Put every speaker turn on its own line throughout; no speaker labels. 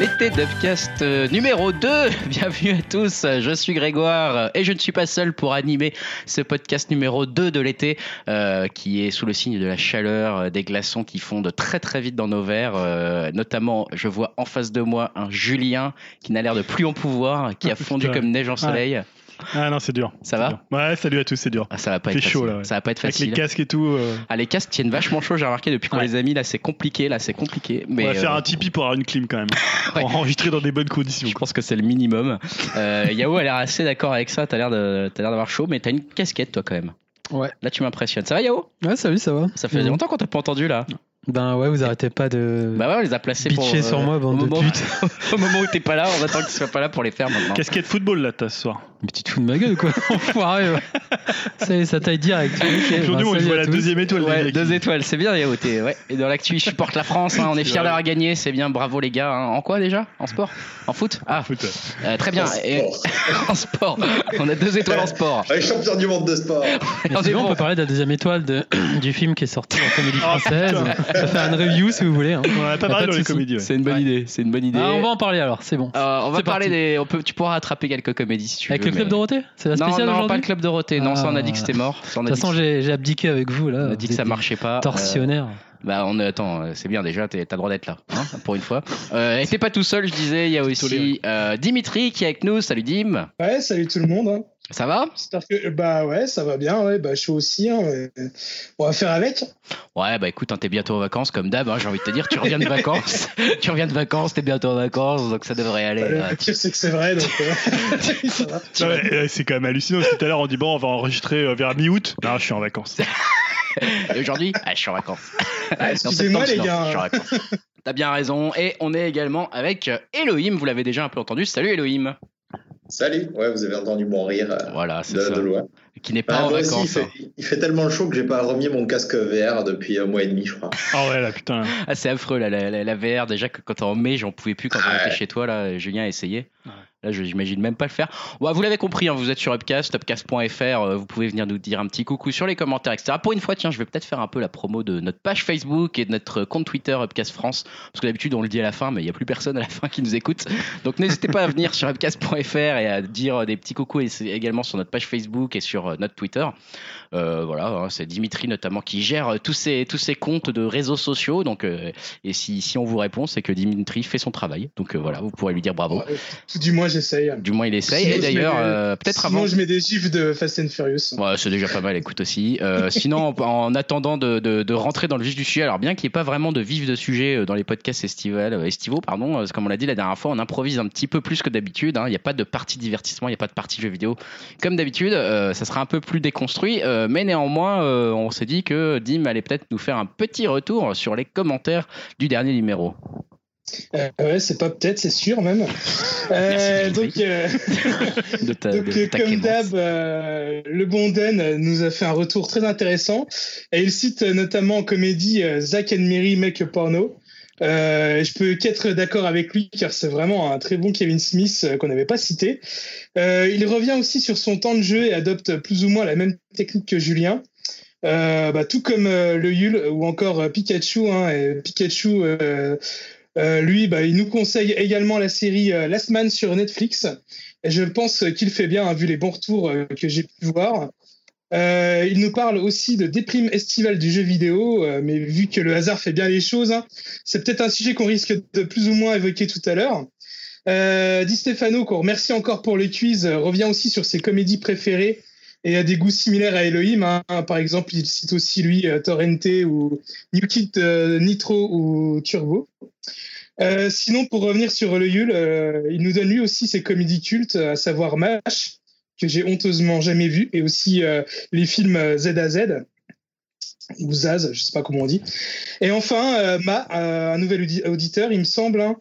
écoutez Dubcast euh, numéro 2. Bienvenue à tous. Je suis Grégoire euh, et je ne suis pas seul pour animer ce podcast numéro 2 de l'été euh, qui est sous le signe de la chaleur, euh, des glaçons qui fondent très très vite dans nos verres. Euh, notamment, je vois en face de moi un Julien qui n'a l'air de plus en pouvoir, qui a fondu
Putain.
comme neige en soleil.
Ah non, c'est dur.
Ça
C'est
va
dur. Ouais, salut à tous, c'est dur.
Ah, ça va pas
C'est
être facile.
chaud, là, ouais.
Ça va pas être
Avec
facile.
les casques et tout, euh,
Ah, les casques tiennent vachement chaud, j'ai remarqué depuis qu'on
Ouais.
les a mis là, c'est compliqué, là c'est compliqué. Mais
on va faire
euh,
un Tipeee pour avoir une clim quand même.
Ouais.
Pour enregistrer dans des bonnes conditions.
Je pense que c'est le minimum. Euh, Yahoo a l'air assez d'accord avec ça. T'as l'air de, t'as l'air d'avoir chaud, mais t'as une casquette toi quand même.
Ouais.
Là tu m'impressionnes. Ça va Yahoo
Ouais, salut, ça va
Ça fait
Mmh.
longtemps qu'on t'a pas entendu là.
Ben ouais, vous arrêtez pas de
Bah ouais, on les a placés pour.
bitcher
euh,
sur moi,
au
bande de
moment-
pute.
au moment où t'es pas là, on attend que tu sois pas là pour les faire maintenant.
Casquette football là, t'as ce soir.
Mais tu te fous de ma gueule, quoi, enfoiré. ouais. ça, y est, ça taille direct. Ok,
Aujourd'hui,
ben,
on
salut
voit
à
la
tous.
deuxième étoile.
Ouais,
des mecs.
deux étoiles, c'est bien Yahoo. t'es- ouais. Et dans l'actu, je supporte la France. hein, on est
C'est
fiers
vrai.
d'avoir gagné. C'est bien, bravo les gars. hein. En quoi déjà En sport En foot Ah,
Foot, ouais.
euh, très bien. Et- en sport. On a deux étoiles en sport.
Oh, Allez, champion du monde de sport.
Mais
On est
sinon, on
bon.
peut parler de la deuxième étoile de- du film qui est sorti en comédie
Ah,
française.
putain.
on va faire une review si vous voulez. hein.
On en a pas
Y a pas
parlé
de
dans les
soucis.
comédies. ouais.
C'est une bonne
Ouais.
idée. C'est une bonne idée.
Ah, on va en parler alors, c'est bon.
Euh, on va
C'est
parler
parti.
des. On peut, tu pourras rattraper quelques comédies si tu
Avec
veux.
le club
mais-
Dorothée C'est la
Non,
spéciale
non, pas le
aujourd'hui
club Dorothée. Non, ça on a dit que
Ah.
c'était mort. Ça, on
De
a
toute
dit
façon,
que-
j'ai j'ai abdiqué avec vous là.
on a dit que
Vous
ça
êtes
marchait pas.
des Torsionnaires.
Euh, bah on est- attends, euh, c'est bien déjà, t'es- t'as le droit d'être là, hein, pour une fois. Euh, et t'es pas tout seul, je disais, il y a aussi euh, Dimitri qui est avec nous. Salut Dim,
Ouais, salut tout le monde. hein.
ça va
J'espère que bah ouais, ça va bien. Ouais, bah je suis aussi. hein, euh, on va faire avec.
Ouais, bah écoute, hein, t'es bientôt en vacances comme d'hab, hein, j'ai envie de te dire, tu reviens de vacances, tu reviens de vacances, t'es bientôt en vacances, donc ça devrait aller.
Bah, le
ouais.
pire, c'est que c'est vrai. Donc, euh, ça va.
Tu-
Ouais, ouais, C'est quand même hallucinant. parce que Tout à l'heure, on dit bon, on va enregistrer euh, vers mi-août. Non, je suis en vacances.
Et aujourd'hui, ah, je suis en vacances.
Ah,
Non,
Excusez-moi les
septembre, je suis en-
gars.
je suis en vacances. T'as bien raison. Et on est également avec euh, Elohim. Vous l'avez déjà un peu entendu. Salut Elohim.
Salut. Ouais, vous avez entendu mon rire euh,
Voilà, c'est
de,
ça.
de loin.
Qui n'est pas
Ah,
en
moi aussi, il
vacances. hein.
fait, il fait tellement chaud que j'ai pas remis mon casque VR depuis un mois et demi, je crois.
Ah ouais, là, putain.
hein. Ah, c'est affreux, là, la, la- la VR. Déjà, que quand en mai, j'en pouvais plus quand on
Ouais.
était chez toi. Là, Julien a essayé. Là, je j'imagine même pas le faire. Ouais, vous l'avez compris, hein, vous êtes sur Upcast, upcast.fr. euh, Vous pouvez venir nous dire un petit coucou sur les commentaires, etc. Pour une fois, tiens, je vais peut-être faire un peu la promo de notre page Facebook et de notre euh, compte Twitter Upcast France. Parce que d'habitude, on le dit à la fin, mais il n'y a plus personne à la fin qui nous écoute. Donc n'hésitez pas à venir sur webcast.fr et à dire euh, des petits coucou et c'est également sur notre page Facebook et sur euh, notre Twitter. Euh, voilà, hein, c'est Dimitri notamment qui gère euh, tous ces tous ces comptes de réseaux sociaux. Donc euh, et si si on vous répond, c'est que Dimitri fait son travail. Donc euh, voilà, vous pourrez lui dire bravo.
Ouais, tout du moins, j'essaye.
Du moins il essaye.
Sinon,
Et
je
d'ailleurs,
mets-
euh, peut-être
Sinon,
avant.
je mets des gifs de Fast and Furious.
Ouais, c'est déjà pas mal, écoute aussi. Euh, sinon, en, en attendant de, de, de rentrer dans le vif du sujet, alors bien qu'il n'y ait pas vraiment de vif de sujet euh, dans les podcasts estivales, euh, estivaux, pardon, euh, comme on l'a dit la dernière fois, on improvise un petit peu plus que d'habitude. hein. Il n'y a pas de partie divertissement, il n'y a pas de partie jeux vidéo. Comme d'habitude, euh, ça sera un peu plus déconstruit, euh, mais néanmoins, euh, on s'est dit que Dim allait peut-être nous faire un petit retour sur les commentaires du dernier numéro.
Euh, ouais, c'est pas peut-être, c'est sûr même. Euh,
Dimitri.
donc, euh,
De ta-
Donc,
de
euh,
ta
comme
clémence.
d'hab, euh, le bon Dan euh, nous a fait un retour très intéressant. Et il cite euh, notamment en comédie euh, Zack and Mary Make a Porno. Euh, je peux qu'être d'accord avec lui car c'est vraiment un très bon Kevin Smith euh, qu'on n'avait pas cité. Euh, il revient aussi sur son temps de jeu et adopte plus ou moins la même technique que Julien. Euh, bah, tout comme euh, le Yule ou encore euh, Pikachu. Hein, et Pikachu, euh, euh, lui, bah, il nous conseille également la série euh, Last Man sur Netflix. Et je pense qu'il fait bien, hein, vu les bons retours euh, que j'ai pu voir. Euh, il nous parle aussi de déprime estivale du jeu vidéo, euh, mais vu que le hasard fait bien les choses, hein, c'est peut-être un sujet qu'on risque de plus ou moins évoquer tout à l'heure. Euh, Di Stefano, qu'on remercie encore pour le quiz, euh, revient aussi sur ses comédies préférées et a des goûts similaires à Elohim. hein. Par exemple, il cite aussi lui euh, Torrente ou New Kid euh, Nitro ou Turbo. Euh, sinon, pour revenir sur le Yule, euh, il nous donne lui aussi ses comédies cultes, à savoir MASH, que j'ai honteusement jamais vu, et aussi euh, les films euh, Z à Z, ou Zaz, je sais pas comment on dit. Et enfin, euh, Ma, euh, un nouvel audi- auditeur, il me semble, hein,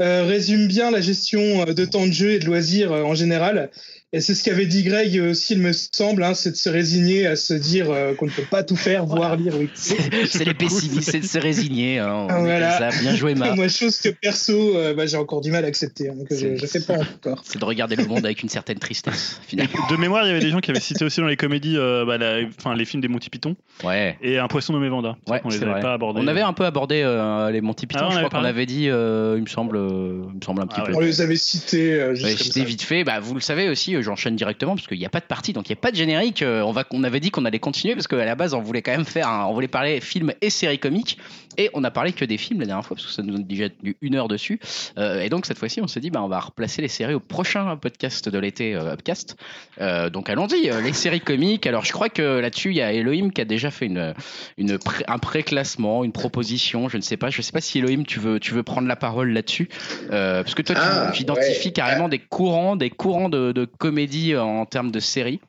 euh, résume bien la gestion euh, de temps de jeu et de loisirs euh, en général. Et c'est ce qu'avait dit Greg aussi, il me semble, hein, c'est de se résigner à se dire euh, qu'on ne peut pas tout faire, voir, lire ou écouter.
C'est les pessimistes, c'est de se résigner. hein, on est comme
Voilà.
ça. Bien joué, Marc.
Moi, chose que perso, euh, bah, j'ai encore du mal à accepter, hein, que je, je fais pas encore.
C'est de regarder le monde avec une certaine tristesse, finalement.
De mémoire, il y avait des gens qui avaient cité aussi dans les comédies, euh, bah, la- enfin les films des Monty Python
Ouais.
et Un poisson nommé Vanda.
Ouais,
on les
c'est
avait
vrai.
pas abordés.
On avait un peu abordé euh, les Monty Python,
Ah, on
je
avait
crois qu'on
parlé.
avait dit, euh, il me semble, euh, il me semble un petit
Ah
peu.
On les avait cités. euh, juste
Ouais,
comme
je
ça.
t'ai vite fait, bah, vous le savez aussi, euh, j'enchaîne directement parce qu'il n'y a pas de partie, donc il n'y a pas de générique. Euh, on, va, on avait dit qu'on allait continuer parce qu'à la base, on voulait quand même faire, un- on voulait parler films et séries comiques, et on a parlé que des films la dernière fois parce que ça nous a déjà tenu une heure dessus. Euh, et donc cette fois-ci, on s'est dit, bah, on va replacer les séries au prochain podcast de l'été, euh, Upcast. Euh, donc allons-y, euh, les séries comiques. Alors je crois que là-dessus, il y a Elohim qui a déjà fait une, une pré- un préclassement, une proposition, je ne sais pas. Je ne sais pas si Elohim, tu veux, tu veux prendre la parole là-dessus. Euh, parce que toi, tu-
Ah,
tu identifies
ouais.
carrément des courants, des courants de, de comédie euh, en termes de séries.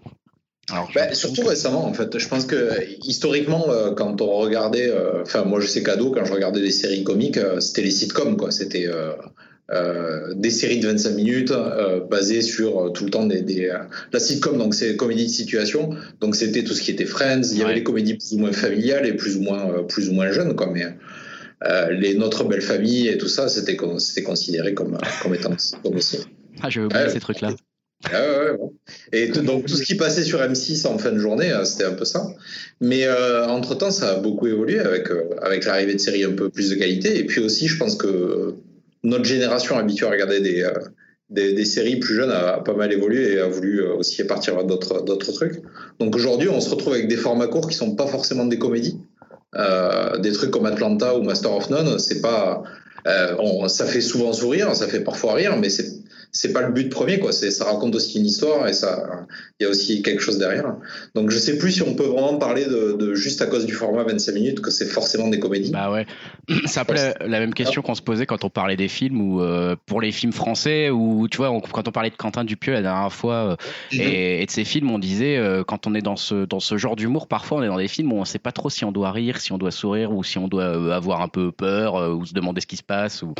Alors, je-
Bah, surtout récemment, en fait. Je pense que euh, historiquement, euh, quand on regardait, euh, enfin, moi je sais qu'ado, quand je regardais des séries comiques, euh, c'était les sitcoms, quoi. C'était euh, euh, des séries de 25 minutes euh, basées sur euh, tout le temps des. des, euh, La sitcom, donc c'est comédie de situation, donc c'était tout ce qui était Friends, il y
Ouais.
avait les comédies plus ou moins familiales et plus ou moins, euh, plus ou moins jeunes, quoi. Mais. euh, les Notre Belle Famille et tout ça, c'était con- c'était considéré comme, euh, comme étant comme aussi.
Ah, j'avais oublié
Ouais.
ces trucs-là.
Ah ouais, ouais, bon. Et tout- donc tout ce qui passait sur M6 en fin de journée, euh, c'était un peu ça. Mais euh, entre-temps, ça a beaucoup évolué avec, euh, avec l'arrivée de séries un peu plus de qualité. Et puis aussi, je pense que euh, notre génération habituée à regarder des, euh, des, des séries plus jeunes a, a pas mal évolué et a voulu euh, aussi partir vers d'autres d'autres trucs. Donc aujourd'hui, on se retrouve avec des formats courts qui sont pas forcément des comédies. Euh, des trucs comme Atlanta ou Master of None, c'est pas... euh, on- ça fait souvent sourire, ça fait parfois rire, mais c'est c'est pas le but premier quoi c'est ça raconte aussi une histoire et ça il y a aussi quelque chose derrière donc je sais plus si on peut vraiment parler de, de juste à cause du format 25 minutes que c'est forcément des comédies
Bah ouais, ça appelait la même question qu'on se posait quand on parlait des films ou euh, pour les films français ou tu vois on- quand on parlait de Quentin Dupieux la dernière fois euh, et, et de ces films on disait euh, quand on est dans ce dans ce genre d'humour parfois on est dans des films où on sait pas trop si on doit rire, si on doit sourire ou si on doit euh, avoir un peu peur euh, ou se demander ce qui se passe ou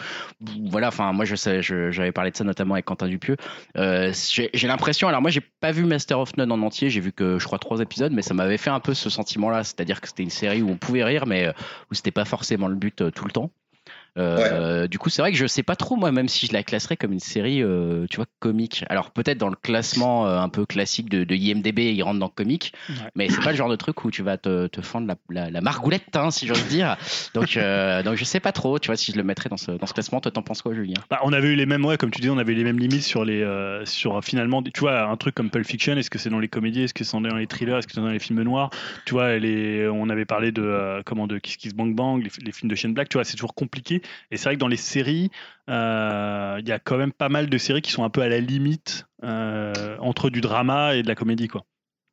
voilà enfin moi je sais je- j'avais parlé de ça notamment avec Quentin Dupieux euh, j'ai j'ai l'impression, alors moi j'ai pas vu Master of None en entier, j'ai vu que je crois trois épisodes, mais ça m'avait fait un peu ce sentiment-là, c'est-à-dire que c'était une série où on pouvait rire, mais euh, où c'était pas forcément le but euh, tout le temps. Euh,
Ouais.
euh, du coup, c'est vrai que je sais pas trop, moi, même si je la classerais comme une série, euh, tu vois, comique. Alors peut-être dans le classement euh, un peu classique de, de IMDb, il rentre dans comique,
Ouais.
mais c'est pas le genre de truc où tu vas te, te fendre la, la, la margoulette, hein, si j'ose dire. Donc, euh, donc je sais pas trop, tu vois, si je le mettrais dans ce, dans ce classement. Toi, t'en penses quoi, Julien
Bah, on avait eu les mêmes, ouais, comme tu dis, on avait eu les mêmes limites sur les, euh, sur euh, finalement, tu vois, un truc comme Pulp Fiction, est-ce que c'est dans les comédies, est-ce que c'est dans les thrillers, est-ce que c'est dans les films noirs, tu vois, les, on avait parlé de, euh, comment, de Kiss Kiss Bang Bang, les, les films de Shane Black, tu vois, c'est toujours compliqué. Et c'est vrai que dans les séries, euh, il y a quand même pas mal de séries qui sont un peu à la limite euh, entre du drama et de la comédie, quoi.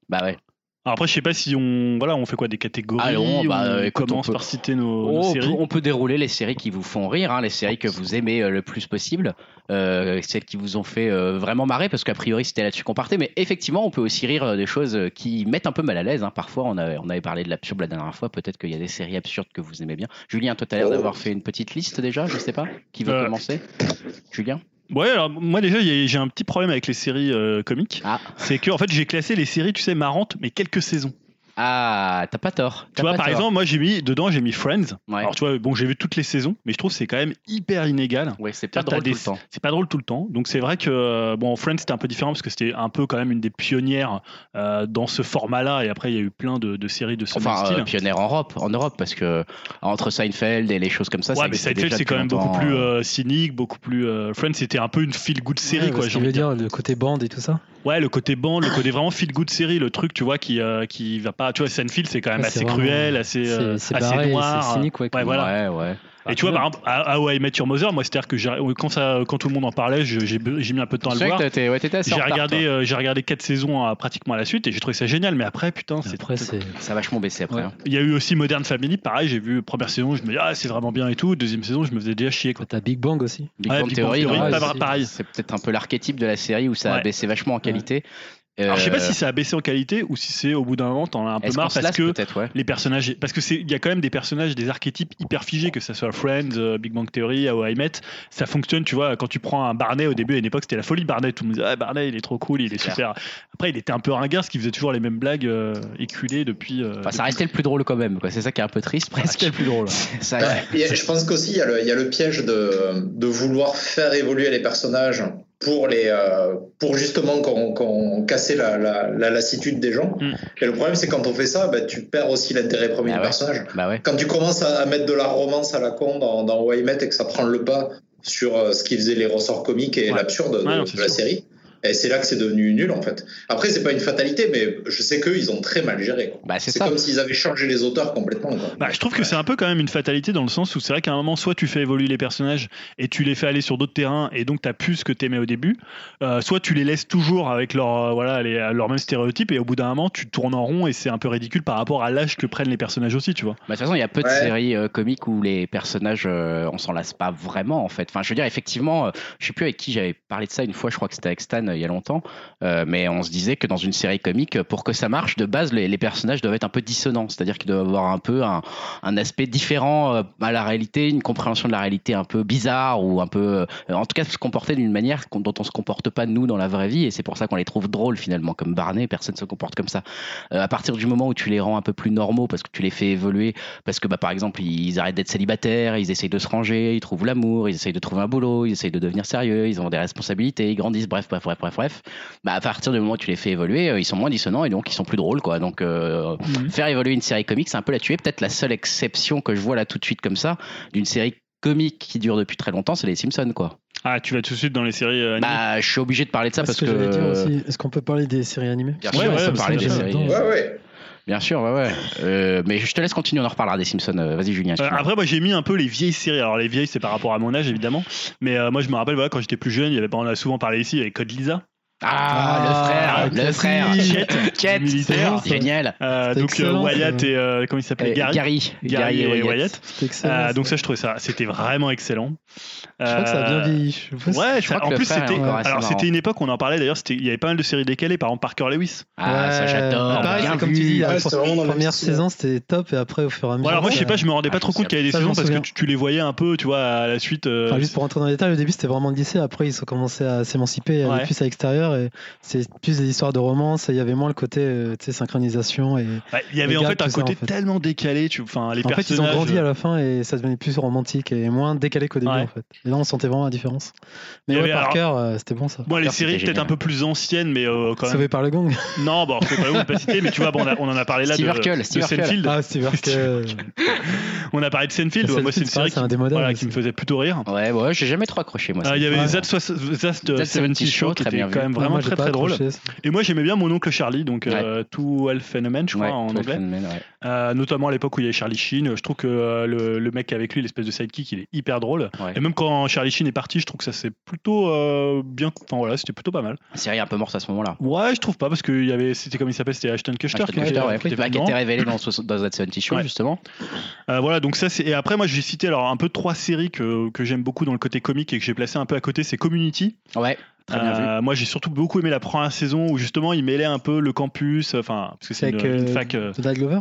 Bah ouais.
Alors après, je sais pas si on, voilà, on fait quoi, des catégories,
Allons, bah,
on
euh, écoute, on
commence
peut-
par citer nos,
Oh,
nos
on, peut,
séries.
on peut dérouler les séries qui vous font rire, hein, les séries que vous aimez euh, le plus possible, euh, celles qui vous ont fait euh, vraiment marrer, parce qu'a priori c'était là-dessus qu'on partait, mais effectivement on peut aussi rire euh, des choses euh, qui mettent un peu mal à l'aise. hein. Parfois on avait, on avait parlé de l'absurde la dernière fois, peut-être qu'il y a des séries absurdes que vous aimez bien. Julien, toi t'as l'air
Oh.
d'avoir fait une petite liste déjà, je sais pas, qui veut
Euh.
commencer Julien
Ouais, alors moi déjà, il y a- j'ai un petit problème avec les séries euh, comiques.
Ah,
c'est que en fait j'ai classé les séries tu sais marrantes mais quelques saisons
ah t'as pas tort.
tu
t'as
vois
pas
par
tort.
exemple moi j'ai mis dedans j'ai mis Friends
Ouais.
alors tu vois bon j'ai vu toutes les saisons mais je trouve que c'est quand même hyper inégal
Ouais, c'est pas
t'as
drôle
des-
tout le temps.
c'est pas drôle tout le temps donc c'est vrai que euh, bon Friends c'était un peu différent parce que c'était un peu quand même une des pionnières euh, dans ce format là et après il y a eu plein de, de séries de ce
Enfin,
même
euh,
style
pionnière en Europe, en Europe, parce que entre Seinfeld et les choses comme ça, ça
ouais mais
existait
Seinfeld
déjà
c'est quand même
depuis
beaucoup
longtemps,
plus
euh.
euh, cynique beaucoup plus euh, Friends c'était un peu une feel good série
Ouais,
quoi
parce
j'ai
qu'il
envie
veut
de dire.
dire le côté bande et tout ça.
Ouais, le côté bande, le côté vraiment feel good série, le truc, tu vois, qui, euh, qui va pas. Tu vois, Seinfeld, c'est quand même
Ouais, c'est
assez
vraiment-
cruel, assez, euh,
C'est c'est
assez
barré,
noir.
c'est cynique, ouais.
Ouais, voilà.
Ouais, ouais.
Et tu vois, par exemple, à, à How I Met Your Mother, moi, c'est-à-dire que j'ai- quand, ça, quand tout le monde en parlait, je- j'ai j'ai mis un peu de temps à
C'est
le
vrai
voir.
que t'étais- ouais, t'étais assez
J'ai
en retard,
regardé, euh, j'ai regardé quatre saisons euh, pratiquement à la suite et j'ai trouvé ça génial. Mais après, putain, c'est.
Après, c'est.
toi. Ça a vachement baissé après.
Ouais.
hein.
Il y a eu aussi Modern Family, pareil. J'ai vu première saison, je me dis ah c'est vraiment bien et tout. Deuxième saison, je me faisais déjà chier quoi.
T'as Big Bang aussi.
Big
Ouais,
Bang
Big Bang
Theory,
Theory,
ouais,
pas
c'est-
pareil.
c'est peut-être un peu l'archétype de la série où ça a
Ouais.
baissé vachement en qualité. Euh,
Alors je sais pas si ça a baissé en qualité ou si c'est au bout d'un moment t'en as un peu
Est-ce qu'on
marre
se
parce
lasse
que Euh,
peut-être, ouais.
les personnages parce que c'est il y a quand même des personnages des archétypes hyper figés que ça soit Friends euh, Big Bang Theory How I Met ça fonctionne tu vois quand tu prends un Barney au début à une époque c'était la folie Barney tout le monde disait ah, Barney il est trop cool il est
C'est
super après il était un peu ringard parce qu'il faisait toujours les mêmes blagues euh, éculées depuis euh,
Enfin, ça restait le plus drôle quand même, quoi. C'est ça qui est un peu triste
depuis-
presque.
c'était le plus drôle
Ça-
Et je pense qu'aussi, il y, a le- il y a le piège de, de vouloir faire évoluer les personnages pour, les, euh, pour justement qu'on qu'on casser la, la, la lassitude des gens.
Mm.
Et le problème, c'est quand on fait ça, bah, tu perds aussi l'intérêt premier
Ah
du
ouais.
personnage.
Bah ouais.
Quand tu commences à, à mettre de la romance à la con dans, dans Why Met et que ça prend le pas sur euh, ce qui faisait les ressorts comiques et
Ouais.
l'absurde de,
Ouais, non,
de
c'est
la
sûr.
série, et c'est là que c'est devenu nul en fait. Après, c'est pas une fatalité, mais je sais qu'eux, ils ont très mal géré. quoi.
Bah c'est
C'est
ça.
comme s'ils avaient changé les auteurs complètement. quoi.
Bah, je trouve que
Ouais.
c'est un peu quand même une fatalité dans le sens où c'est vrai qu'à un moment, soit tu fais évoluer les personnages et tu les fais aller sur d'autres terrains et donc t'as plus ce que t'aimais au début, euh, soit tu les laisses toujours avec leur, euh, voilà, les, leur même stéréotype et au bout d'un moment, tu tournes en rond et c'est un peu ridicule par rapport à l'âge que prennent les personnages aussi, tu vois.
Bah, de toute façon, il y a peu de
Ouais.
séries euh, comiques où les personnages, euh, on s'en lasse pas vraiment en fait. Enfin, je veux dire, effectivement, euh, je sais plus avec qui j'avais parlé de ça une fois. Je crois que c'était avec Stan euh, il y a longtemps, euh, mais on se disait que dans une série comique, euh, pour que ça marche, de base, les, les personnages doivent être un peu dissonants, c'est-à-dire qu'ils doivent avoir un peu un, un aspect différent euh, à la réalité, une compréhension de la réalité un peu bizarre ou un peu, euh, en tout cas, se comporter d'une manière qu'on- dont on se comporte pas nous dans la vraie vie. Et c'est pour ça qu'on les trouve drôles finalement, comme Barney, personne se comporte comme ça. Euh, à partir du moment où tu les rends un peu plus normaux parce que tu les fais évoluer parce que bah, par exemple ils arrêtent d'être célibataires, ils essayent de se ranger, ils trouvent l'amour, ils essayent de trouver un boulot, ils essayent de devenir sérieux, ils ont des responsabilités, ils grandissent, bref, bref, bref, bref, bref. Bah, à partir du moment où tu les fais évoluer, euh, ils sont moins dissonants et donc ils sont plus drôles quoi. Donc euh, faire évoluer une série comique, c'est un peu la tuer. Peut-être la seule exception que je vois là tout de suite comme ça d'une série comique qui dure depuis très longtemps, c'est les Simpsons quoi.
Ah, tu vas tout de suite dans les séries euh, animées.
Bah je suis obligé de parler de ça
Parce
parce
que,
que.
j'allais dire aussi, est-ce qu'on peut parler des séries animées
Bien
Ouais,
sûr, on
ouais,
peut
me
parler
semble
des
bien
séries.
là-dedans.
Ouais, ouais.
Bien sûr, ouais, ouais. Euh, mais je te laisse continuer, on en reparlera des Simpsons. Euh, Vas-y, Julien.
Euh,
excuse-moi.
après, moi, j'ai mis un peu les vieilles séries. Alors, les vieilles, c'est par rapport à mon âge, évidemment. Mais euh, moi, je me rappelle, voilà, quand j'étais plus jeune, il y avait, on en a souvent parlé ici, il y avait Code Lisa.
Ah,
Ah,
le frère, le
classique.
frère,
Jet,
Jet,
militaire.
c'est génial.
Euh,
C'était
donc, euh,
excellent,
Wyatt
ça.
et, euh, comment il s'appelait
Euh, Gary, Gary,
Gary et Wyatt.
C'était excellent.
Ah,
Euh, ça.
donc ça, je trouvais ça, c'était vraiment excellent.
je crois que ça a
Euh,
bien vieilli. Je sais pas si-
Ouais,
Je
ça-
crois que
en
le
plus
frère est
c'était.
encore assez
Alors
marrant.
c'était une époque, on en parlait d'ailleurs. c'était- Il y avait pas mal de séries décalées, par exemple Parker Lewis.
Ah, ça
Ouais,
j'adore.
pareil,
Bien
Euh, c'est comme
vu.
tu dis, hein, la
Ouais,
pre-
c'est vraiment dans le même
première
style.
saison c'était top et après au fur et à
Bon,
mesure. euh,
alors moi je sais
ça-
pas, je me rendais
Ah,
pas trop
je
compte qu'il y avait des
ça, je
saisons
m'en
parce que
souviens.
tu, tu les voyais un peu, tu vois, à la suite. euh,
Enfin, juste pour rentrer dans les détails, au début c'était vraiment le lycée, après ils ont commencé à s'émanciper, à aller
Ouais.
plus à l'extérieur et c'est plus des histoires de romance et il y avait moins le côté euh, tu sais, synchronisation. Et...
ouais, bah, il y avait en
Regarde
fait un
tout ça,
côté
en fait.
tellement décalé, tu, enfin les
en fait ils ont
personnages. euh,
grandi à la fin et ça devenait plus romantique et moins décalé qu'au début
Ouais.
en fait. Et là on sentait vraiment la différence.
Il
Mais
y
ouais,
avait- alors-
par cœur, euh, c'était bon ça.
Bon, les
Parker,
séries
c'était
peut-être
génial.
un peu plus anciennes, mais euh, quand même.
Sauvé par le gong.
Non, bon, faut pas- on peut pas citer, mais tu vois, bon, on, a- on en a parlé là
Steve
de,
Urkel,
de
Steve Urkel.
Seinfeld.
Ah, c'est vrai que.
On a parlé de Seinfeld.
Seinfeld,
Moi, c'est une
c'est
série
pareil, c'est un
qui-
des modèles,
voilà,
mais
qui me
c'est-
faisait plutôt rire.
Ouais, ouais, j'ai jamais trop accroché moi.
Euh, Il y
ça.
avait les
Ouais.
Zast
Zast
70 Show qui
très
était
bien vu.
quand même
Non,
vraiment
moi, j'ai
très
pas
très drôle.
accroché, ça.
Et moi j'aimais bien mon oncle Charlie, donc euh, tout Half Phenomen, je crois,
Ouais,
en
Twelve
anglais.
and Men, ouais.
Euh, notamment à l'époque où il y avait Charlie Sheen. Je trouve que euh, le, le mec avec lui, l'espèce de sidekick, il est hyper drôle.
Ouais.
Et même quand Charlie Sheen est parti, je trouve que ça c'est plutôt euh, bien. Enfin voilà, c'était plutôt pas mal.
Série un peu morte à ce moment-là. Ah,
Ouais, je trouve pas parce que il y avait, c'était comme il s'appelle, c'était Ashton Kutcher.
Ashton
qui
Kutcher,
était-
ouais, Bah,
qui
Qui
était
a
dedans.
été révélé dans ce- dans That 70 Show
Ouais.
justement.
Euh, voilà, donc ça c'est. Et après moi j'ai cité alors un peu trois séries que, que j'aime beaucoup dans le côté comique et que j'ai placé un peu à côté, c'est Community.
Ouais, très bien vu.
Euh, Moi j'ai surtout beaucoup aimé la première saison où justement il mêlait un peu le campus, enfin parce que c'est une,
Avec, euh,
une fac. euh,
Donald Glover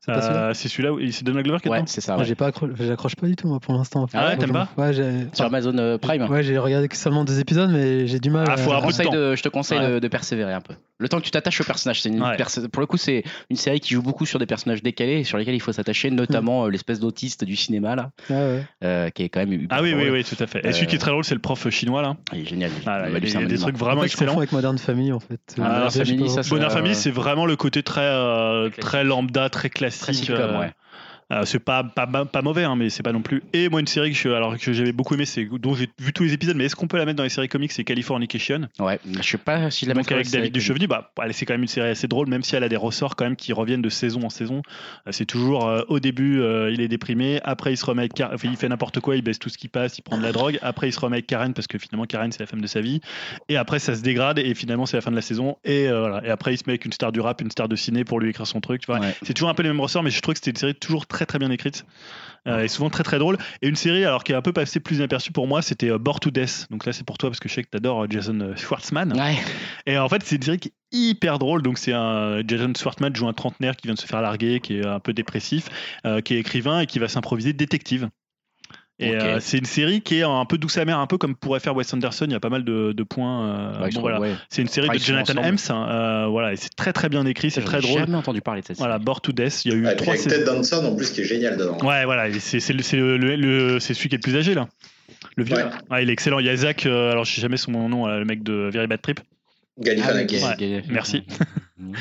C'est pas celui-là
euh, c'est celui-là, où- c'est Donald Glover qui est
Euh, Ouais,
dedans
c'est ça.
Moi,
ouais.
j'ai pas accro- J'accroche pas du tout moi pour l'instant.
Ah ouais, t'aimes pas
Ouais, j'ai.
Sur Amazon euh, Prime.
Ouais, j'ai regardé que seulement deux épisodes, mais j'ai du mal.
Ah, faut
Je te
avoir peu de
conseille
temps.
de- je te conseille
Ouais.
de, de persévérer un peu. Le temps que tu t'attaches au personnage, c'est une
Ouais.
perso- pour le coup c'est une série qui joue beaucoup sur des personnages décalés et sur lesquels il faut s'attacher, notamment euh, l'espèce d'autiste du cinéma là,
Ouais, ouais.
euh, qui est quand même hyper
Ah oui, oui,
drôle.
oui, tout à fait. Et
Euh,
celui qui est très drôle, c'est le prof chinois, là.
Il est génial.
Ah,
Il
il y
m'a
a
lu
des,
ça un
il y a des
monument.
trucs
En
vraiment
fait, je
excellents.
confonds avec Modern Family en fait.
Ah,
Euh,
Modern
je sais pas
Family,
pourquoi.
ça,
Bonheur
Euh,
Famille, c'est vraiment le côté très, euh, très lambda, très
Très
classique.
sitcom,
euh,
ouais.
euh, c'est pas, pas, pas- pas mauvais, hein, mais c'est pas non plus. Et moi, une série que je- alors que j'avais beaucoup aimé, c'est dont j'ai vu tous les épisodes, mais est-ce qu'on peut la mettre dans les séries comiques C'est Californication.
Ouais, je sais pas si je la
Donc
mettrais
avec
aussi
David Duchovny, bah, allez, c'est quand même une série assez drôle, même si elle a des ressorts quand même qui reviennent de saison en saison. Euh, C'est toujours euh, au début, euh, il est déprimé, après il se remet avec Karen, enfin, il fait n'importe quoi, il baisse tout ce qui passe, il prend de la drogue, après il se remet avec Karen parce que finalement Karen c'est la femme de sa vie, et après ça se dégrade et finalement c'est la fin de la saison et euh, voilà. Et après il se met avec une star du rap, une star de ciné pour lui écrire son truc, tu vois.
Ouais.
C'est toujours un peu les mêmes ressorts, mais je trouve que c'était une série toujours très très bien écrite. euh, et souvent très très drôle. Et une série, alors qui est un peu passée plus inaperçue pour moi, c'était euh, Born to Death. Donc là, c'est pour toi parce que je sais que t'adores euh, Jason euh, Schwartzman.
Ouais.
Et en fait, c'est une série qui est hyper drôle. Donc, c'est un Jason Schwartzman joue un trentenaire qui vient de se faire larguer, qui est un peu dépressif, euh, qui est écrivain et qui va s'improviser détective. Et
Ok.
euh, c'est une série qui est un peu douce amère, un peu comme pourrait faire Wes Anderson. Il y a pas mal de, de points. euh,
Ouais, ils
bon,
sont-
voilà.
ouais.
C'est une série
Enfin,
de
ils sont
Jonathan
ensemble.
Hems. hein, euh, voilà, et c'est très très bien écrit, c'est
J'en
très
ai
drôle.
jamais entendu parler de cette
Voilà, Born to Death. Il y a eu
Ah, et puis
trois
avec
saisons.
Ted Danson en plus qui est génial dedans.
Ouais, voilà, et c'est c'est le- c'est le- le- le- c'est celui qui est le plus âgé là. Le vieux.
Ouais.
là. Ah, il est excellent. Il y a Zach, euh, alors je sais jamais son nom, euh, le mec de Very Bad Trip.
série. Ah,
Galifianakis.
ok, ok.
merci.
Mhm.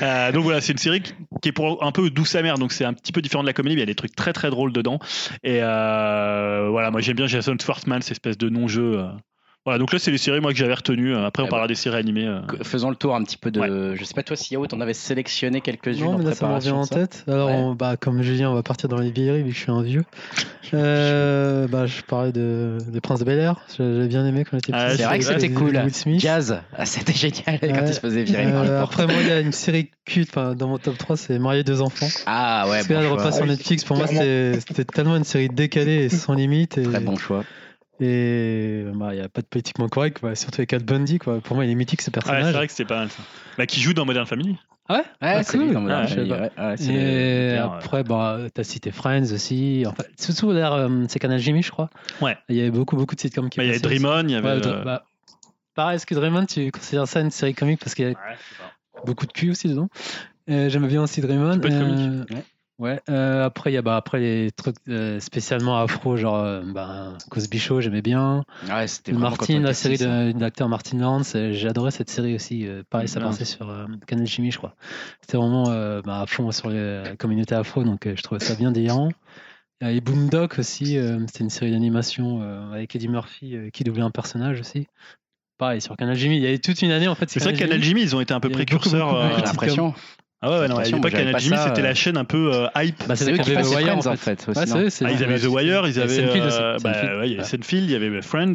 Euh, donc voilà, c'est une série qui, qui est pour un peu douce amère, donc c'est un petit peu différent de la comédie, mais il y a des trucs très très drôles dedans. Et euh, voilà, moi j'aime bien Jason Schwartzman, cette espèce de non-jeu. euh. Voilà, donc là c'est les séries moi que j'avais retenues. Euh,
Ah
Après on
Eh
parlera des séries animées. euh.
Que- Faisons le tour un petit peu de. Je sais pas toi si Yao t'en avais sélectionné quelques-unes
Non,
en
mais là, ça me revient
préparation.
en
de ça.
tête. Alors,
Ouais.
on- bah, comme Julien, on va partir dans les vieilleries vu que je suis un vieux. Euh, bah, je parlais de, des Princes de Bel Air. J'ai bien aimé quand j'étais
Ah,
petit.
c'est vrai que
c'était
Les-
cool.
Will Smith.
Jazz, Ah, c'était génial quand
Ouais.
il se faisait virer par
Euh,
le porte.
après, moi, il y a une série culte enfin, dans mon top 3, c'est Marié deux enfants.
Ah ouais,
Parce que là,
bon
elle
choix.
repasse sur
Ah oui,
Netflix. Pour moi,
clairement.
c'était c'était tellement une série décalée et sans limite. Et,
Très bon choix.
et bah, il n'y a pas de politiquement correct, quoi. surtout avec Ed Bundy. Quoi. Pour moi, il est mythique ce
Ah, c'est
personnage.
vrai que c'est pas mal ça. Bah, qui joue dans Modern Family.
Ah ouais
Ouais,
Ah,
c'est lui dans Modern
Ah,
je
Family,
savais
ouais. Ouais, c'est le-
Et
Peter,
après, bah, t'as cité Friends aussi. Enfin, surtout d'ailleurs, euh, c'est Canal Jimmy, je crois.
Ouais.
Il y avait beaucoup, beaucoup de sitcoms qui
Bah, il y avait
passaient aussi.
Dream On, il y avait.
Ouais,
euh,
bah, pareil, est-ce que Dream On, tu considères ça une série comique parce qu'il y a
ouais, c'est ça.
beaucoup de cul aussi dedans. Euh, J'aime bien aussi Dream On.
peut être
Euh,
comique.
Ouais. Euh, après, il y a bah, après les trucs euh, spécialement afro, genre euh, bah, Cosby Show, j'aimais bien.
Ouais, c'était vraiment quand on
Martin,
était
la série
six, hein.
de- de l'acteur Martin Lawrence, euh, j'ai adoré cette série aussi. euh, pareil, ça
Ah,
Bien.
passait sur euh, Canal Jimmy, je crois. C'était vraiment euh, bah, à fond sur les communautés afro, donc euh, je trouvais ça bien délirant. Euh, Et Boomdock aussi, euh, c'était une série d'animation euh, avec Eddie Murphy euh, qui doublait un personnage aussi. Pareil, sur Canal Jimmy, il y avait toute une année en fait.
C'est vrai que Canal Jimmy, ils ont été un peu
il y avait beaucoup,
précurseurs.
beaucoup de
euh,
J'ai l'impression.
Ah ouais, ouais, non, à
Attention,
l'époque,
moi, j'avais
Canal
pas
Jimmy,
ça,
c'était
euh.
la chaîne un peu euh, hype.
Bah,
C'est eux qui
avaient
passaient
The Wire,
Friends en fait. aussi,
Ouais,
hein.
c'est eux, c'est
Ah, ils avaient The Wire, ils avaient.
Seinfeld aussi,
euh, bah,
Seinfeld.
ouais, il y avait Seinfeld, il y avait Friends,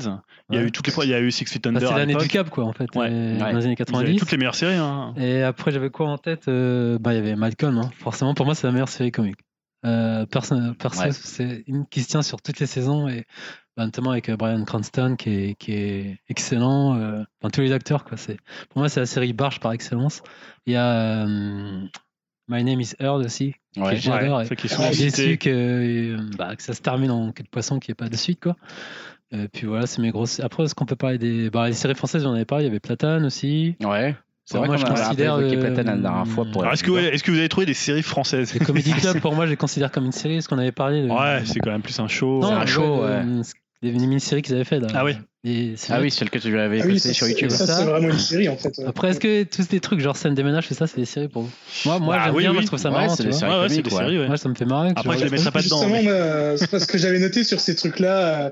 il y a
Ouais.
eu toutes les fois, il y a eu Six Feet
Bah,
Under
c'est
à
l'année du
l'époque.
cap quoi en fait,
Ouais.
euh,
Ouais.
dans les années
Ils avaient
90.
toutes les meilleures séries. hein.
Et après, j'avais quoi en tête Euh, Bah, il y avait Malcolm. hein. Forcément, pour moi, c'est la meilleure série comique. Euh, perso, perso,
Ouais.
c'est une qui se tient sur toutes les saisons et bah, notamment avec euh, Bryan Cranston qui est, qui est excellent. euh, Enfin, tous les acteurs, quoi. C'est pour moi, c'est la série barge par excellence. Il y a euh, My Name Is Earl aussi.
Ouais.
que j'adore.
Ouais,
et-
ceux qui sont
Je suis
cités.
déçu que, euh, bah, que ça se termine en queue de poisson qu'il n'y ait pas de suite quoi. Euh, puis voilà, c'est mes grosses. Après, est-ce qu'on peut parler des bah, les séries françaises J'en avais parlé. Il y avait Platane aussi.
Ouais. C'est vrai
Moi,
qu'on
je
a un peu
considère,
évoqué
euh,
Platane la dernière fois pour.
Alors, Ah, est-ce que, est-ce que vous avez trouvé des séries françaises
Les Comedy Club, pour moi, je les considère comme une série. Est-ce qu'on avait parlé de...
Ouais, c'est quand même plus un show.
Euh, Non,
c'est un
ouais,
show,
de- des mini-séries qu'ils avaient fait. Là.
Ah oui.
Et c'est-
Ah oui, celle que tu avais
Ah oui,
postée
ça,
sur
c'est-
YouTube.
Ça,
Ça.
c'est vraiment une série en fait.
Après, est-ce que tous ces trucs genre scène des ménages, tout ça, c'est des séries pour vous Moi, moi
Bah
j'aime
oui,
bien, moi,
oui.
je trouve ça
Ouais,
marrant.
c'est
tu
des
vois.
séries.
Ouais, ouais, c'est des
comiques, ouais.
séries, ouais.
Moi, ça me fait marrer.
Après, je
genre,
les mettrais pas dedans,
Justement,
mais-
euh, c'est parce que j'avais noté sur ces trucs-là. euh,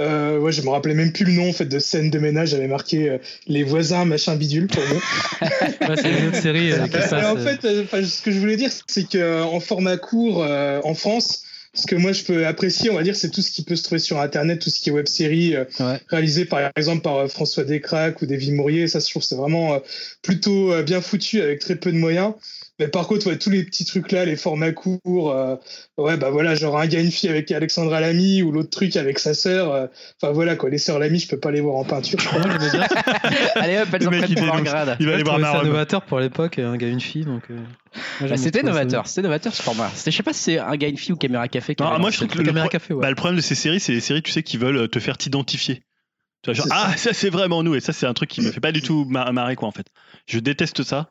euh, ouais, je me rappelais même plus le nom en fait de scène de ménage. J'avais marqué euh, les voisins, machin bidule pour moi.
ouais, c'est une autre série euh, qui
Euh,
se passe,
alors, en
euh,
fait, euh, enfin, ce que je voulais dire, c'est que euh, en format court euh, en France, ce que moi je peux apprécier, on va dire, c'est tout ce qui peut se trouver sur Internet, tout ce qui est web série euh,
Ouais.
réalisé par exemple par euh, François Descraques ou David Mourier. Ça, je trouve, que c'est vraiment euh, plutôt euh, bien foutu avec très peu de moyens. Mais par contre, ouais, tous les petits trucs là, les formats courts, euh, ouais, bah voilà, genre un gars une fille avec Alexandra Lamy ou l'autre truc avec sa sœur. euh, Enfin voilà quoi, les sœurs Lamy, je peux pas les voir en peinture. je crois.
moi, j'aimais bien.
Allez hop, elles
Le
en
mec,
prennent
il
pour leur
dénonce.
grade.
Il va
Ouais,
aller
je
voir
trouvais ça
Maron.
novateur pour l'époque, un gars, une fille. Donc, euh, moi,
Bah,
j'aimais
c'était
trop ça.
novateur, c'était novateur ce format. C'était, je sais pas si c'est un gars, une fille ou caméra café. qui
Non,
avait
moi,
lancé
je trouve que
le
le
truc.
Caméra
pro-
café, ouais.
Bah, le problème de ces séries, c'est les séries, tu sais, qui veulent euh, te faire t'identifier. Tu vois, genre,
C'est ça.
ah, ça c'est vraiment nous, et ça c'est un truc qui me fait pas du tout mar- marrer, quoi, en fait. Je déteste ça.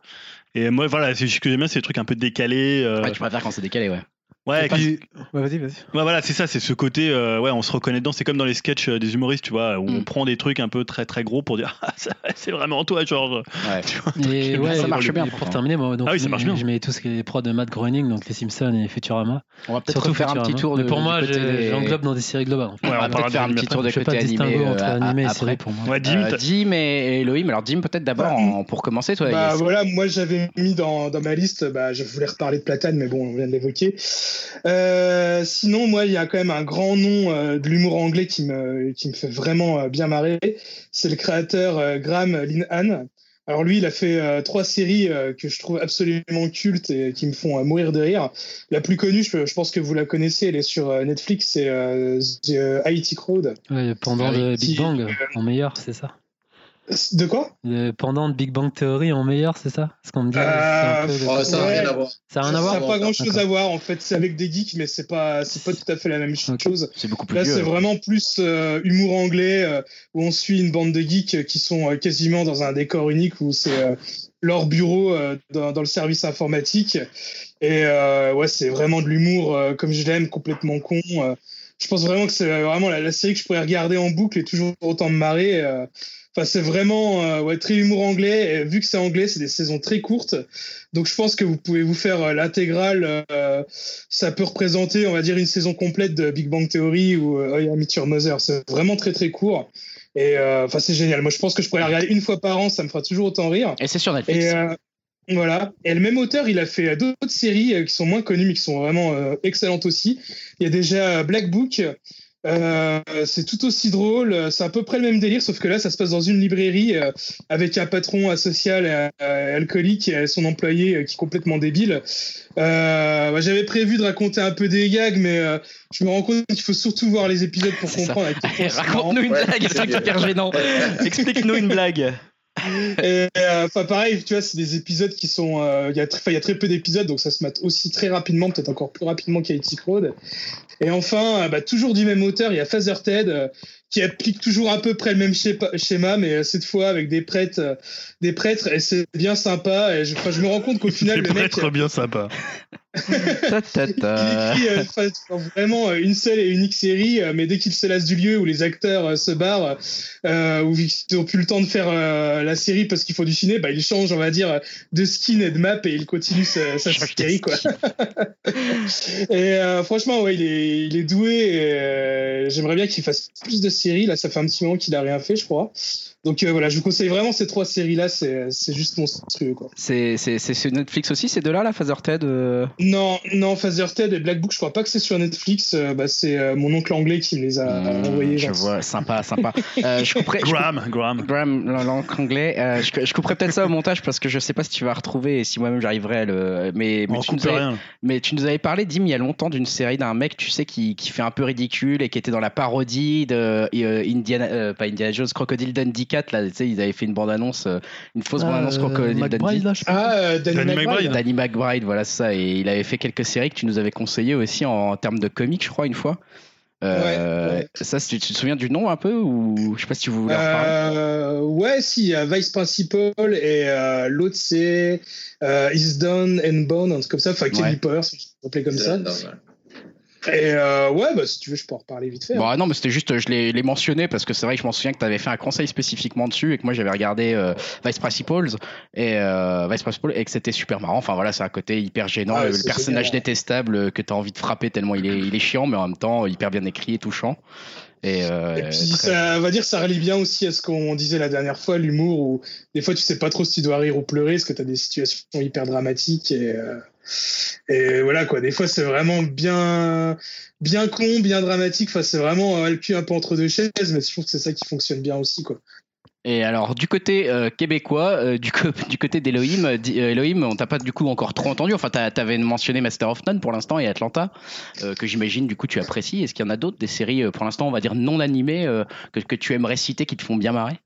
Et moi, voilà, c'est- ce que j'aime bien, c'est les trucs un peu décalés. euh,
Ouais, Ah, tu préfères quand c'est décalé, ouais.
ouais,
Et
qui-
puis-
Bah.
Ouais, vas-y, vas-y.
Ouais, voilà, c'est ça, c'est ce côté, euh, ouais, on se reconnaît dedans. C'est comme dans les sketchs euh, des humoristes, tu vois, où on
Mm.
prend des trucs un peu très très gros pour dire, ah, ça, c'est vraiment toi, Georges.
Ouais.
Et
bien,
ouais,
ça
et
marche
pour-
bien,
et
pourtant.
Pour terminer, moi, donc,
Ah oui, ça marche bien.
je mets tout ce qui est prod de Matt Groening, donc les Simpsons et Futurama.
On va peut-être
Surtout
faire un
Futurama.
petit tour de.
Mais pour
du
moi,
côté
je-
des-
j'englobe dans des séries globales. en fait.
On
Ouais,
va
parlera
peut-être faire un
d'anime
petit tour de
je fais
côté
pas de
animé.
distinguo
euh,
entre
à-
animé et série
Après,
pour moi.
Ouais, Dim,
Euh,
t'as-
Dim et et Elohim. Alors, Dim, peut-être d'abord
Bah,
en- pour commencer, toi.
Bah
Yes.
voilà, moi j'avais mis dans, dans ma liste, bah, je voulais reparler de Platane, mais bon, on vient de l'évoquer. Euh, sinon, moi, il y a quand même un grand nom euh, de l'humour anglais qui me, qui me fait vraiment euh, bien marrer. C'est le créateur euh, Graham Linehan. Alors lui, il a fait euh, trois séries euh, que je trouve absolument cultes et qui me font euh, mourir de rire. La plus connue, je, je pense que vous la connaissez, elle est sur euh, Netflix, c'est euh, The IT Crowd.
Ouais, pendant
Ah oui,
le
si,
Big Bang
euh,
en meilleur, c'est ça.
De quoi
Le pendant de Big Bang Theory en meilleur, c'est ça Ce qu'on me dit.
Euh,
c'est un peu le-
Oh, ça n'a
Ouais.
rien à voir.
Ça a rien
Ça
à voir
n'a pas grand chose
Ah, D'accord.
à voir en fait. C'est avec des geeks, mais c'est pas, c'est pas tout à fait la même
Ok.
chose.
C'est beaucoup plus
Là,
vieux.
c'est vraiment plus euh, humour anglais euh, où on suit une bande de geeks euh, qui sont euh, quasiment dans un décor unique où c'est euh, leur bureau euh, dans, dans le service informatique. Et euh, ouais, c'est vraiment de l'humour euh, comme je l'aime, complètement con. euh. je pense vraiment que c'est euh, vraiment la, la série que je pourrais regarder en boucle et toujours autant me marrer. euh. Enfin, c'est vraiment euh, ouais, très humour anglais. Et vu que c'est anglais, c'est des saisons très courtes. Donc, je pense que vous pouvez vous faire euh, l'intégrale. euh, ça peut représenter, on va dire, une saison complète de Big Bang Theory ou euh, I Am Your Mother. C'est vraiment très très court. Et euh, enfin, c'est génial. Moi, je pense que je pourrais la regarder une fois par an. Ça me fera toujours autant rire.
Et c'est sur Netflix.
Et euh, voilà. Et le même auteur, il a fait euh, d'autres séries euh, qui sont moins connues, mais qui sont vraiment euh, excellentes aussi. Il y a déjà euh, Black Book. Euh, c'est tout aussi drôle, euh, c'est à peu près le même délire, sauf que là, ça se passe dans une librairie euh, avec un patron asocial, euh, euh, alcoolique, et son employé euh, qui est complètement débile. Euh, bah, J'avais prévu de raconter un peu des gags, mais euh, je me rends compte qu'il faut surtout voir les épisodes pour
C'est ça.
comprendre. à quel point
Allez,
c'est marrant.
Raconte-nous une
Ouais,
blague,
c'est
c'est
bien.
hyper gênant. Explique-nous une blague.
Et, euh, Enfin, pareil, tu vois, c'est des épisodes qui sont. euh, Il y a très- enfin, il y a très peu d'épisodes, donc ça se mate aussi très rapidement, peut-être encore plus rapidement qu'IT Crowd. Et enfin, euh, bah, toujours du même auteur, il y a Father Ted, euh, qui applique toujours à peu près le même schépa- schéma, mais euh, cette fois avec des prêtres, euh, des prêtres, et c'est bien sympa. Et je, enfin, je me rends compte qu'au final,
C'est
le
pour
mec.
être bien sympa.
Ta, ta, ta.
Il écrit euh, enfin, vraiment euh, une seule et unique série, euh, mais dès qu'il se lasse du lieu où les acteurs euh, se barrent, euh, où ils n'ont plus le temps de faire euh, la série parce qu'il faut du ciné, bah, il change, on va dire, de skin et de map et il continue sa, sa
Change de
série. Quoi. et euh, franchement, ouais, il, est, il est doué. et, euh, J'aimerais bien qu'il fasse plus de séries. Là, ça fait un petit moment qu'il n'a rien fait, je crois. Donc euh, voilà, je vous conseille vraiment ces trois séries-là. C'est c'est juste monstrueux. Quoi.
C'est c'est- c'est sur Netflix aussi, ces deux-là, la Phaser Ted euh,
Non, non, Phaser Ted et Black Book, je crois pas que c'est sur Netflix. euh, bah, c'est euh, mon oncle anglais qui me les
Euh,
a
Mmh,
Euh,
envoyés.
je
genre.
vois, sympa, sympa. Euh, je couperai, je
Graham, Graham.
Graham, la langue anglais. euh, je, je couperai peut-être ça au montage parce que je sais pas si tu vas retrouver et si moi-même j'arriverai à le. Mais, mais
On
tu nous
coupe
avais-
rien.
Mais tu nous avais parlé, Dim, il y a longtemps d'une série d'un mec, tu sais, qui, qui fait un peu ridicule et qui était dans la parodie de euh, Indiana, euh, pas Indiana Jones, Crocodile Dundee 4. Là, tu sais, ils avaient fait une bande-annonce, euh, une fausse bande-annonce
Euh,
Crocodile
McBride,
Dundee.
là, je sais pas.
Ah, euh, Danny,
Danny
McBride.
McBride. hein.
Danny McBride, voilà c'est ça. Et il avait fait quelques séries que tu nous avais conseillées aussi en, termes de comics, je crois, une fois. Euh,
Ouais, ouais.
Ça, c'est- tu te souviens du nom un peu ou je sais pas si tu voulais en parler.
Euh, ouais, si, il y a Vice Principal et euh, l'autre c'est euh, Is Done and Bone, un truc comme ça. Enfin, Kelly
Ouais.
Powers, je l'appelais comme
C'est
ça.
là-dedans, ouais.
Et euh, ouais, bah, si tu veux, je peux en reparler vite fait. hein.
Bon, ah non, mais c'était juste, je l'ai je l'ai mentionné parce que c'est vrai que je m'en souviens que tu avais fait un conseil spécifiquement dessus et que moi j'avais regardé euh, Vice Principals et euh, Vice Principals et que c'était super marrant. Enfin voilà, c'est un côté hyper gênant,
Ah ouais,
le, le
c'est
personnage
génial.
détestable euh, que tu as envie de frapper tellement il est, il est chiant, mais en même temps hyper bien écrit et touchant. Et, euh,
Et puis
très-
ça va dire ça relie bien aussi à ce qu'on disait la dernière fois, l'humour où des fois tu sais pas trop si tu dois rire ou pleurer parce que t'as des situations hyper dramatiques et euh, et voilà quoi. Des fois c'est vraiment bien bien con, bien dramatique. Enfin c'est vraiment euh, le cul un peu entre deux chaises, mais je trouve que c'est ça qui fonctionne bien aussi quoi.
Et alors, du côté euh, québécois, euh, du, co- du côté d'Elohim, euh, di- euh, Elohim, on t'a pas du coup encore trop entendu. Enfin, t'as- t'avais mentionné Master of None pour l'instant et Atlanta, euh, que j'imagine du coup tu apprécies. Est-ce qu'il y en a d'autres, des séries euh, pour l'instant, on va dire non animées, euh, que, que tu aimerais citer qui te font bien marrer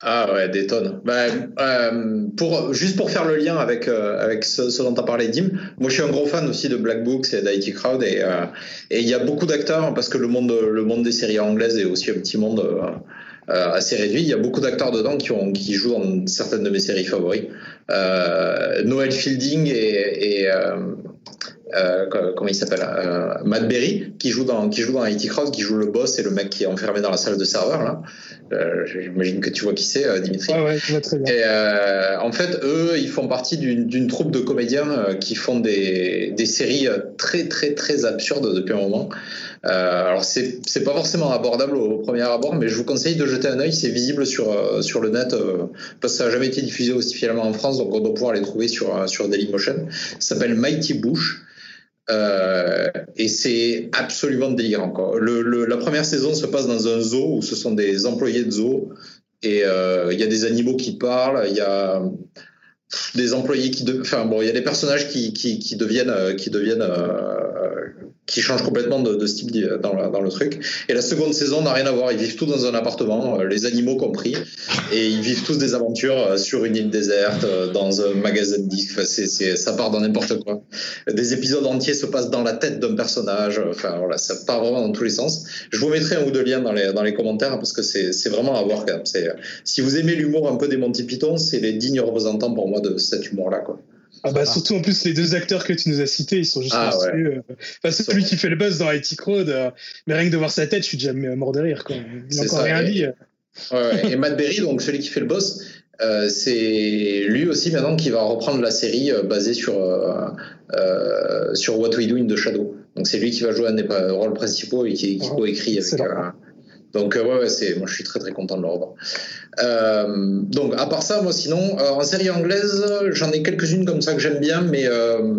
Ah ouais, des tonnes. Ben, euh, pour, juste pour faire le lien avec, euh, avec ce, ce dont tu as parlé, Dim, moi je suis un gros fan aussi de Black Books et d'IT Crowd et euh, et il y a beaucoup d'acteurs, hein, parce que le monde, le monde des séries anglaises est aussi un petit monde euh, euh, assez réduit, il y a beaucoup d'acteurs dedans qui, ont, qui jouent dans certaines de mes séries favorites. Euh, Noel Fielding et... et, euh, euh, co- comment il s'appelle euh, Matt Berry qui joue dans qui joue dans IT Crowd qui joue le boss et le mec qui est enfermé dans la salle de serveur là euh, j'imagine que tu vois qui c'est euh, Dimitri
Ouais ouais, je vois très bien.
et euh, en fait, eux, ils font partie d'une d'une troupe de comédiens euh, qui font des, des séries euh, très, très, très absurdes depuis un moment. Euh, alors, c'est c'est pas forcément abordable au, au premier abord, mais je vous conseille de jeter un œil. C'est visible sur, euh, sur le net euh, parce que ça n'a jamais été diffusé officiellement en France, donc on doit pouvoir les trouver sur, euh, sur Dailymotion. Ça s'appelle Mighty Bush. Euh, et c'est absolument délirant. Quoi. Le, le- la première saison se passe dans un zoo où ce sont des employés de zoo Et euh, il y a des animaux qui parlent, il y a des employés qui, de... enfin bon, il y a des personnages qui qui, qui deviennent euh, qui deviennent euh, qui changent complètement de, de style di- dans, la- dans le truc. Et la seconde saison n'a rien à voir. Ils vivent tous dans un appartement, euh, les animaux compris, et ils vivent tous des aventures euh, sur une île déserte, euh, dans un magasin de disques. Enfin, c'est, c'est, ça part dans n'importe quoi. Des épisodes entiers se passent dans la tête d'un personnage. Enfin voilà, ça part vraiment dans tous les sens. Je vous mettrai un ou deux liens dans les dans les commentaires parce que c'est c'est vraiment à voir quand même. C'est si vous aimez l'humour un peu des Monty Python, c'est les dignes représentants pour moi de cet humour-là. Quoi.
Ah bah surtout en plus les deux acteurs que tu nous as cités, ils sont juste
Ah,
monstrueux. Enfin, c'est
sont-
celui qui fait le buzz dans IT Crowd, euh, mais rien que de voir sa tête, je suis déjà euh, mort de rire. Quoi. Il n'a
C'est
encore
ça,
rien
et-
dit.
Ouais, ouais. Et Matt Berry, donc celui qui fait le boss, euh, c'est lui aussi maintenant qui va reprendre la série euh, basée sur, euh, euh, sur What We Do in the Shadow. Donc c'est lui qui va jouer un des pa- rôles principaux et qui, qui
Ah,
coécrit avec.
excellent.
euh, donc euh, ouais, ouais, c'est moi je suis très très content de le revoir. Euh, donc à part ça, moi sinon euh, en série anglaise, j'en ai quelques-unes comme ça que j'aime bien, mais euh,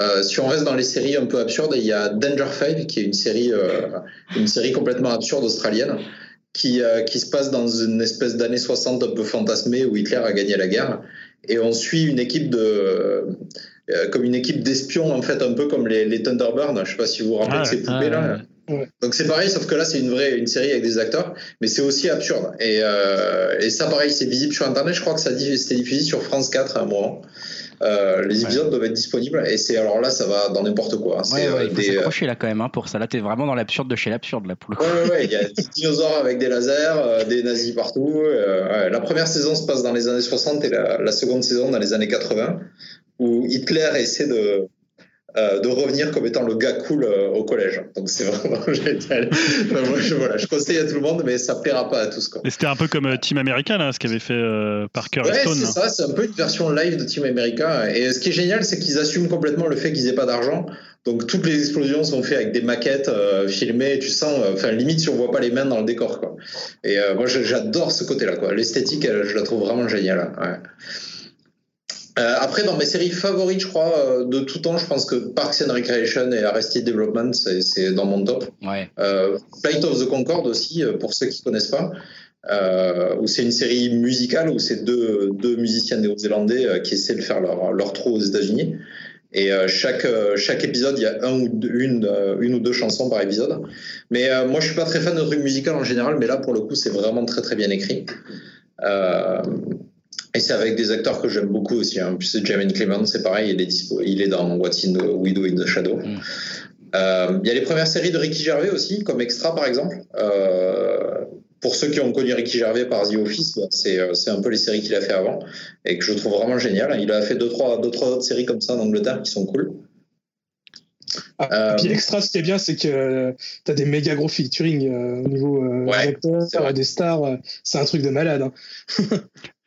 euh, si on reste dans les séries un peu absurdes, il y a Danger Five qui est une série euh, une série complètement absurde australienne qui, euh, qui se passe dans une espèce d'année 60 un peu fantasmée où Hitler a gagné la guerre. Et on suit une équipe de. euh, comme une équipe d'espions, en fait, un peu comme les, les Thunderbirds. Je sais pas si vous vous rappelez
Ah,
de ces
ah,
poupées-là.
ouais.
Donc c'est pareil, sauf que là, c'est une vraie une série avec des acteurs, mais c'est aussi absurde. Et, euh, et ça, pareil, c'est visible sur Internet. Je crois que ça diff- c'était diffusé sur France 4 à un moment. Euh, les épisodes doivent être disponibles. Et c'est alors là, ça va dans n'importe quoi. C'est
Ouais,
euh,
ouais, il faut
des, euh,
s'accrocher là quand même hein, pour ça. Là, t'es vraiment dans l'absurde de chez l'absurde là pour le coup.
Ouais, ouais, ouais, il y a des dinosaures avec des lasers, euh, des nazis partout. euh, ouais. La première saison se passe dans les années 60 et la, la seconde saison dans les années 80, où Hitler essaie de, euh, de revenir comme étant le gars cool euh, au collège. Donc c'est vraiment génial. Enfin, moi, je, voilà, je conseille à tout le monde, mais ça plaira pas à tous. Quoi.
Et c'était un peu comme euh, Team America, là, ce qu'avait fait euh, Parker
Ouais,
et Stone.
c'est ça, c'est un peu une version live de Team America. Et euh, ce qui est génial, c'est qu'ils assument complètement le fait qu'ils aient pas d'argent. Donc toutes les explosions sont faites avec des maquettes euh, filmées, tu sens, euh, enfin limite si on voit pas les mains dans le décor quoi. Et euh, moi je- j'adore ce côté-là quoi. L'esthétique, elle, je la trouve vraiment géniale. hein, ouais. Euh, après dans mes séries favorites, je crois euh, de tout temps, je pense que Parks and Recreation et Arrested Development, c'est c'est dans mon top.
Ouais.
Euh, Flight of the Concorde aussi, euh, pour ceux qui connaissent pas, euh, où c'est une série musicale où c'est deux, deux musiciens néo-zélandais euh, qui essaient de faire leur, leur trou aux États-Unis. Et euh, chaque, euh, chaque épisode, il y a un ou deux- une, euh, une ou deux chansons par épisode. Mais euh, moi, je suis pas très fan de trucs musicaux en général, mais là, pour le coup, c'est vraiment très très bien écrit. Euh, et c'est avec des acteurs que j'aime beaucoup aussi. Hein. Puis c'est Jamie Clement, c'est pareil, il est, dispo- il est dans What's in the Widow in the Shadow.
Mm.
Euh, Il y a les premières séries de Ricky Gervais aussi, comme Extra par exemple. Euh, pour ceux qui ont connu Ricky Gervais par The Office, bah, c'est euh, c'est un peu les séries qu'il a fait avant et que je trouve vraiment génial. Il a fait deux trois, deux, trois autres séries comme ça en Angleterre qui sont cool.
Ah,
Euh,
Puis extra, ce qui est bien, c'est que euh, t'as des méga gros featuring euh, au niveau euh,
Ouais, c'est
acteur,
vrai.
des stars. euh, c'est un truc de malade. hein.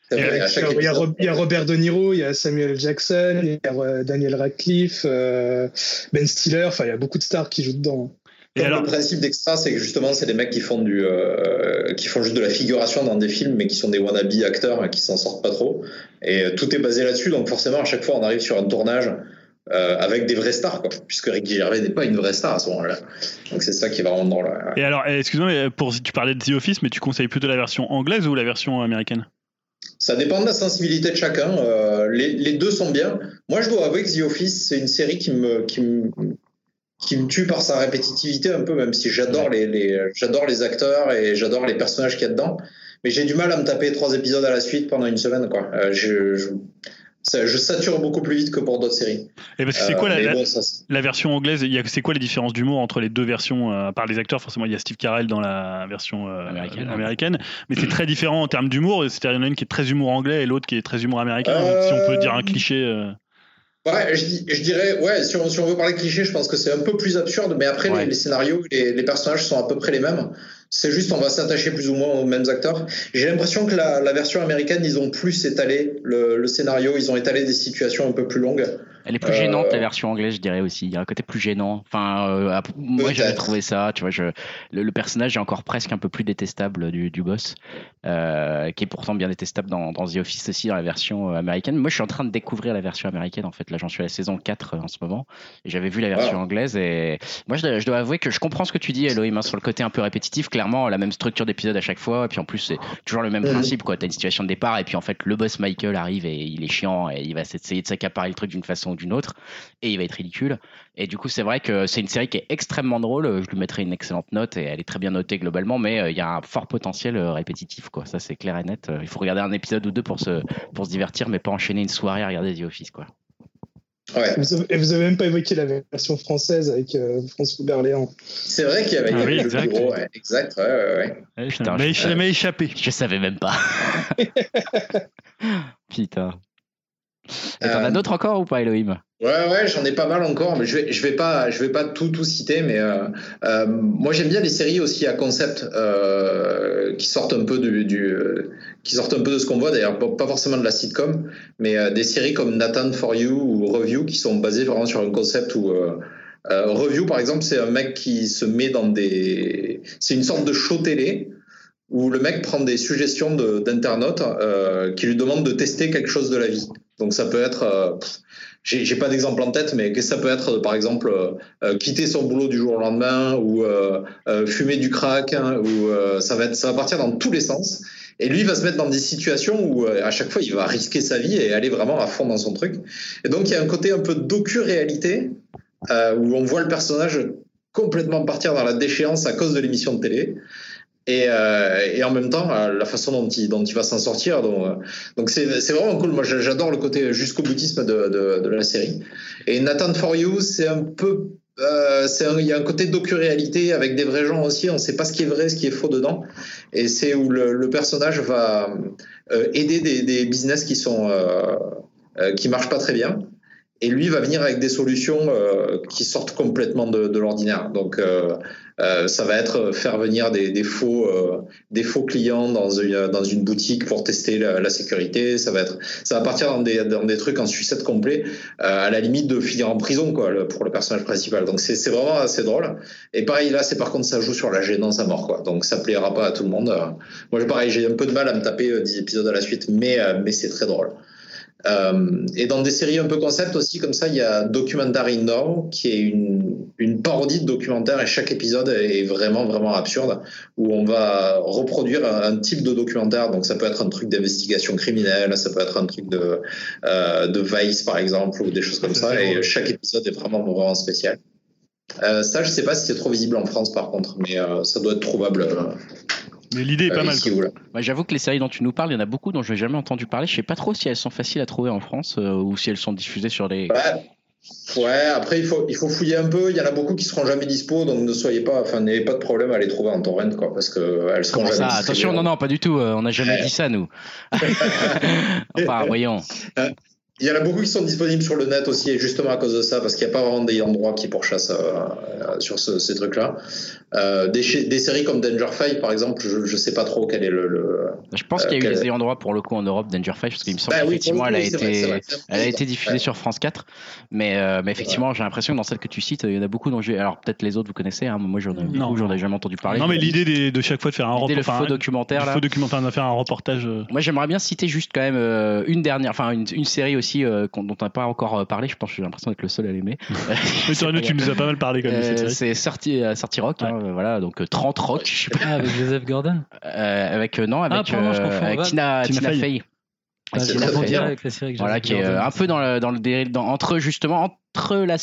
Ça
Et
fait à
Il y
chaque
a- il y, a
épisode-
Rob- il y a Robert De Niro, il y a Samuel L. Jackson, il y a euh, Daniel Radcliffe, euh, Ben Stiller. Enfin, il y a beaucoup de stars qui jouent dedans. hein.
Et
Comme
alors,
le principe d'extra, c'est que justement, c'est des mecs qui font du, euh, qui font juste de la figuration dans des films, mais qui sont des wannabe acteurs hein, qui s'en sortent pas trop. Et euh, tout est basé là-dessus, donc forcément, à chaque fois, on arrive sur un tournage euh, avec des vraies stars, quoi. Puisque Ricky Gervais n'est pas une vraie star à ce moment-là. Donc c'est ça qui est vraiment drôle. ouais.
et alors, eh, excuse-moi, mais pour, tu parlais de The Office, mais tu conseilles plutôt la version anglaise ou la version américaine
Ça dépend de la sensibilité de chacun. euh, les, les deux sont bien. Moi, je dois avouer que The Office, c'est une série qui me, qui me, qui me tue par sa répétitivité un peu, même si j'adore les, les, j'adore les acteurs et j'adore les personnages qu'il y a dedans. Mais j'ai du mal à me taper trois épisodes à la suite pendant une semaine. Quoi. Euh, je, je, ça- je sature beaucoup plus vite que pour d'autres séries.
Et parce que c'est
Euh,
quoi la,
mais
la-
bon, ça, c'est-
la version anglaise il y a- C'est quoi les différences d'humour entre les deux versions euh, Par les acteurs, forcément, il y a Steve Carell dans la version euh,
Américaine.
américaine, mais c'est très différent en termes d'humour. C'est-à-dire, il y en a une qui est très humour anglais et l'autre qui est très humour américain,
Euh,
si on peut dire un cliché. euh.
Ouais, je, dis- je dirais, ouais, si on, si on veut parler cliché, je pense que c'est un peu plus absurde, mais après,
Ouais.
les, les scénarios, les, les personnages sont à peu près les mêmes. C'est juste, on va s'attacher plus ou moins aux mêmes acteurs. J'ai l'impression que la, la version américaine, ils ont plus étalé le, le scénario, ils ont étalé des situations un peu plus longues.
Elle est plus gênante, la version anglaise, je dirais aussi. Il y a un côté plus gênant. Enfin, euh, moi, j'avais trouvé ça. Tu vois, je, le, le, personnage est encore presque un peu plus détestable du, du boss, euh, qui est pourtant bien détestable dans, dans, The Office aussi, dans la version euh, américaine. Moi, je suis en train de découvrir la version américaine, en fait. Là, j'en suis à la saison 4 en ce moment. J'avais vu la version wow. anglaise et moi, je, je, dois avouer que je comprends ce que tu dis, Elohim, hein, sur le côté un peu répétitif. Clairement, la même structure d'épisode à chaque fois. Et puis, en plus, c'est toujours le même principe, quoi. T'as une situation de départ et puis, en fait, le boss Michael arrive et il est chiant et il va essayer de s'accaparer le truc d'une façon ou d'une autre et il va être ridicule. Et du coup, c'est vrai que c'est une série qui est extrêmement drôle. Je lui mettrai une excellente note et elle est très bien notée globalement, mais euh, il y a un fort potentiel euh, répétitif, quoi. Ça, c'est clair et net. Euh, Il faut regarder un épisode ou deux pour se, pour se divertir, mais pas enchaîner une soirée à regarder The Office, quoi.
Ouais. Et vous avez même pas évoqué la version française avec euh, François Berléand.
C'est vrai qu'il y avait ah oui, exact. Gros, ouais. exact. Ouais, ouais, ouais.
Putain, mais je, euh, échappé.
Je savais même pas. Putain. Et t'en as euh... d'autres encore ou pas, Elohim
Ouais, ouais, j'en ai pas mal encore, mais je vais, je vais pas, je vais pas tout, tout citer, mais euh, euh, moi j'aime bien les séries aussi à concept euh, qui sortent un peu du, du qui sortent un peu de ce qu'on voit d'ailleurs, pas forcément de la sitcom, mais euh, des séries comme Nathan for You ou Review qui sont basées vraiment sur un concept où euh, Review par exemple, c'est un mec qui se met dans des, c'est une sorte de show télé où le mec prend des suggestions d'internautes de, euh, qui lui demandent de tester quelque chose de la vie. Donc ça peut être, euh, j'ai pas d'exemple en tête, mais ça peut être par exemple euh, quitter son boulot du jour au lendemain ou euh, fumer du crack hein, ou ça va être, ça va partir dans tous les sens. Et lui va se mettre dans des situations où euh, à chaque fois il va risquer sa vie et aller vraiment à fond dans son truc. Et donc il y a un côté un peu docu-réalité euh, où on voit le personnage complètement partir dans la déchéance à cause de l'émission de télé. Et, euh, et, en même temps la façon dont il, dont il va s'en sortir donc euh, donc c'est vraiment cool moi j'adore le côté jusqu'au boutisme de, de, de, la série et Nathan for You c'est un peu euh, un, il y a un côté docu-réalité avec des vrais gens aussi on ne sait pas ce qui est vrai ce qui est faux dedans et c'est où le, le, personnage va euh, aider des, des, business qui sont euh, qui marchent pas très bien et lui va venir avec des solutions euh, qui sortent complètement de, de l'ordinaire. Donc, euh, euh, ça va être faire venir des, des faux, euh, des faux clients dans une, euh, dans une boutique pour tester la, la, sécurité. Ça va être, ça va partir dans des, dans des trucs en sucette complet, euh, à la limite de finir en prison, quoi, le, pour le personnage principal. Donc, c'est vraiment assez drôle. Et pareil, là, c'est par contre, ça joue sur la gênance à mort, quoi. Donc, ça plaira pas à tout le monde. euh. Moi, pareil, j'ai un peu de mal à me taper 10 épisodes à la suite, mais, mais c'est très drôle. Euh, et dans des séries un peu concept aussi, comme ça, il y a Documentary Now, qui est une, une, parodie de documentaire, et chaque épisode est vraiment, vraiment absurde, où on va reproduire un, un type de documentaire. Donc, ça peut être un truc d'investigation criminelle, ça peut être un truc de, euh, de Vice, par exemple, ou des choses comme ça. Et chaque épisode est vraiment, vraiment spécial. Euh, ça, je sais pas si c'est trop visible en France, par contre, mais euh, ça doit être trouvable
mais l'idée est pas euh, mal.
Bah, J'avoue que les séries dont tu nous parles, il y en a beaucoup dont je n'ai jamais entendu parler. Je sais pas trop si elles sont faciles à trouver en France euh, ou si elles sont diffusées sur les.
Ouais. ouais. après il faut, il faut fouiller un peu. Il y en a beaucoup qui seront jamais dispo, donc ne soyez pas, enfin n'ayez pas de problème à les trouver en torrent, quoi, parce que euh, elles seront
Ah, ça Attention, non, non, pas du tout. Euh, on n'a jamais ouais. dit ça, nous. enfin, voyons.
Il y en a beaucoup qui sont disponibles sur le net aussi, et justement à cause de ça, parce qu'il n'y a pas vraiment des endroits qui pourchassent euh, sur ce, ces trucs-là. Euh, des, des, séries comme Danger Fight, par exemple, je ne sais pas trop quel est le. le
je pense euh, qu'il y a eu des endroits pour le coup en Europe, Danger Fight, parce qu'il me semble bah, qu'effectivement, oui, elle, elle, a été, vrai, elle a été diffusée ouais. sur France 4. Mais, mais effectivement, ouais. j'ai l'impression que dans celle que tu cites, il y en a beaucoup dont j'ai. Alors peut-être les autres, vous connaissez, hein, moi j'en ai, ai jamais entendu parler.
Non, mais l'idée de chaque fois de faire un reportage.
le faux documentaire.
Le faux documentaire, de faire un reportage. euh,
Moi j'aimerais bien citer juste quand même euh, une dernière, enfin une, une série aussi aussi euh, dont on n'a pas encore parlé. Je pense que j'ai l'impression d'être le seul à l'aimer.
tu nous as pas mal parlé quand même. Euh,
c'est sorti, sorti rock, ouais. hein, voilà, donc 30 rock. Je sais pas.
Ah, avec Joseph Gordon.
Euh, avec non, avec, ah, pardon, avec va, Tina, Tina, Tina Faye. Faye.
Ah, c'est avec la série que
voilà qui est euh, un peu dans le dans le dans, entre justement entre la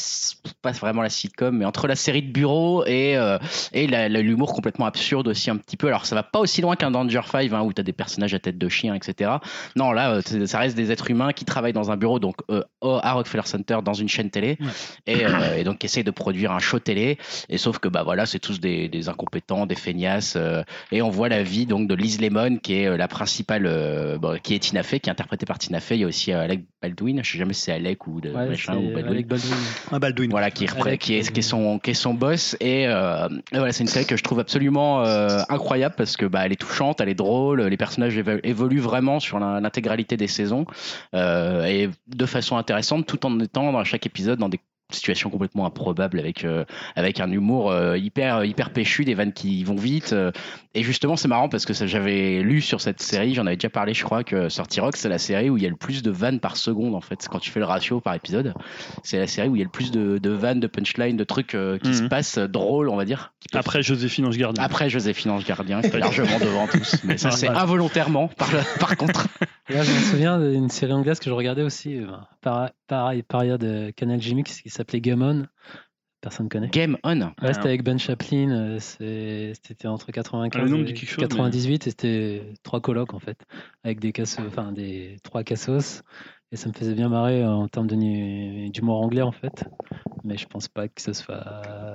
pas vraiment la sitcom mais entre la série de bureau et euh, et l'humour complètement absurde aussi un petit peu alors ça va pas aussi loin qu'un Danger Five hein, où t'as des personnages à tête de chien etc non là euh, ça reste des êtres humains qui travaillent dans un bureau donc euh, à Rockefeller Center dans une chaîne télé ouais. et, euh, et, donc qui essayent de produire un show télé et sauf que bah voilà c'est tous des, des, incompétents des feignasses euh, et on voit la vie donc de Liz Lemon qui est euh, la principale euh, bah, bon, qui est Tina Fey qui est interprétée par Tina Fey il y a aussi Alec Baldwin je sais jamais si c'est Alec ou de
ouais,
machin ou Baldwin.
Baldwin.
Un Baldwin.
voilà qui, reprend-
Avec-
qui, est, qui est son qui est son boss et, euh, et voilà c'est une série que je trouve absolument euh, incroyable parce que bah elle est touchante elle est drôle les personnages évo- évoluent vraiment sur la- l'intégralité des saisons euh, et de façon intéressante tout en étant dans chaque épisode dans des situations complètement improbables avec euh, avec un humour euh, hyper hyper péchu des vannes qui vont vite euh, et justement c'est marrant parce que ça- j'avais lu sur cette série j'en avais déjà parlé je crois que Sorty Rock c'est la série où il y a le plus de vannes par seconde en fait quand tu fais le ratio par épisode c'est la série où il y a le plus de, de vannes, de punchlines, de trucs euh, qui
Mhm.
se passent euh, drôles, on va dire. qui peuvent-
Après Joséphine Ange
Mhm.
Gardien.
Après Joséphine Ange Gardien, qui est largement devant tous. Ah, Mais ça, c'est involontairement, par, le- par contre.
Et Là, je me souviens d'une série anglaise que je regardais aussi, euh, ben, para- pareil, période euh, Canal Jimmy, qui qui s'appelait Game On. Personne connaît.
Game on.
Ouais, c'était avec Ben Chaplin, euh, c'est- c'était entre
Ah, le
95
nom me dit
et
quelque chose, mais-
98, et c'était trois colloques en fait, avec des cassos, enfin des trois cassos, et ça me faisait bien marrer euh, en termes de nu- d'humour anglais en fait, mais je pense pas que ça se fasse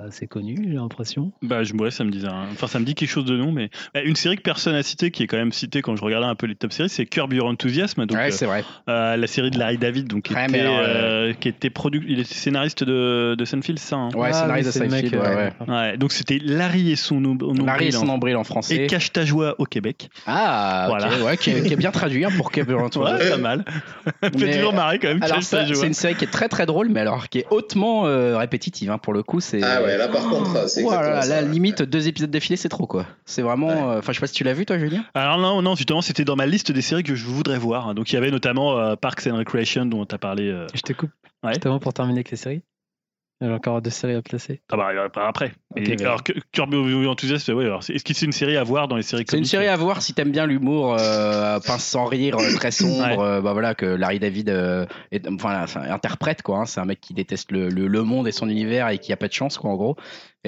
assez connu, j'ai l'impression.
Bah, je, ouais, ça me disait. un- Enfin, ça me dit quelque chose de non, mais Bah, une série que personne n'a citée, qui est quand même citée quand je regardais un peu les top séries, c'est Curb Your Enthusiasm, donc euh,
vrai.
euh, la série de Larry David, donc qui
Ouais,
était,
mais alors,
euh, qui était produ- il était scénariste de, de Seinfeld, c'est ça. hein
Ouais,
Ah,
scénariste de
oui, c'est le mec,
Seinfeld.
euh,
ouais, ouais.
Ouais, donc c'était Larry et son nom
Larry et son nombril en français.
et Cache ta joie au Québec.
Ah, ok,
Voilà.
ouais, qui, est, qui est bien traduit hein, pour Game on.
Ouais, pas mal. Fait
Mais-
toujours marrer quand même.
Alors
Cache ta
ça,
joie.
c'est une série qui est très très drôle, mais alors qui est hautement euh, répétitive hein, pour le coup. C'est
Ah ouais, là par contre, c'est
Oh là
exactement
là, là,
ça.
limite deux épisodes défilés, c'est trop quoi. C'est vraiment. euh, Enfin, je sais pas si tu l'as vu toi, Julien.
Alors non, non, justement, c'était dans ma liste des séries que je voudrais voir. hein. Donc il y avait notamment euh, Parks and Recreation dont t'as parlé. euh,
Je te coupe,
Ouais.
justement pour terminer avec les séries. J'ai encore deux séries à placer.
Ah bah euh, pas après. Mais
Ok, mais-
alors que- Curb Your Enthusiasm, ouais, alors, c'est- est-ce que c'est une série à voir dans les séries
C'est une
comiques
série à voir si t'aimes bien l'humour euh, pince sans rire, euh, très sombre,
Ouais.
euh, bah voilà que Larry David euh, est, enfin, là, c'est un interprète quoi. hein. c'est un mec qui déteste le, le, le monde et son univers et qui a pas de chance quoi en gros.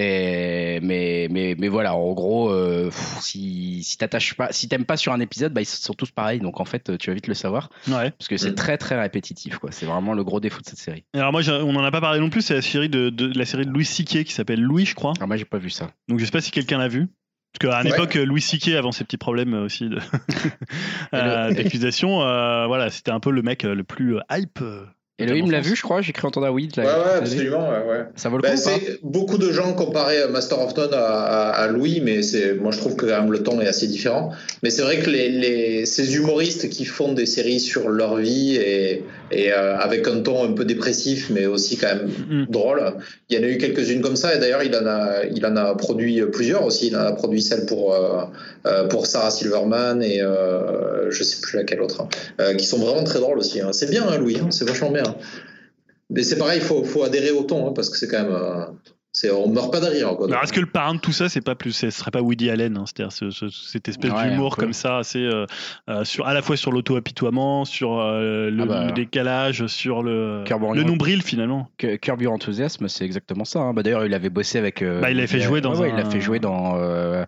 Et mais mais mais voilà en gros euh, pff, si si t'attaches pas si t'aimes pas sur un épisode bah ils sont tous pareils donc en fait euh, tu vas vite le savoir
Ouais.
parce que c'est
Mm.
très très répétitif quoi. C'est vraiment le gros défaut de cette série.
Alors moi, j'ai- on en a pas parlé non plus. C'est la série de, de- la série de Louis C.K. qui s'appelle Louis, je crois.
Alors moi j'ai pas vu ça.
Donc je sais Ah, pas si quelqu'un l'a vu. Parce qu'à une
Ouais.
époque, euh, Louis C.K. avant ses petits problèmes euh, aussi de- euh,
Et le-
d'accusation, euh, voilà, c'était un peu le mec euh, le plus euh, hype. euh,
Elohim
notamment
l'a
en
vu je crois. J'ai cru entendre un oui. de
Ouais,
la-
ouais, absolument. ouais, ouais.
Ça vaut le
Ben,
coup. hein. ou pas
c'est beaucoup de gens comparaient euh, Master of None à, à- à Louis, mais c'est moi je trouve que quand même le ton est assez différent. Mais c'est vrai que les, les- ces humoristes qui font des séries sur leur vie et, et, euh, avec un ton un peu dépressif, mais aussi quand même
France. Mm.
drôle. Il y en a eu quelques-unes comme ça, et d'ailleurs, il, en a- il en a produit plusieurs aussi. Il en a produit celle pour, euh, euh, pour Sarah Silverman et euh, je sais plus laquelle autre, hein, euh, qui sont vraiment très drôles aussi. hein. C'est bien, hein, Louis, hein, c'est vachement bien. Mais c'est pareil, il faut, faut adhérer au ton, hein, parce que c'est quand même. euh, c'est, on meurt pas de rire. Quoi,
Alors Bah, est-ce que le parrain de tout ça, c'est pas plus, ce serait pas Woody Allen, hein, c'est-à-dire ce- ce- cette espèce
Ouais, un
d'humour
peu.
comme ça, assez euh, euh, sur à la fois sur l'auto-apitoiement, sur euh, le,
Ah bah.
le décalage, sur le,
Curb Your
le nombril finalement.
Que- Curb Your Enthusiasm, c'est exactement ça. hein. Bah, D'ailleurs, il avait bossé avec. euh,
Bah, il l'avait fait
euh,
jouer dans
ouais, ouais,
un-
Il l'a fait jouer dans euh,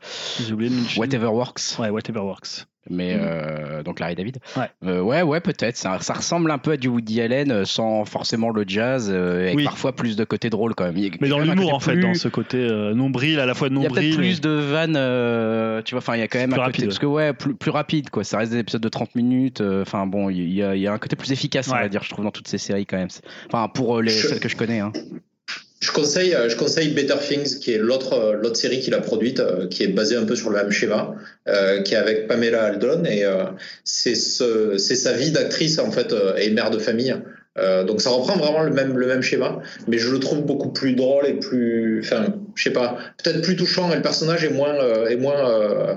J'ai oublié le nom du film.
Whatever Works.
Ouais, Whatever Works.
Mais
Mhm.
euh, donc Larry David.
Ouais.
Euh, ouais, ouais, peut-être. Ça, ça ressemble un peu à du Woody Allen euh, sans forcément le jazz, euh, avec
Oui.
parfois plus de côté drôle quand même. Il y a
Mais
quand
dans
même un
l'humour
côté
en fait,
plus-
dans ce côté euh, nombril, à la fois
Il y a
nombril.
peut-être plus de vannes, euh, tu vois. Enfin, il y a quand même
Plus
un côté
rapide, ouais.
parce que ouais, plus, plus rapide quoi. Ça reste des épisodes de 30 minutes. euh, Enfin bon, il y, a- il y a un côté plus efficace, on
Ouais.
va dire, je trouve, dans toutes ces séries quand même. Enfin, pour euh, les,
Je-
celles que je connais. Hein.
Je conseille, euh, je conseille Better Things, qui est l'autre euh, l'autre série qu'il a produite, euh, qui est basée un peu sur le même schéma, euh, qui est avec Pamela Aldon et euh, c'est ce- c'est sa vie d'actrice en fait euh, et mère de famille. Euh, donc ça reprend vraiment le même le même schéma, mais je le trouve beaucoup plus drôle et plus, enfin, je sais pas, peut-être plus touchant et le personnage est moins euh, est moins euh,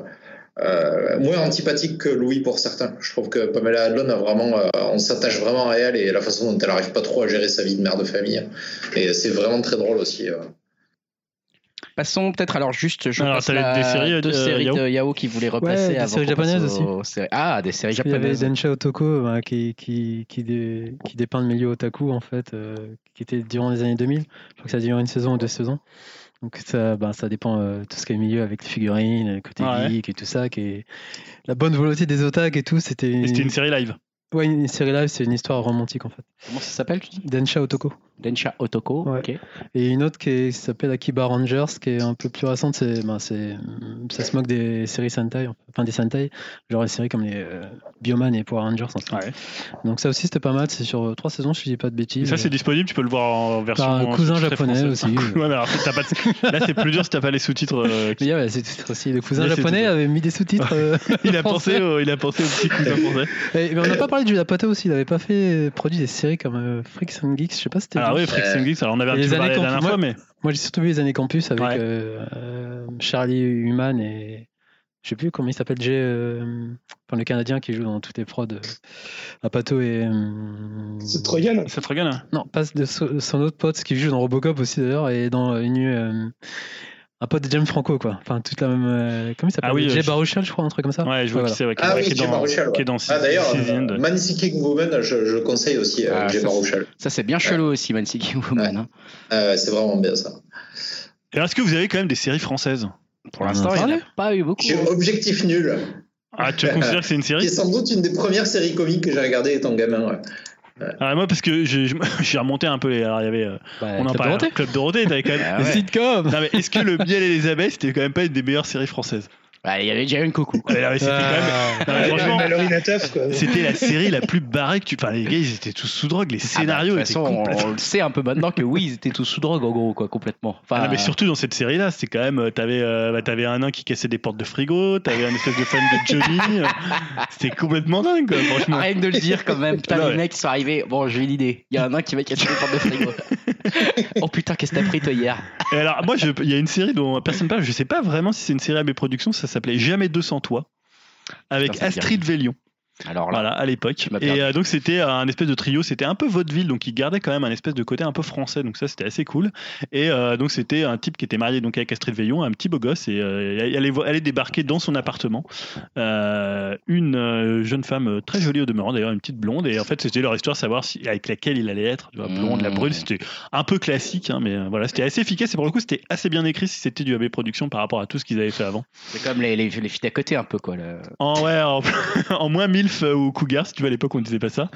euh, moins antipathique que Louis pour certains. Je trouve que Pamela Adlon a vraiment, euh, on s'attache vraiment à elle et la façon dont elle arrive pas trop à gérer sa vie de mère de famille. Et c'est vraiment très drôle aussi. euh.
Passons peut-être alors juste je
Alors,
passe
t'avais
la-
des séries,
deux
euh,
séries
Yao
de Yahoo qui voulaient replacer
des
avant
séries
qu'on passe
japonaises
aux séries- Ah, des séries
Il y avait
japonaises.
Densha Otoko ben, qui, qui, qui, dé- qui dépeint le milieu otaku en fait, euh, qui était durant les années 2000. Je crois que ça a duré une saison ou deux saisons. Donc ça, ben, ça dépend euh, tout ce qui est milieu avec les figurines, le côté
Ouais.
geek et tout ça. Qui est... La bonne volonté des otak et tout, c'était
Et c'était
une...
une série live.
Ouais, une série live, c'est une histoire romantique en fait.
Comment ça s'appelle tu dis
Densha Otoko.
Densha Otoko.
Ouais.
ok.
Et une autre qui est- qui s'appelle Akiba Rangers, qui est un peu plus récente, c'est, ben, c'est, ça se moque des séries Sentai, enfin des Sentai, genre des séries comme les euh, Bioman et Power Rangers. en fait.
Ouais.
Donc ça aussi c'était pas mal, c'est sur euh, trois saisons, si je dis pas de
Et
bêtises. Euh,
ça, c'est disponible, tu peux le voir en version.
Par un cousin
sous-titrée
japonais
française.
aussi.
Ouais, mais alors, t'as pas de- Là, c'est plus dur si t'as pas les sous-titres. euh,
Mais
qui-
il y avait ces titres aussi. Le cousin
Il y a ces
japonais
titres.
avait mis des sous-titres. euh,
Il a
français.
pensé au, il a pensé au petit cousin français.
Et- mais on n'a pas parlé du Lapato aussi. Il n'avait pas fait euh, produit des séries comme euh, Freaks and Geeks. Je sais pas si c'était.
Ah
lui.
oui, Freaks and Geeks, alors on avait un
Et les
petit peu parlé
années
la dernière
qu'on-
fois, mais
Moi, j'ai surtout vu les années campus avec
Ouais.
euh, euh, Charlie Human et je sais plus comment il s'appelle, Jay, euh, enfin, le Canadien qui joue dans toutes les prods. euh, Lapato et. euh,
C'est Troyan.
ça te regarde. hein
Non, passe de so- son autre pote qui joue dans Robocop aussi d'ailleurs et dans euh, une euh, un pote de James Franco quoi. Enfin toute la même. euh, comment il s'appelle
Ah oui, euh,
Jay
je-
Baruchel je crois un truc comme ça.
Ouais, je vois
Voilà.
qui c'est, ouais, qui
Ah
ouais,
oui,
qui est
Jim
dans-
Baruchel,
qui est
ouais.
dans
Ah, d'ailleurs,
Six End.
euh, Man Seeking Woman, je, je le conseille aussi, euh,
Ah,
Jay
ça,
Baruchel.
Ça, c'est bien chelou aussi, Mansiki Woman. hein.
Ah ouais, c'est vraiment bien ça.
Et Est-ce que vous avez quand même des séries françaises
Pour
On en a
l'instant, il n'y en
parlé
a pas eu beaucoup.
J'ai Objectif Nul,
Ah, tu considères que c'est une
qui est
série
sans doute une des premières séries comiques que j'ai regardées étant gamin. ouais.
ah, Moi, parce que j'ai je- j'ai remonté un peu les. Alors, il y avait. euh,
Bah,
on en
Club
parlait.
Dorothée.
Club Dorothée, t'avais quand même.
Ah ouais.
Les sitcoms.
Non, mais est-ce que Le Miel et les Abeilles, c'était quand même pas une des meilleures séries françaises
Bah, Il y avait déjà une coucou.
Ah, mais c'était quand même-
Ah.
non, mais franchement,
Mallory Nataf, quoi.
C'était la série la plus barrée que tu. Enfin, les gars, ils étaient tous sous drogue, les scénarios
Ah bah, de
étaient
toute façon, on-
complètement.
on, le sait un peu maintenant que oui, ils étaient tous sous drogue en gros, quoi, complètement. Enfin,
Ah non, mais surtout dans cette série-là, c'est quand même. euh, T'avais, euh, bah, t'avais un nain qui cassait des portes de frigo, t'avais un espèce de fan de Johnny. euh, C'était complètement dingue, quoi, franchement.
Rien que de le dire quand même, putain,
Non,
les
ouais.
mecs qui sont arrivés. Bon, j'ai une idée. Il y a un nain qui va casser les portes de frigo. oh putain, qu'est-ce que t'as pris toi hier
Et alors, moi, je- il y a une série dont personne ne parle, je sais pas vraiment si c'est une série à mes productions, ça s'appelait Jamais 200 toi, avec
Putain, ça me dit
Astrid Vélion,
Alors là,
voilà, à l'époque.
Tu m'as perdu.
Et euh, donc, c'était un espèce de trio, c'était un peu vaudeville, donc il gardait quand même un espèce de côté un peu français, donc ça, c'était assez cool. Et euh, donc, c'était un type qui était marié donc, avec Astrid Vélion, un petit beau gosse, et euh, elle, allait, vo- elle allait débarquer dans son appartement euh, une euh, jeune femme euh, très jolie au demeurant, d'ailleurs, une petite blonde, et en fait, c'était leur histoire, savoir si, avec laquelle il allait être, tu vois, blonde, la
Mmh.
brune, c'était un peu classique, hein, mais euh, voilà, c'était assez efficace et pour le coup, c'était assez bien écrit si c'était du AB Production par rapport à tout ce qu'ils avaient fait avant.
c'est comme les, les, les filles d'à côté un peu quoi. le-
En, ouais, en, en moins MILF euh, ou Cougar, si tu veux, à l'époque, on ne disait pas ça.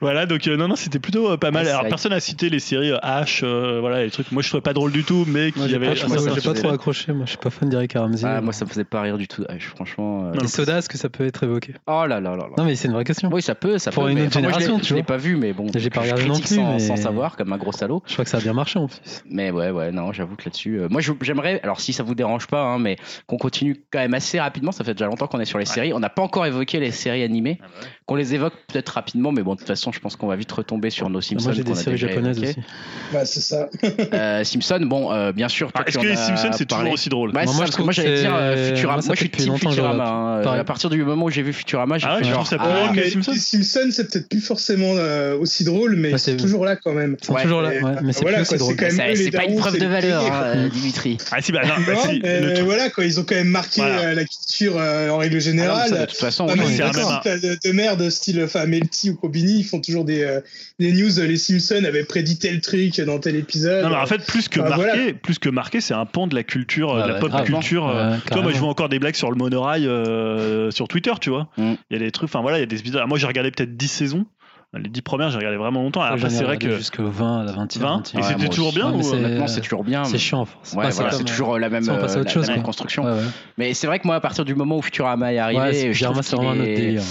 voilà, donc euh, non, non, c'était plutôt euh, pas mal.
Ah,
Alors,
c'est
personne n'a cité les séries euh, H, euh, voilà, les trucs, moi je trouvais pas drôle du tout, mais qui
Moi, j'ai
avaient.
pas,
un
moi,
certain
j'ai pas
succès.
trop accroché. Moi, je suis pas fan d'Eric Ramsey.
Ah, moi ça me faisait pas rire du tout. Ah, je- franchement. euh,
Non.
Les sodas, est-ce que ça peut être évoqué
Oh là là là là.
Non, mais c'est une vraie question.
Oui, ça peut, ça
Pour
peut.
une
mais-
autre
moi, je l'ai-
génération, tu
je l'ai
vois.
pas vu, mais bon.
J'ai pas
je
regardé non
critique
plus,
sans,
mais-
sans savoir, comme un gros salaud.
Je crois que ça a bien marché en plus.
Mais ouais, ouais, non, j'avoue que là-dessus. euh, moi, je- j'aimerais, alors si ça vous dérange pas, hein, mais qu'on continue quand même assez rapidement. Ça fait déjà longtemps qu'on est sur les séries. On n'a pas encore évoqué les séries animées.
Ah, bah
Qu'on les évoque peut-être rapidement, mais bon, de toute façon, je pense qu'on va vite retomber sur nos Simpsons.
moi, j'ai des
qu'on a
séries
déjà
japonaises
évoquées.
aussi.
Bah, c'est ça.
Oh,
Euh, Simpsons, bon, euh, bien sûr. toi,
Ah, Est-ce
tu
que
en
les
as
Simpsons, c'est toujours
parlé.
aussi drôle
Ouais, moi,
Moi, moi,
je
je
moi,
trouve
j'allais
que
dire euh,
c'est-
Futurama.
moi, ça
Moi, je suis
fait depuis
type
longtemps que je
Futurama.
regarde.
hein. Euh,
Pareil.
À partir du moment où j'ai vu Futurama, j'ai
Ah ouais,
fait
je
genre.
trouve ça pas
ah,
mal, mais-
les
Simpsons.
Simpsons, c'est peut-être plus forcément euh, aussi drôle, mais
Bah, c'est-
c'est toujours là quand même.
Ils sont
Ouais.
toujours là.
Et,
ouais, mais c'est
voilà,
plus
quoi,
aussi drôle.
c'est quand même
ça-
eux, les
c'est pas une
darons,
preuve
c'est
de
les
valeur,
payés,
hein,
quoi.
euh, Dimitri.
Ah, si, bah non, bah,
Non,
si,
Hein, mais
le truc-
voilà, quoi, ils ont quand même marqué
Voilà.
euh, la culture euh, en règle
Ah non, mais
générale.
ça, de toute façon,
Non,
on
mais
est
c'est un
d'accord,
même-
si t'as euh, de, de merde, style enfin, Melty ou Kobini, ils font toujours des, euh, des news. euh, Les Simpsons avaient prédit tel truc dans tel épisode.
Non, mais en fait, plus que
Bah,
marqué,
voilà.
plus que marqué, c'est un pan de la culture, euh,
Ah
de la
ouais,
pop
grave.
culture. euh,
Ouais,
Toi, moi, je
carrément.
vois encore des blagues sur le monorail euh, sur Twitter, tu vois. Il
Mm.
y a des trucs, enfin voilà, il y a des épisodes. Alors, Moi, j'ai regardé peut-être 10 saisons. Les 10 premières, j'ai regardé vraiment longtemps.
Moi,
Après,
j'en ai
c'est vrai
regardé
que.
Jusqu'au 20, à la 21.
20,
21.
et
Ouais,
c'était
moi
toujours
aussi.
bien
Ouais, mais
ou- euh,
c'est-
Maintenant, c'est toujours bien.
C'est
mais-
chiant, en force.
Ouais,
Bah,
voilà,
comme,
c'est
euh,
toujours la même,
ça, on passe à
euh,
autre
la-
chose,
la même
quoi.
construction.
Ouais, ouais.
Mais c'est vrai que moi, à partir du moment où Futurama est arrivé,
Ouais, c'est-
je trouve
Futurama, c'est
qu'il
vraiment un autre
est-
délire.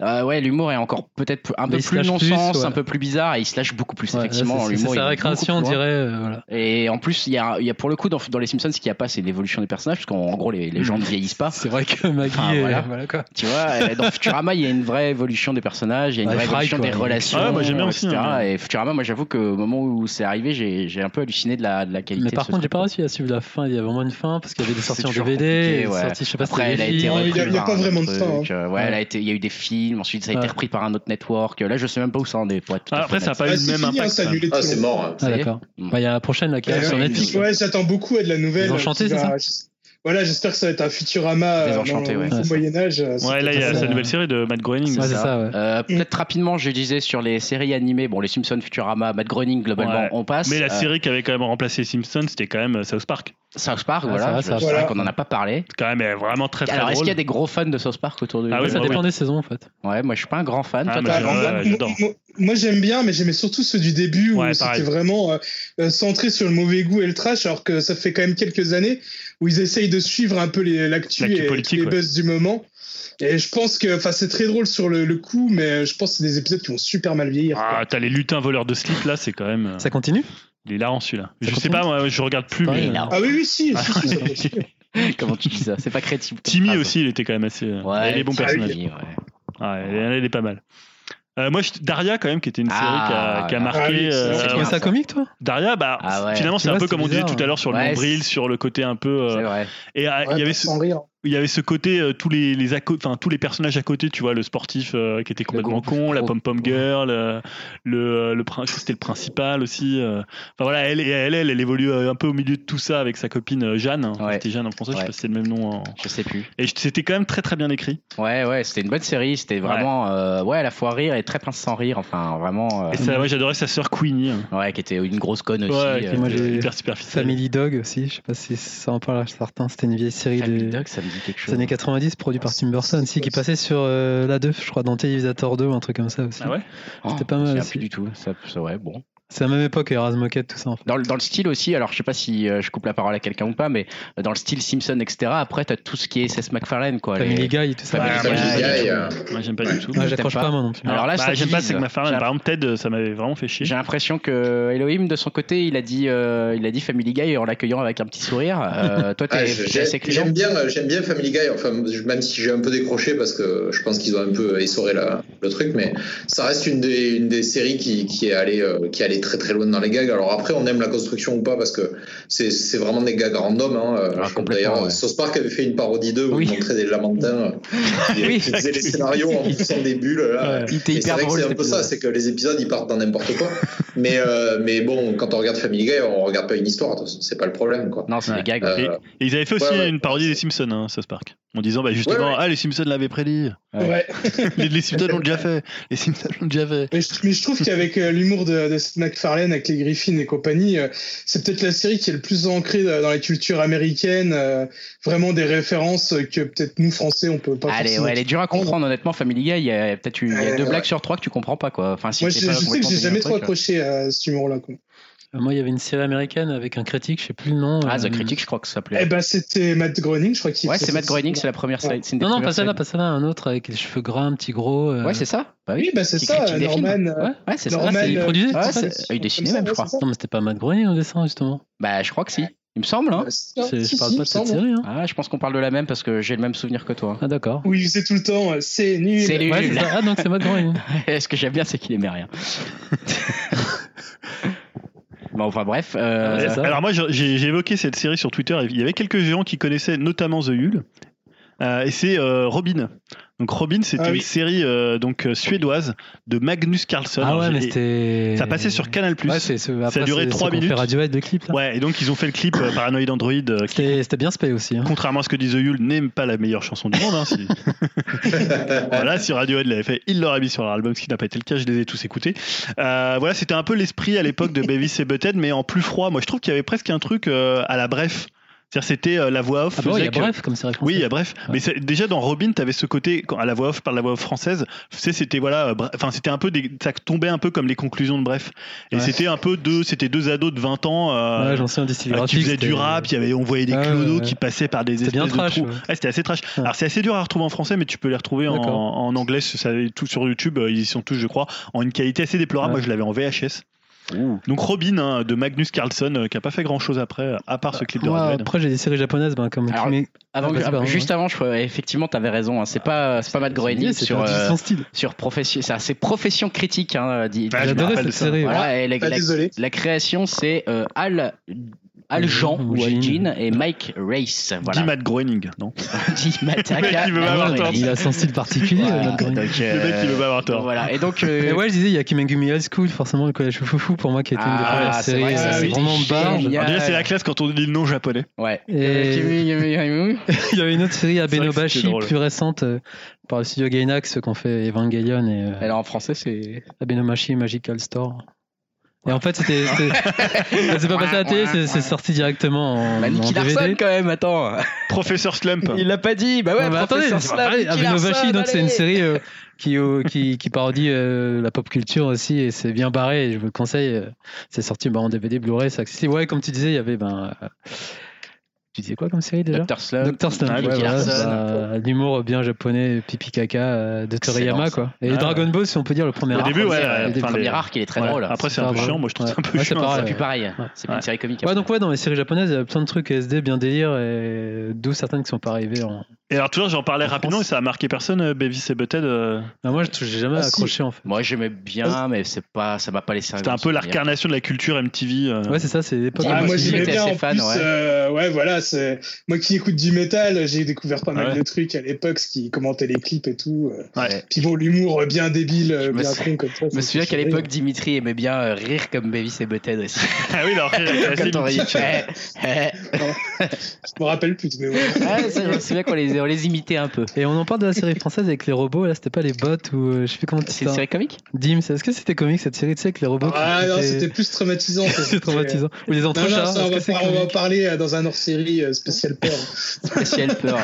Euh, ouais, l'humour est encore peut-être un
Mais
peu
il se
plus
lâche plus,
non-sens,
ouais.
un peu plus bizarre, et il se lâche beaucoup plus,
Ouais, là,
effectivement. dans
c'est-
l'humour,
C'est
il
sa
va
récréation, on
beaucoup plus loin.
dirait. euh, voilà.
Et en plus, il y a, il y a pour le coup, dans, dans les Simpsons, ce qu'il n'y a pas, c'est l'évolution des personnages, parce qu'en en gros, les, les gens
Hmm.
ne vieillissent pas.
C'est vrai que Maggie.
Ah,
euh,
voilà.
voilà, quoi.
Tu vois, Et dans Futurama, il y a une vraie évolution des personnages, il y a une
Ouais,
vraie
Fry,
évolution
quoi. Ah
des relations.
Ouais, moi, j'aime bien aussi,
etc.
hein,
Et Futurama, moi, j'avoue qu'au moment où c'est arrivé, j'ai j'ai un peu halluciné de la, de la qualité.
Mais
de
par
ce
contre, j'ai
truc.
pas réussi à suivre la fin. Il y a vraiment une fin parce qu'il y avait des
C'est
sorties en
toujours
DVD.
compliqué,
des
ouais.
sorties, je sais pas si
Après, elle a
c'était
été
Non, il y a-
reprise.
il y a
par
pas
un
vraiment
autre
de fin,
truc. Euh, Ouais,
Ouais.
elle a été- il y a eu des films, ensuite ça a été
Ouais.
repris par un autre network. Là, je sais même pas où ça en est. Pour être tout à
Ah,
fait
Après, ça n'a
honnête.
pas eu
Ah,
le
c'est
même
fini, hein,
impact.
ça a
ça.
annulé de
Ah,
tout,
c'est
hein.
mort. hein.
Ah,
Ça y est.
d'accord.
Mm.
Bah, Il y a la prochaine là, qui
Ouais,
arrive sur
ouais,
Netflix.
Ouais, j'attends beaucoup ouais, de la nouvelle.
Ils ont
euh,
chanté,
qui
c'est
va-
ça
je sais- voilà, j'espère que ça va être un Futurama euh, dans
Désenchanté,
le
ouais.
au
Ouais, ça-
Moyen Âge. euh, c'est
Ouais, là,
peut-être
il y
un-
a
ça,
sa
euh,
nouvelle série de Matt Groening.
Ouais, c'est
ça.
ça, ouais.
Euh, Peut-être rapidement, je disais sur les séries animées, bon, les Simpsons, Futurama, Matt Groening, globalement,
Ouais.
on passe.
Mais la
Euh,
série qui avait quand même remplacé les Simpsons, c'était quand même euh, South Park.
South Park,
Ah,
voilà.
ça va,
je-
ça va.
c'est
Voilà.
vrai qu'on en a pas parlé.
C'est quand même euh, vraiment très très
Alors, est-ce
drôle.
qu'il y a des gros fans de South Park autour de
Ah
nous
oui,
ça
bah
dépend des saisons en fait.
Ouais, moi, je suis pas un grand fan.
Ah,
Toi,
mais
t'as-
Bah,
je-
moi,
ouais, j'adore.
moi- moi, j'aime bien, mais j'aimais surtout ceux du début où
Ouais,
c'était
pareil.
vraiment euh, euh, centré sur le mauvais goût et le trash, alors que ça fait quand même quelques années où ils essayent de suivre un peu les- l'actu
L'actu
et
politique,
les
ouais.
buzz du moment. Et je pense que, enfin, c'est très drôle sur le, le coup, mais euh, je pense que c'est des épisodes qui vont super mal vieillir. quoi.
Ah, t'as les lutins voleurs de slip là, c'est quand même. euh,
Ça continue
Il est hilarant celui-là. Je sais
continue
pas, moi, je regarde plus.
C'est
Mais... euh,
pareil,
Ah oui, oui, si. si, si, ça
Ah,
peut être-
Comment tu dis ça C'est pas créatif. comme
Timmy
phrase.
aussi, il était quand même assez. euh,
Ah, Ouais, Ah
il est bon
Timmy,
personnage.
ouais.
Ouais, elle, est- elle est pas mal. Euh, moi, je- Daria, quand même, qui était une série
Ah,
qui a, qui a
voilà.
Ah oui,
marqué.
c'est
euh,
vrai.
Tu
c'est
trouves
bien,
ça
ça.
comique toi
Daria, bah,
Ah ouais.
finalement,
Tu
c'est un
vois,
peu
c'est
comme on disait
bizarre,
tout à l'heure sur le
ouais.
nombril, sur le côté un peu. euh,
C'est vrai.
et euh,
Ouais,
il, y avait ce,
sans rire.
il y avait ce côté, euh, tous, les, les à cô- enfin, tous les personnages à côté, tu vois, le sportif euh, qui était complètement
gros-
con, la
gros-
pom-pom girl, euh, le, euh, le, prin- je crois que c'était le principal aussi. euh. Enfin voilà, elle, et elle, elle, elle évolue euh, un peu au milieu de tout ça avec sa copine euh, Jeanne. hein.
Ouais.
C'était Jeanne en français, je sais
Ouais.
pas si c'est le même nom. en-
Je sais plus.
Et je- c'était quand même très très bien écrit.
Ouais, ouais, c'était une bonne série. C'était vraiment, euh, ouais, à la fois rire et très pince sans rire. Enfin, vraiment. euh,
Et ça, moi j'adorais sa sœur Queenie. hein.
Ouais, qui était une grosse conne aussi.
Ouais,
euh,
qui- moi,
qui était
j'ai-
hyper superficielle.
Family Dog aussi, je sais pas si ça en parle à certains. C'était une vieille série
Family
des
Dog, ça me dit quelque
des
chose.
années 90 produit par Tim Burton, si, qui passait sur euh, la 2, je crois, dans Télévisateur 2 ou un truc comme ça aussi.
Ah ouais
Oh,
c'était pas mal
je me souviens
aussi.
plus du tout. Ça, ça- ouais, bon.
C'est à la même époque, Erasmus Moquette, tout ça en fait.
Dans le, dans le style aussi, alors je sais pas si euh, je coupe la parole à quelqu'un ou pas, mais euh, dans le style Simpson, etc. Après, t'as tout ce qui est Seth MacFarlane, quoi. les-
Family Guy et tout ça.
Ouais,
Family
moi,
Guy,
j'aime
Guy,
pas du
euh.
tout. Moi, j'aime pas du tout.
Ah,
Ouais,
J'accroche
t'aimes
pas moi non plus.
Alors là,
Bah,
ça
j'aime pas
divise.
Sig MacFarlane.
J'ai-
Par exemple, Ted, ça m'avait vraiment fait chier.
J'ai l'impression que Elohim, de son côté, il a dit, euh, il a dit Family Guy en l'accueillant avec un petit sourire. Euh, toi, t'es
Ah,
t'es
j'ai-
assez client.
J'aime bien, euh, j'aime bien Family Guy. Enfin, je- même si j'ai un peu décroché parce que je pense qu'ils ont un peu essoré la- le truc, mais ça reste une des, une des séries qui, qui est allée euh, qui est allée très très loin dans les gags. Alors après, on aime la construction ou pas parce que c'est c'est vraiment des gags random. Hein.
Ah,
Je-
complètement,
D'ailleurs,
ouais.
South Park avait fait une parodie d'eux où
Oui.
ils montraient des lamentins. euh, qui-
Oui.
qui faisaient les scénarios en faisant des bulles. Là.
Il était
Et C'est
hyper
vrai que
drôle.
c'est un
cet
peu ça,
épisode.
c'est que les épisodes ils partent dans n'importe quoi. mais, euh, mais bon, quand on regarde Family Guy, on regarde pas une histoire, de toute façon, c'est pas le problème quoi.
Non, c'est
Ouais.
des gags.
Euh,
Et, et ils avaient fait aussi
ouais, ouais.
une parodie des Simpsons, hein, South Park, en disant bah, justement,
Ouais, ouais.
ah les Simpsons l'avaient prédit,
Ouais.
Ouais.
les, les Simpsons l'ont déjà fait, les Simpsons l'ont déjà fait.
Mais je, mais je trouve qu'avec euh, l'humour de, de Seth MacFarlane, avec les Griffins et compagnie, euh, c'est peut-être la série qui est le plus ancrée dans dans la culture américaine. euh, vraiment des références euh, que peut-être nous Français on peut pas.
Allez,
forcément
ouais, elle est dure à comprendre, honnêtement. Family Guy, il y a peut-être une- il y a
Ouais,
deux
ouais.
blagues sur trois que tu comprends pas, quoi. Enfin, si
Moi,
t'es
je,
pas
je sais que
complètement hein.
j'ai
baigné
jamais
dans
trop
le truc,
accroché à cet humour-là. quoi.
Euh, Moi, il y avait une série américaine avec un critique, je sais plus le nom.
ouais. Ah,
euh,
The Critic, je crois que ça s'appelait.
Eh ben, c'était Matt Groening, je crois qu'il.
ouais,
faisait
c'est Matt
ça.
Groening, c'est la première
Ouais.
série. c'est une des
Non, non,
premières
pas celle-là,
séries.
pas celle-là, un autre avec les cheveux gras, un petit gros. euh,
Ouais, c'est ça. Bah
Oui, bah c'est
Qui
ça,
critique des films.
Norman. euh,
Ouais, ouais, c'est ça.
Norman,
Ah, c'est-
il
euh,
produisait, c'est
Ouais,
ça
c'est- il dessinait
Comme ça,
même, je
ouais,
crois.
c'est ça.
Non, mais c'était pas Matt Groening en dessin, justement.
Bah, je crois que si. Il me semble, hein.
Ah,
C'est- je parle
si, si,
pas
il
de cette
me semble.
série. Hein.
Ah, je pense qu'on parle de la même parce que j'ai le même souvenir que toi.
Ah, d'accord.
Où il faisait tout le temps, euh, c'est nul.
C'est
Ouais, c'est
nul.
ça. Ah, donc c'est Matt Groening.
Ce que j'aime bien, c'est qu'il aimait rien. bon, enfin, bref. euh,
Ouais, c'est ça.
Alors moi j'ai- j'ai évoqué cette série sur Twitter, il y avait quelques gens qui connaissaient notamment The Hull, euh, et c'est euh, Robin. Donc Robin c'était
Ah oui.
une série euh, donc euh, suédoise de Magnus Carlsen.
Ah ouais,
Alors,
mais
j'ai-
c'était.
ça passait sur Canal+.
Ouais, c'est ce- après,
a duré
c'est-
trois
c'est qu'on
minutes.
fait Radiohead, le clip. Là.
Ouais, et donc ils ont fait le clip euh, Paranoid Android euh, qui
C'était c'était bien spé aussi. Hein.
contrairement à ce que dit The Yule, n'aime pas la meilleure chanson du monde. Hein, si... Euh, voilà, si Radiohead l'avait fait, il l'aurait mis sur leur album, ce qui n'a pas été le cas, je les ai tous écoutés. Euh, voilà, c'était un peu l'esprit à l'époque de Beavis et Butthead, mais en plus froid. Moi, je trouve qu'il y avait presque un truc euh, à la bref. C'est-à-dire, c'était euh, la voix off.
Ah, bon, il y
faisait
a
que-
bref, comme c'est référent.
Oui, il y a bref.
Ouais.
Mais c'est- déjà dans Robin, t'avais ce côté quand- à la voix off par la voix off française. Tu sais, c'était voilà, euh, bref- enfin c'était un peu, des- ça tombait un peu comme les conclusions de bref. Et
Ouais.
c'était un peu deux, c'était deux ados de 20 ans. euh,
Ouais, j'en sais un des styles
euh, qui
graphiques,
faisait du
c'était-
rap, il y avait, on voyait des
Ah ouais,
clodos
ouais.
qui passaient par des
C'était
espèces
bien trash,
de trous.
ouais.
Ah, c'était assez trash.
Ouais.
Alors c'est assez dur à retrouver en français, mais tu peux les retrouver en,
D'accord.
en anglais. Ça, tout sur YouTube, euh, ils y sont tous, je crois, en une qualité assez déplorable.
Ouais.
Moi, je l'avais en VHS.
ouh.
Donc Robin hein, de Magnus Carlson, euh, qui a pas fait grand chose après, euh, à part ce clip de
Moi,
Radiohead.
après, j'ai des séries japonaises, ben, comme.
Alors,
Kimi-
Avant que-
vas-y, pardon,
Ah, juste avant, je, euh, effectivement, t'avais raison. hein, c'est pas, c'est pas Matt Groening
c'est
sur,
pas du
euh,
son style.
sur profession, c'est assez profession critique. Hein, dit,
Ah, je me
J'adorais
rappelle
cette
ça.
série. ouais.
voilà, et la,
Ah,
la-
désolé.
la création, c'est euh, Al Aljan Wajin et Mike Race. Voilà.
Dit Matt Groening, non
Dit Matt
Le mec, il veut pas avoir
Groening.
tort.
Il a son style particulier. euh,
Voilà.
notre Green.
Donc,
Le mec, il veut
euh,
pas avoir tort.
Voilà. Et donc, euh,
Mais ouais, je disais, il y a Kimengumi High School, forcément, le collège foufou pour moi qui a été une des
Ah,
premières
c'est
séries
vrai,
ça,
euh,
c'était
vraiment barge.
génial.
Alors déjà, c'est la classe quand on dit le nom japonais.
ouais. Euh,
Et-
Kimi, Kimi, Kimi.
Il y avait une autre série à
C'est vrai que c'était
Benobashi
drôle.
plus récente euh, par le studio Gainax qu'on fait Evangelion et euh,
Alors en français, c'est.
Abenomachi Magical Store. Et en fait, c'était. c'était- C'est pas passé à la télé, c'est- c'est sorti directement en,
Bah,
en
Nicky Larson
DVD.
quand même, attends.
Professeur Slump.
Il l'a pas dit. Bah ouais,
Non, mais attendez,
professeur
c'est-
Slap,
allez,
Nicky Larson,
Abenobashi, donc c'est une
allez.
série euh, qui, euh, qui, qui parodie euh, la pop culture aussi et c'est bien barré. et Je vous le conseille. euh, C'est sorti bah, en DVD, Blu-ray, c'est accessible. Ouais, comme tu disais, il y avait. Ben, euh, tu disais quoi comme série déjà
Dr. Slump.
Doctor Stone,
Ah,
ouais,
Nicky
voilà,
Larson.
bah, l'humour bien japonais, pipi caca euh, de Toriyama
Excellent,
quoi. Et
Ah,
Dragon Ball, si on peut dire le premier.
Au
arc,
début, ouais.
c'est-
euh,
le
enfin,
premier
les-
arc, il est très
ouais.
drôle.
Après, c'est
pas
un peu
vrai.
chiant. Moi, je trouve ça un peu
Ouais, c'est
chiant.
pas
c'est
ouais.
plus pareil. C'est plus
Ouais.
une série comique.
Ouais, donc ouais, dans les séries japonaises, il y a plein de trucs SD bien délire, et d'où certaines qui sont pas arrivées. En...
Et alors, toujours, j'en parlais
En
rapidement
France.
et ça a marqué personne, euh, Beavis et Butthead. euh,
Non, moi, je j'ai jamais
Ah, si.
accroché en fait.
Moi, j'aimais bien, mais c'est pas, ça m'a pas laissé.
C'était un peu l'incarnation de la culture MTV. euh.
Ouais, c'est ça, c'est l'époque.
Ah,
Ah, moi
aussi,
j'aimais
j'étais
bien
assez
en
fan,
plus.
ouais.
euh, ouais, voilà, c'est moi qui écoute du métal, j'ai découvert
Ah
pas mal
Ouais.
de trucs à l'époque, ce qui commentait les clips et tout. euh.
Ouais.
Puis bon, l'humour bien débile, euh,
me
bien
sou-
con comme ça.
Je me souviens qu'à l'époque, Dimitri aimait bien euh, rire comme Beavis et Butthead aussi.
Ah oui, alors,
Quand on riait,
classique.
tu vois. Eh,
je me rappelle plus, mais ouais.
eh. Ouais, ça, je me souviens qu'on les, on les imitait un peu.
Et on en parle de la série française avec les robots. Là, c'était pas les bots ou euh, je sais plus comment
C'est
tu
une
dis.
série comique
Dim, c'est- est-ce que c'était comique cette série, tu sais, avec les robots
Ah
qui-
non,
qui
c'était
étaient-
plus traumatisant. ça,
c'est traumatisant. Ou les
Non, non,
entrechats,
ça, on,
est-ce que
va
c'est
par- on va en
comique
parler euh, dans un hors-série euh, spécial peur.
Spécial peur.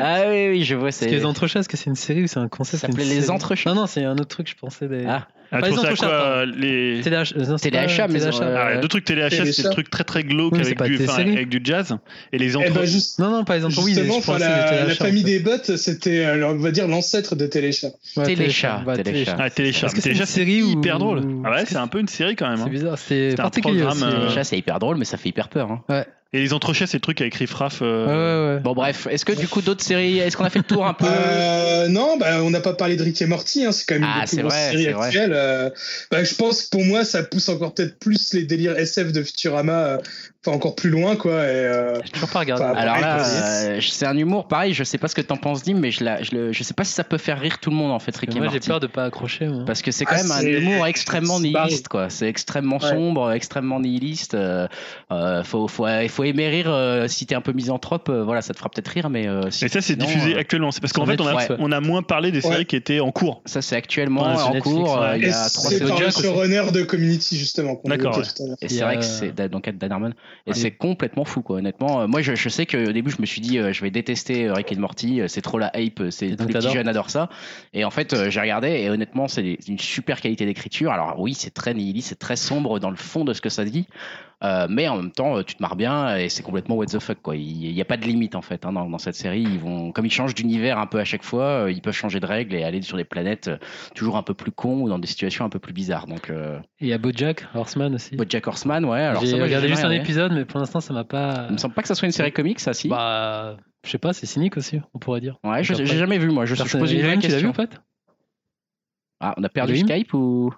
Ah oui, oui, je vois.
Parce que
C'est...
les entrechats, est-ce que c'est une série ou c'est un
Ça
concept
s'appelait
une
Les
série
Entrechats.
Non, non, c'est un autre truc, je pensais. Des...
Ah.
Ah,
Pas
tu
les
penses à
entrechats,
quoi
pardon.
euh, les...
TDH, non, c'est pas-
Téléachat, mais
TDHA.
euh,
Ah, deux trucs
Téléchat.
THS, c'est des trucs très très glauques
Oui, mais c'est
avec,
pas
du,
des
enfin,
séries.
avec du jazz. Et les
Eh
entre...
ben, juste-
Non, non, par exemple, oui,
Justement,
je
enfin,
pensais des
la,
TDHA,
la famille
en fait.
des bots, c'était, euh, on va dire, l'ancêtre de Téléchat.
Ouais,
Téléchat,
bah,
Téléchat.
Ah, Téléchat.
Est-ce que c'est
Téléchat,
une série ou-
hyper drôle. Ah ouais,
Est-ce
c'est un peu une série quand même.
C'est
hein.
bizarre, c'est
C'est un
particulier aussi.
programme, euh,
ouais.
Téléachat, c'est hyper drôle, mais ça fait hyper peur. hein.
Et les entrechats, c'est le truc avec Riff Raff. euh,
Ouais, ouais, ouais.
Bon, bref, est-ce que du coup, d'autres séries. Est-ce qu'on a fait le tour un peu
Euh, non, bah, on n'a pas parlé de Rick et Morty, hein, c'est quand même
Ah,
une des plus
c'est
grosses
vrai,
séries
c'est vrai.
actuelles. euh, bah, je pense que pour moi, ça pousse encore peut-être plus les délires SF de Futurama, euh, enfin encore plus loin, quoi. Et, euh,
J'ai toujours pas regardé.
Enfin,
Alors
Ouais,
là,
c'est-
euh, je- c'est un humour pareil. Je sais pas ce que t'en penses, Dim, mais je, la, je, le- je sais pas si ça peut faire rire tout le monde en fait, Rick et
moi, j'ai
Morty.
peur de pas accrocher.
Hein.
moi.
Parce que c'est quand
Ah,
même un
c'est-
humour extrêmement
c'est pareil.
nihiliste, quoi. C'est extrêmement
Ouais.
sombre, extrêmement nihiliste. Euh, euh, faut, faut, faut aimer rire euh, si t'es un peu misanthrope. euh, voilà, ça te fera peut-être rire, mais euh, si-
Et ça, c'est
sinon,
diffusé
euh,
actuellement. C'est parce
sur
qu'en fait, on a,
Netflix, ouais.
on a moins parlé des
Ouais.
séries qui étaient en cours.
ça c'est actuellement
Ouais, sur
en
Netflix,
cours.
ouais.
euh, Il y
et
a trois
c'est
saisons.
par le
Jack aussi.
showrunner de Community, justement, qu'on
D'accord,
évoquait tout à l'heure.
Et
Il y
c'est
a-
vrai que c'est dans le cadre d'Anne Harmon. Et
euh, Ouais.
c'est complètement fou, quoi. Honnêtement, Euh, moi, je, je sais qu'au début, je me suis dit, euh, je vais détester euh, Rick et Morty. euh, C'est trop la hype. euh, C'est
Et
tous
donc,
les petits
t'adores
jeunes adorent ça. Et en fait, euh, j'ai regardé. Et honnêtement, c'est des- une super qualité d'écriture. Alors oui, c'est très nihiliste, c'est très sombre dans le fond de ce que ça dit. Euh, mais en même temps, euh, tu te marres bien et c'est complètement what the fuck quoi. Il n'y a pas de limite en fait hein, dans, dans cette série. Ils vont, comme ils changent d'univers un peu à chaque fois, euh, ils peuvent changer de règles et aller sur des planètes euh, toujours un peu plus cons ou dans des situations un peu plus bizarres. Donc euh,
Et il y a BoJack Horseman aussi.
Bojack Horseman, ouais. Alors ça,
Mm. J'ai
moi,
regardé
jamais
juste un
regardé.
épisode, mais pour l'instant, ça m'a pas.
Il me semble pas que ça soit une série comique, ça, si.
Bah, je sais pas, c'est cynique aussi, on pourrait dire.
ouais, je-
Personne-
j'ai jamais vu, moi. Je, je
Personne-
pose une vraie
Elohim, tu l'as vu
question.
ou pas
ah, on a perdu
Elohim
Skype ou.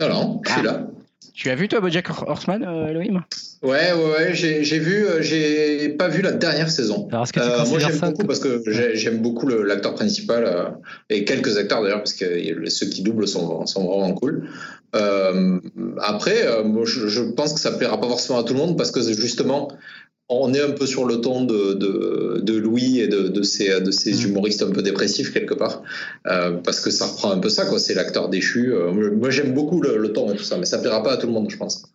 Non, non, je suis
Ah.
là.
Tu as vu, toi, Bojack Horseman, euh, Elohim
Ouais, ouais, ouais, j'ai j'ai vu, euh, j'ai pas vu la dernière saison.
Alors, est-ce que tu
Euh, moi
considères
j'aime
ça
beaucoup parce que j'ai- j'aime beaucoup le- l'acteur principal euh, et quelques acteurs d'ailleurs parce que euh, ceux qui doublent sont, sont vraiment cool. Euh, après, euh, moi, je, je pense que ça plaira pas forcément à tout le monde parce que c'est justement on est un peu sur le ton de, de, de Louis et de, de ces, de ces
Mm.
humoristes un peu dépressifs quelque part euh, parce que ça reprend un peu ça quoi. C'est l'acteur déchu. Euh, moi j'aime beaucoup le, le ton et tout ça, mais ça plaira pas à tout le monde je pense.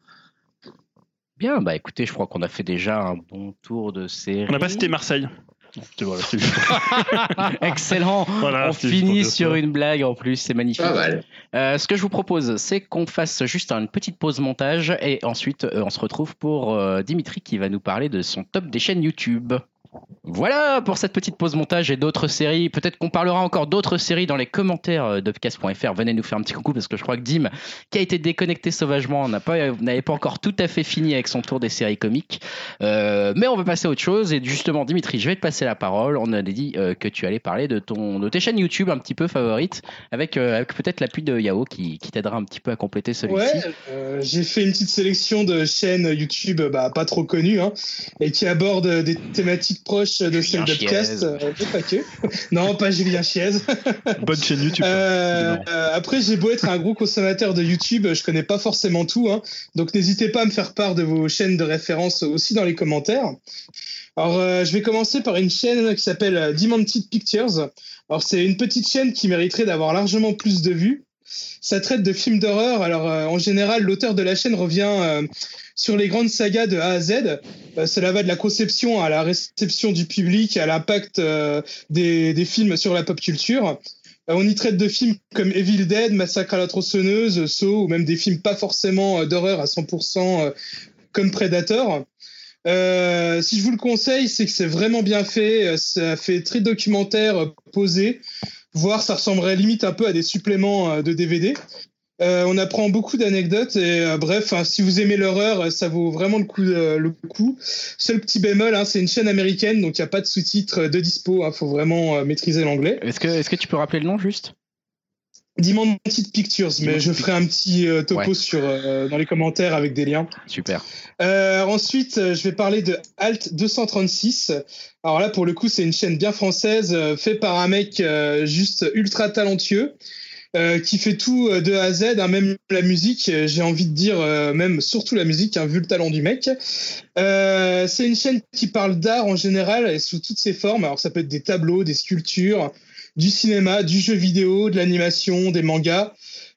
Bien, bah écoutez, je crois qu'on a fait déjà un bon tour de série.
On n'a pas cité Marseille. C'est- Voilà, c'est-
Excellent
voilà,
On
c'est juste pour
finit
dire ça.
sur une blague en plus, c'est magnifique.
Pas mal.
Euh, ce que je vous propose, c'est qu'on fasse juste une petite pause montage et ensuite euh, on se retrouve pour euh, Dimitri qui va nous parler de son top des chaînes YouTube. Voilà pour cette petite pause montage et d'autres séries. Peut-être qu'on parlera encore d'autres séries dans les commentaires euh, d'Upcast.fr. Venez nous faire un petit coucou parce que je crois que Dim, qui a été déconnecté sauvagement, n'avait pas, n'avait pas encore tout à fait fini avec son tour des séries comiques. Euh, mais on va passer à autre chose. Et justement, Dimitri, je vais te passer la parole. On a dit euh, que tu allais parler de, ton, de tes chaînes YouTube un petit peu favorites, avec, euh, avec peut-être l'appui de Yao qui, qui t'aidera un petit peu à compléter celui-ci.
Ouais, euh, j'ai fait une petite sélection de chaînes YouTube bah, pas trop connues hein, et qui abordent des thématiques proches de celle d'Upcast, euh, pas que. non, pas Julien Chiez.
Bonne chaîne YouTube. hein.
Euh, euh, après, j'ai beau être un gros consommateur de YouTube, je connais pas forcément tout. Hein, donc, n'hésitez pas à me faire part de vos chaînes de référence aussi dans les commentaires. Alors, euh, je vais commencer par une chaîne qui s'appelle Dimented Pictures. Alors, c'est une petite chaîne qui mériterait d'avoir largement plus de vues. Ça traite de films d'horreur. Alors, euh, en général, l'auteur de la chaîne revient euh, sur les grandes sagas de A à Z. Euh, cela va de la conception à la réception du public, à l'impact euh, des, des, films sur la pop culture. Euh, on y traite de films comme Evil Dead, Massacre à la tronçonneuse, Saw, ou même des films pas forcément euh, d'horreur à 100% euh, comme Predator. Euh, si je vous le conseille, c'est que c'est vraiment bien fait. euh, Ça fait très documentaire, euh, posé. Voire, ça ressemblerait limite un peu à des suppléments de DVD. Euh, on apprend beaucoup d'anecdotes et euh, bref, hein, si vous aimez l'horreur, euh, ça vaut vraiment le coup. euh, le coup. Seul petit bémol, hein, c'est une chaîne américaine, donc il n'y a pas de sous-titres de dispo. Il hein, faut vraiment maîtriser l'anglais.
Est-ce que, est-ce que tu peux rappeler le nom juste
Dimented Pictures, mais Dimented je ferai un petit euh, topo ouais. sur, euh, dans les commentaires avec des liens. Euh,
Super.
ensuite, je vais parler de Alt 236. Alors là, pour le coup, c'est une chaîne bien française, fait par un mec euh, juste ultra talentueux. Euh, qui fait tout de A à Z, hein, même la musique, j'ai envie de dire, euh, même surtout la musique, hein, vu le talent du mec. Euh, c'est une chaîne qui parle d'art en général et sous toutes ses formes. Alors ça peut être des tableaux, des sculptures, du cinéma, du jeu vidéo, de l'animation, des mangas.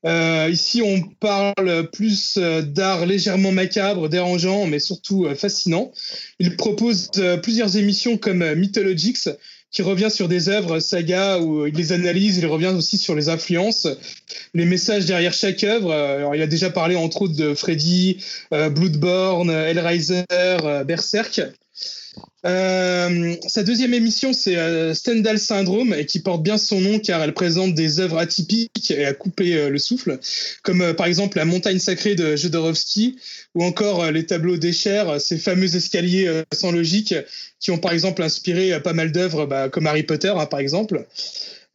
Euh, ici, on parle plus euh, d'art légèrement macabre, dérangeant, mais surtout euh, fascinant. Il propose euh, plusieurs émissions comme euh, Mythologics, qui revient sur des œuvres, saga, où euh, il les analyse, il revient aussi sur les influences, les messages derrière chaque œuvre. Euh, Alors, il a déjà parlé entre autres de Freddy, euh, Bloodborne, Hellraiser, euh, Berserk. Euh, sa deuxième émission, c'est euh, Stendhal Syndrome, et qui porte bien son nom car elle présente des œuvres atypiques et à couper le souffle, comme euh, par exemple La montagne sacrée de Jodorowsky, ou encore euh, les tableaux d'Echer, ces fameux escaliers euh, sans logique qui ont par exemple inspiré pas mal d'œuvres bah, comme Harry Potter, hein, par exemple.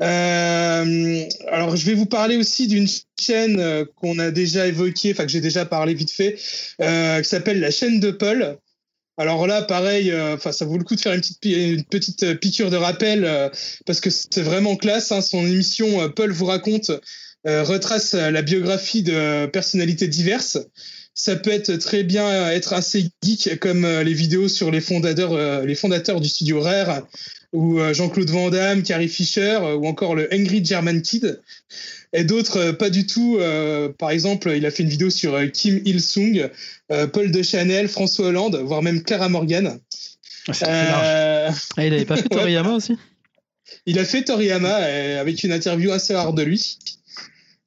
Euh, alors, je vais vous parler aussi d'une chaîne euh, qu'on a déjà évoquée, enfin que j'ai déjà parlé vite fait, euh, qui s'appelle la chaîne de Paul. Alors là, pareil, euh, enfin ça vaut le coup de faire une petite, une petite euh, piqûre de rappel euh, parce que c'est vraiment classe. Hein, son émission Paul vous raconte euh, retrace la biographie de personnalités diverses ça peut être très bien euh, être assez geek comme euh, les vidéos sur les fondateurs, euh, les fondateurs du studio Rare ou euh, Jean-Claude Van Damme, Carrie Fisher euh, ou encore le Angry German Kid et d'autres euh, pas du tout. euh, par exemple, il a fait une vidéo sur euh, Kim Il-sung, Euh, Paul de Chanel, François Hollande, voire même Clara Morgan.
Ah, euh... ah, il n'avait pas fait Toriyama aussi
Il a fait Toriyama euh, avec une interview assez rare de lui.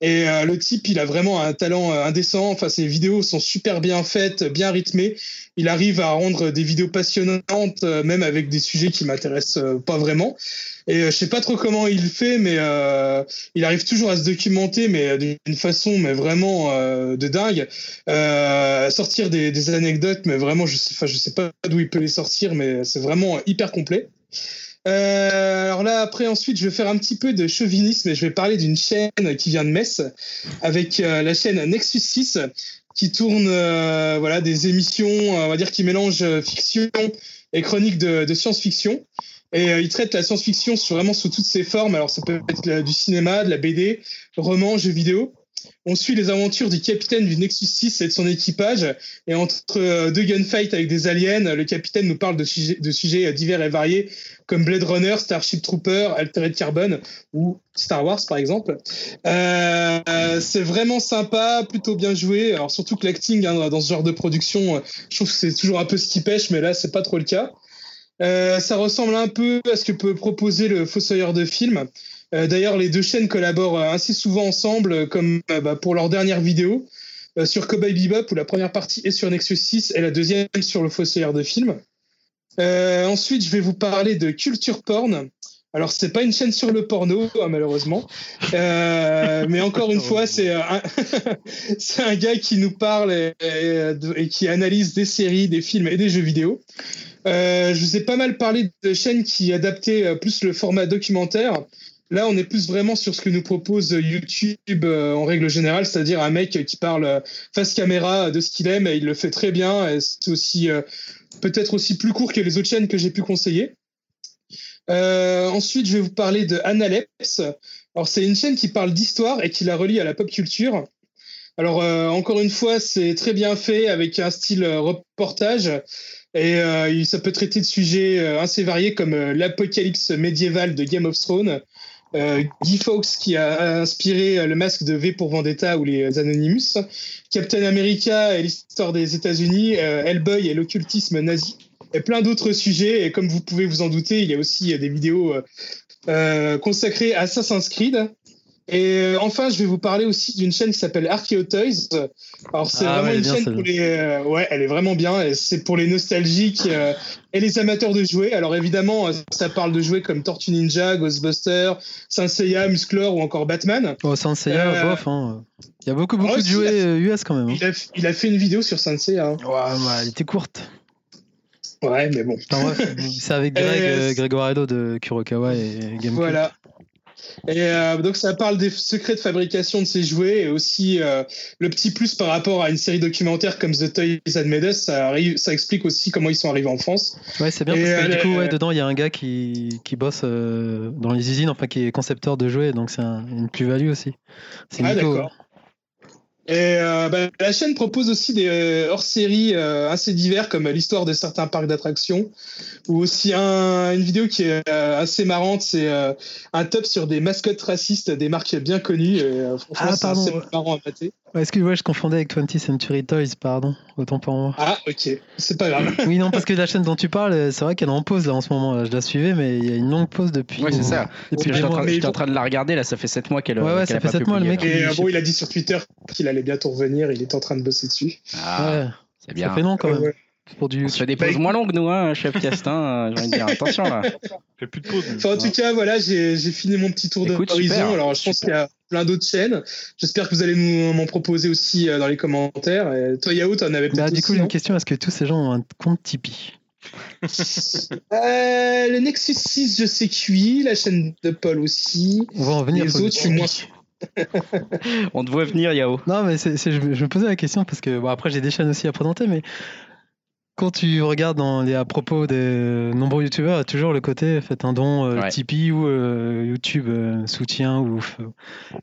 Et euh, le type, il a vraiment un talent euh, indécent. Enfin, ses vidéos sont super bien faites, bien rythmées. Il arrive à rendre des vidéos passionnantes, euh, même avec des sujets qui m'intéressent euh, pas vraiment. Et euh, je sais pas trop comment il fait, mais euh, il arrive toujours à se documenter, mais euh, d'une façon, mais vraiment euh, de dingue. Euh, à sortir des, des, anecdotes, mais vraiment, je sais, je sais pas d'où il peut les sortir, mais c'est vraiment hyper complet. Euh, alors là, après, ensuite, je vais faire un petit peu de chauvinisme et je vais parler d'une chaîne qui vient de Metz, avec euh, la chaîne Nexus 6, qui tourne euh, voilà, des émissions, euh, on va dire, qui mélangent fiction et chronique de, de science-fiction. Et il traite la science-fiction sur, vraiment sous toutes ses formes. Alors, ça peut être du cinéma, de la BD, romans, jeux vidéo. On suit les aventures du capitaine du Nexus 6 et de son équipage. Et entre euh, deux gunfights avec des aliens, le capitaine nous parle de, sujets, de sujets euh, divers et variés, comme Blade Runner, Starship Trooper, Altered Carbon ou Star Wars, par exemple. Euh, c'est vraiment sympa, plutôt bien joué. Alors, surtout que l'acting hein, dans ce genre de production, euh, je trouve que c'est toujours un peu ce qui pêche, mais là, c'est pas trop le cas. Euh, ça ressemble un peu à ce que peut proposer le Fossoyeur de film. Euh, D'ailleurs, les deux chaînes collaborent euh, assez souvent ensemble, comme euh, bah, pour leur dernière vidéo euh, sur Cowboy Bebop, où la première partie est sur Nexus 6 et la deuxième sur le faussaire de film. Euh, ensuite, je vais vous parler de Culture Porn. Alors, c'est pas une chaîne sur le porno, hein, malheureusement. Euh, mais encore une fois, c'est euh, un, c'est un gars qui nous parle et, et- et qui analyse des séries, des films et des jeux vidéo. Euh, je vous ai pas mal parlé de chaînes qui adaptaient euh, plus le format documentaire. Là, on est plus vraiment sur ce que nous propose YouTube euh, en règle générale, c'est-à-dire un mec qui parle euh, face caméra de ce qu'il aime et il le fait très bien. Et C'est aussi euh, peut-être aussi plus court que les autres chaînes que j'ai pu conseiller. Euh, ensuite, je vais vous parler de Analeps. Alors, c'est une chaîne qui parle d'histoire et qui la relie à la pop culture. Alors, euh, encore une fois, c'est très bien fait avec un style euh, reportage. Et euh, il- ça peut traiter de sujets euh, assez variés comme euh, l'apocalypse médiévale de Game of Thrones, euh, Guy Fawkes qui a inspiré euh, le masque de V pour Vendetta ou les Anonymous, Captain America et l'histoire des États-Unis, euh, Hellboy et l'occultisme nazi, et plein d'autres sujets. Et comme vous pouvez vous en douter, il y a aussi euh, des vidéos euh, euh, consacrées à Assassin's Creed. Et euh, enfin, je vais vous parler aussi d'une chaîne qui s'appelle Archeo Toys. Alors, c'est
Ah ouais,
vraiment
elle est
une
bien,
chaîne
celle-là.
pour les. euh, ouais, elle est vraiment bien. et C'est pour les nostalgiques euh, et les amateurs de jouets. Alors, évidemment, euh, ça parle de jouets comme Tortue Ninja, Ghostbusters, Saint Seiya, Musclor ou encore Batman.
Oh, Saint Seiya,
Euh,
bof. hein. Il y a beaucoup, beaucoup
ouais,
de
si,
jouets
la-
euh, US quand même. hein.
Il a, il a fait une vidéo sur Saint Seiya. hein.
Ouais, ouais, elle était courte.
Ouais, mais bon.
Enfin, bref, c'est avec Greg,
Euh,
euh, Gregorado de Kurokawa et Gamecube.
Voilà. Et euh, donc ça parle des secrets de fabrication de ces jouets et aussi euh, le petit plus par rapport à une série documentaire comme The Toys That Made Us, ça, arrive- ça explique aussi comment ils sont arrivés en France.
Ouais, c'est bien
Et
parce que
elle
du coup,
est-
ouais, dedans, il y a un gars qui, qui bosse euh, dans les usines, enfin qui est concepteur de jouets, donc c'est un- une plus-value aussi. C'est
Ah,
Nico.
d'accord. Et euh, bah, la chaîne propose aussi des euh, hors-séries euh, assez divers comme euh, l'histoire de certains parcs d'attractions ou aussi un- une vidéo qui est euh, assez marrante, c'est euh, un top sur des mascottes racistes des marques bien connues. Et, euh, franchement,
Ah,
c'est
pardon.
assez marrant à mater.
Ouais, Est-ce que ouais, je confondais avec 20th Century Toys, pardon, autant pour moi.
Ah ok, c'est pas grave.
Oui, non, parce que la chaîne dont tu parles, euh, c'est vrai qu'elle est en pause là en ce moment. là. Je la suivais, mais il y a une longue pause depuis.
Ouais, c'est ça.
Depuis
J'étais
des
en,
mois.
train-
mais
j'étais
bon.
en train de la regarder là, ça fait 7 mois qu'elle
Ouais, ouais,
qu'elle
ça
a
fait
pas
sept mois, le
publié.
mec,
Et euh,
Je sais
bon, il a dit sur Twitter qu'il allait bientôt revenir, il est en train de bosser dessus.
Ah,
Ouais,
c'est
ça
bien.
fait long quand même.
Euh, Ouais.
Pour du...
On se fait des pauses moins longues, nous, hein, chef Castin. euh, J'ai envie de dire, attention là.
Fais plus de pause. mais-
Enfin, en tout cas, voilà, j'ai j'ai fini mon petit tour
Écoute,
d'horizon.
super,
Alors, je pense
super.
qu'il y a plein d'autres chaînes. J'espère que vous allez nous- m'en proposer aussi euh, dans les commentaires. Et toi, Yahoo, t'en avais
Bah,
peut-être
du
aussi,
coup, j'ai
non
une question est-ce que tous ces gens ont un compte Tipeee
Euh, Le Nexus 6, je sais que oui. La chaîne de Paul aussi.
On va en venir.
Les
faut-
autres, je suis moins...
On te voit venir, Yao.
Non, mais c'est, c'est- je, me- je me posais la question parce que, bon, après, j'ai des chaînes aussi à présenter, mais quand tu regardes dans les, à propos de nombreux youtubeurs, il y a toujours le côté faites un don euh,
Ouais.
Tipeee ou euh, YouTube euh, soutien ou f-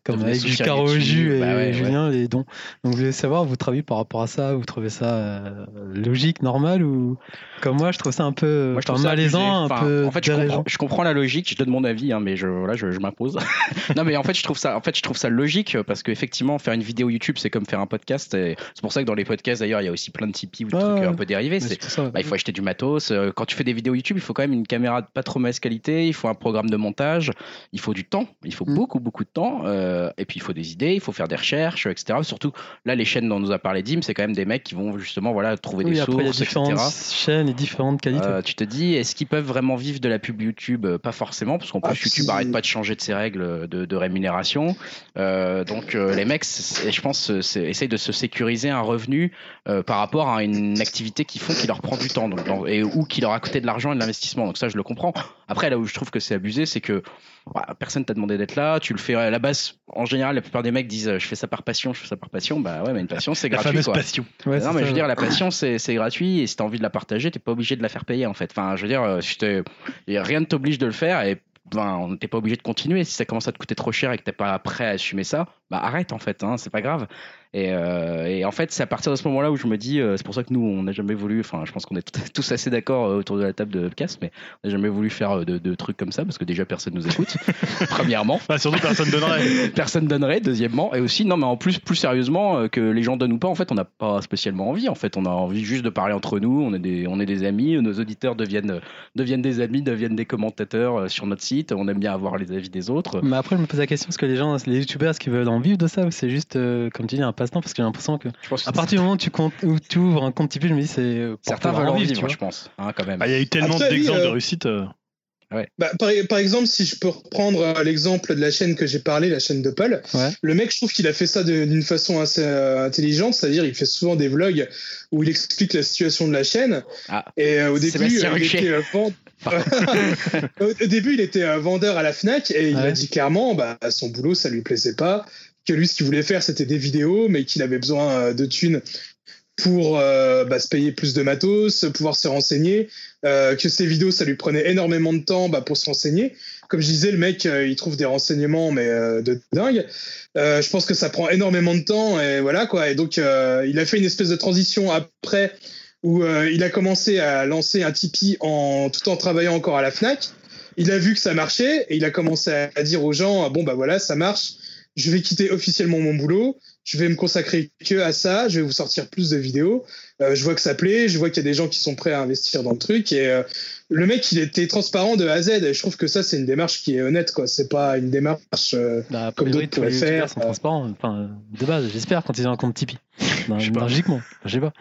comme
Devenez
avec du
soutien
carreau au
YouTube,
jus et
bah ouais, ouais.
Julien, les dons. Donc, je voulais savoir, vous travaillez par rapport à ça, vous trouvez ça euh, logique, normal ou comme moi, je trouve ça un
Moi, je
peu Euh, enfin,
trouve ça
malaisant,
abusé.
un
Enfin,
peu
En fait, je
dérageant.
comprends, je comprends la logique. Je donne mon avis, hein, mais je, voilà, je, je m'impose. non, mais en fait, je trouve ça, en fait, je trouve ça logique euh, parce qu'effectivement, faire une vidéo YouTube, c'est comme faire un podcast. et C'est pour ça que dans les podcasts, d'ailleurs, il y a aussi plein de Tipeee ou de
Ouais,
trucs euh, un
ouais.
peu dérivés.
Mais
C'est-
c'est pour ça.
bah, il faut acheter du matos. Euh, Quand tu fais des vidéos YouTube, il faut quand même une caméra de pas trop mauvaise qualité. Il faut un programme de montage. Il faut du temps. Il faut
Mm.
beaucoup, beaucoup de temps. Euh, et puis, il faut des idées. Il faut faire des recherches, etc. Surtout, là, les chaînes dont nous a parlé Dim, c'est quand même des mecs qui vont justement voilà, trouver
Oui,
des
après, il y a
sources,
différentes
etc.
chaînes et différentes qualités.
Euh, tu te dis, est-ce qu'ils peuvent vraiment vivre de la pub YouTube Euh, Pas forcément, parce qu'en
Ah,
plus, YouTube
si.
arrête pas de changer de ses règles euh, de, de rémunération. Euh, donc, euh, les mecs, c'est- je pense, euh, c'est- essayent de se sécuriser un revenu euh, par rapport à une activité qu'ils font qui leur prend du temps, donc, dans- et, ou qui leur a coûté de l'argent et de l'investissement. Donc, ça, je le comprends. Après, là où je trouve que c'est abusé, c'est que bah, personne t'a demandé d'être là. Tu le fais à la base. En général, la plupart des mecs disent, euh, je fais ça par passion, je fais ça par passion. Bah ouais, mais une passion, c'est
La
gratuit.
fameuse
quoi.
passion.
Non,
Ouais, c'est
mais
ça,
je veux dire, la passion, c'est c'est gratuit et si t'as envie de la partager, t'es pas obligé de la faire payer en fait. Enfin, je veux dire, euh, si t'es- et rien ne t'oblige de le faire et ben, on t'es pas obligé de continuer. Si ça commence à te coûter trop cher et que t'es pas prêt à assumer ça, bah arrête en fait, hein, c'est pas grave. Et, euh, et en fait, c'est à partir de ce moment-là où je me dis, euh, c'est pour ça que nous, on n'a jamais voulu, enfin, je pense qu'on est tout- tous assez d'accord euh, autour de la table de podcast, mais on n'a jamais voulu faire euh, de, de trucs comme ça parce que déjà personne nous écoute, premièrement.
Bah, surtout, personne donnerait.
Personne donnerait, deuxièmement, et aussi, non, mais en plus, plus sérieusement, euh, que les gens donnent ou pas, en fait, on n'a pas spécialement envie. En fait, on a envie juste de parler entre nous. On est des, on est des amis. Nos auditeurs deviennent, deviennent des amis, deviennent des commentateurs euh, sur notre site. site, on aime bien avoir les avis des autres.
Mais après, je me pose la question, est-ce que les gens, les youtubeurs, est-ce qu'ils veulent en vivre de ça ou c'est juste, euh, comme tu dis, un passe-temps Parce que j'ai l'impression que,
Je pense que
à partir du moment où tu, comptes, où tu ouvres un compte Tipeee, je me dis, c'est. euh, pour
certains
pouvoir
veulent en
vivre,
vivre,
tu
moi,
vois.
je pense, hein, quand même.
Ah, Il y a eu tellement
Après, oui,
d'exemples de
euh,
réussite. euh.
Bah, par, par exemple, si je peux reprendre euh, l'exemple de la chaîne que j'ai parlé, la chaîne de Paul,
Ouais.
le mec, je trouve qu'il a fait ça de- d'une façon assez euh, intelligente, c'est-à-dire il fait souvent des vlogs où il explique la situation de la chaîne.
Ah.
Et euh, au début,
Sébastien
euh, il
Ruchet.
était, euh, vend- au, au début, il était euh, vendeur à la Fnac et il
Ouais.
a dit clairement, bah, son boulot, ça lui plaisait pas, que lui, ce qu'il voulait faire, c'était des vidéos, mais qu'il avait besoin euh, de thunes pour euh, bah, se payer plus de matos, pouvoir se renseigner euh, que ces vidéos, ça lui prenait énormément de temps bah, pour se renseigner. Comme je disais, le mec, euh, il trouve des renseignements, mais euh, de dingue. Euh, je pense que ça prend énormément de temps, et voilà quoi. Et donc, euh, il a fait une espèce de transition après où euh, il a commencé à lancer un Tipeee en, tout en travaillant encore à la Fnac. Il a vu que ça marchait et il a commencé à, à dire aux gens ah, bon bah voilà, ça marche. Je vais quitter officiellement mon boulot. Je vais me consacrer que à ça. Je vais vous sortir plus de vidéos. Euh, je vois que ça plaît, je vois qu'il y a des gens qui sont prêts à investir dans le truc et euh, le mec il était transparent de A à Z et je trouve que ça c'est une démarche qui est honnête quoi, c'est pas une démarche euh,
hein.
Bah, a
Comme
priori,
d'autres
tous les
pourraient
youtubeurs
faire,
sont
euh.
transparents, enfin, euh, de base, j'espère, quand ils ont un compte Tipeee. Non,
Je sais pas.
Logiquement, je sais pas.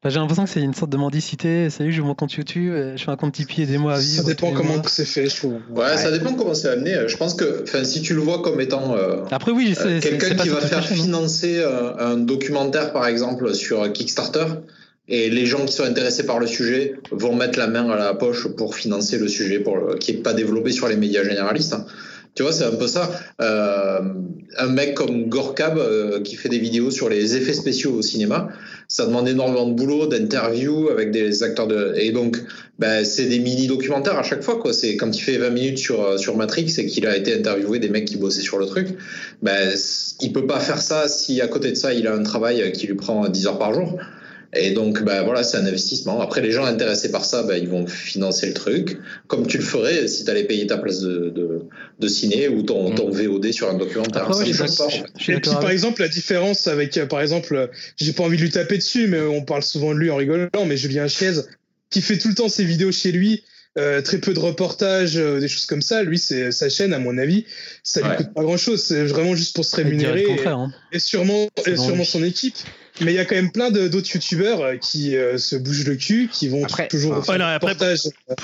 Enfin, j'ai l'impression que c'est une sorte de mendicité. Salut, j'ai mon compte YouTube, euh, je fais un compte Tipeee, aidez-moi à vivre.
ça dépend
aidez-moi.
comment que c'est fait je trouve.
Ouais, ça dépend comment c'est amené. Je pense que, enfin, si tu le vois comme étant euh,
Après, oui,
euh,
c'est- c'est- c'est
quelqu'un
pas
qui
sur
va
ta
faire
chaîne, hein.
financer euh, un documentaire, par exemple, sur Kickstarter, et les gens qui sont intéressés par le sujet vont mettre la main à la poche pour financer le sujet, pour le- qui n'est pas développé sur les médias généralistes. Tu vois, c'est un peu ça. Euh, un mec comme Gorkab euh, qui fait des vidéos sur les effets spéciaux au cinéma, ça demande énormément de boulot, d'interviews avec des acteurs de. Et donc, ben, c'est des mini-documentaires à chaque fois. Quoi. C'est quand il fait 20 minutes sur, euh, sur Matrix et qu'il a été interviewé des mecs qui bossaient sur le truc, ben, c- il peut pas faire ça si à côté de ça, il a un travail euh, qui lui prend euh, 10 heures par jour. Et donc, ben, voilà, c'est un investissement. Après, les gens intéressés par ça, ben, ils vont financer le truc, comme tu le ferais si tu allais payer ta place de, de, de ciné ou ton, ton VOD sur un documentaire.
Mm. Après,
Ça
ouais,
me
je
choque
suis
pas, en
d'accord-
fait.
je suis
Et puis
d'accord
par
avec-
exemple la différence avec euh, par exemple, euh, j'ai pas envie de lui taper dessus mais on parle souvent de lui en rigolant mais Julien Chiez qui fait tout le temps ses vidéos chez lui euh, très peu de reportages, euh, des choses comme ça. Lui, c'est sa chaîne, à mon avis, ça lui
Ouais.
coûte pas grand chose. C'est vraiment juste pour se
il dirait
rémunérer.
le
et-
contraire, hein.
et sûrement,
C'est
et
dans
sûrement
lui.
son équipe. Mais il y a quand même plein de- d'autres youtubeurs euh, qui euh, se bougent le cul, qui vont
Après-
toujours faire
Ouais, non,
des
après-
reportages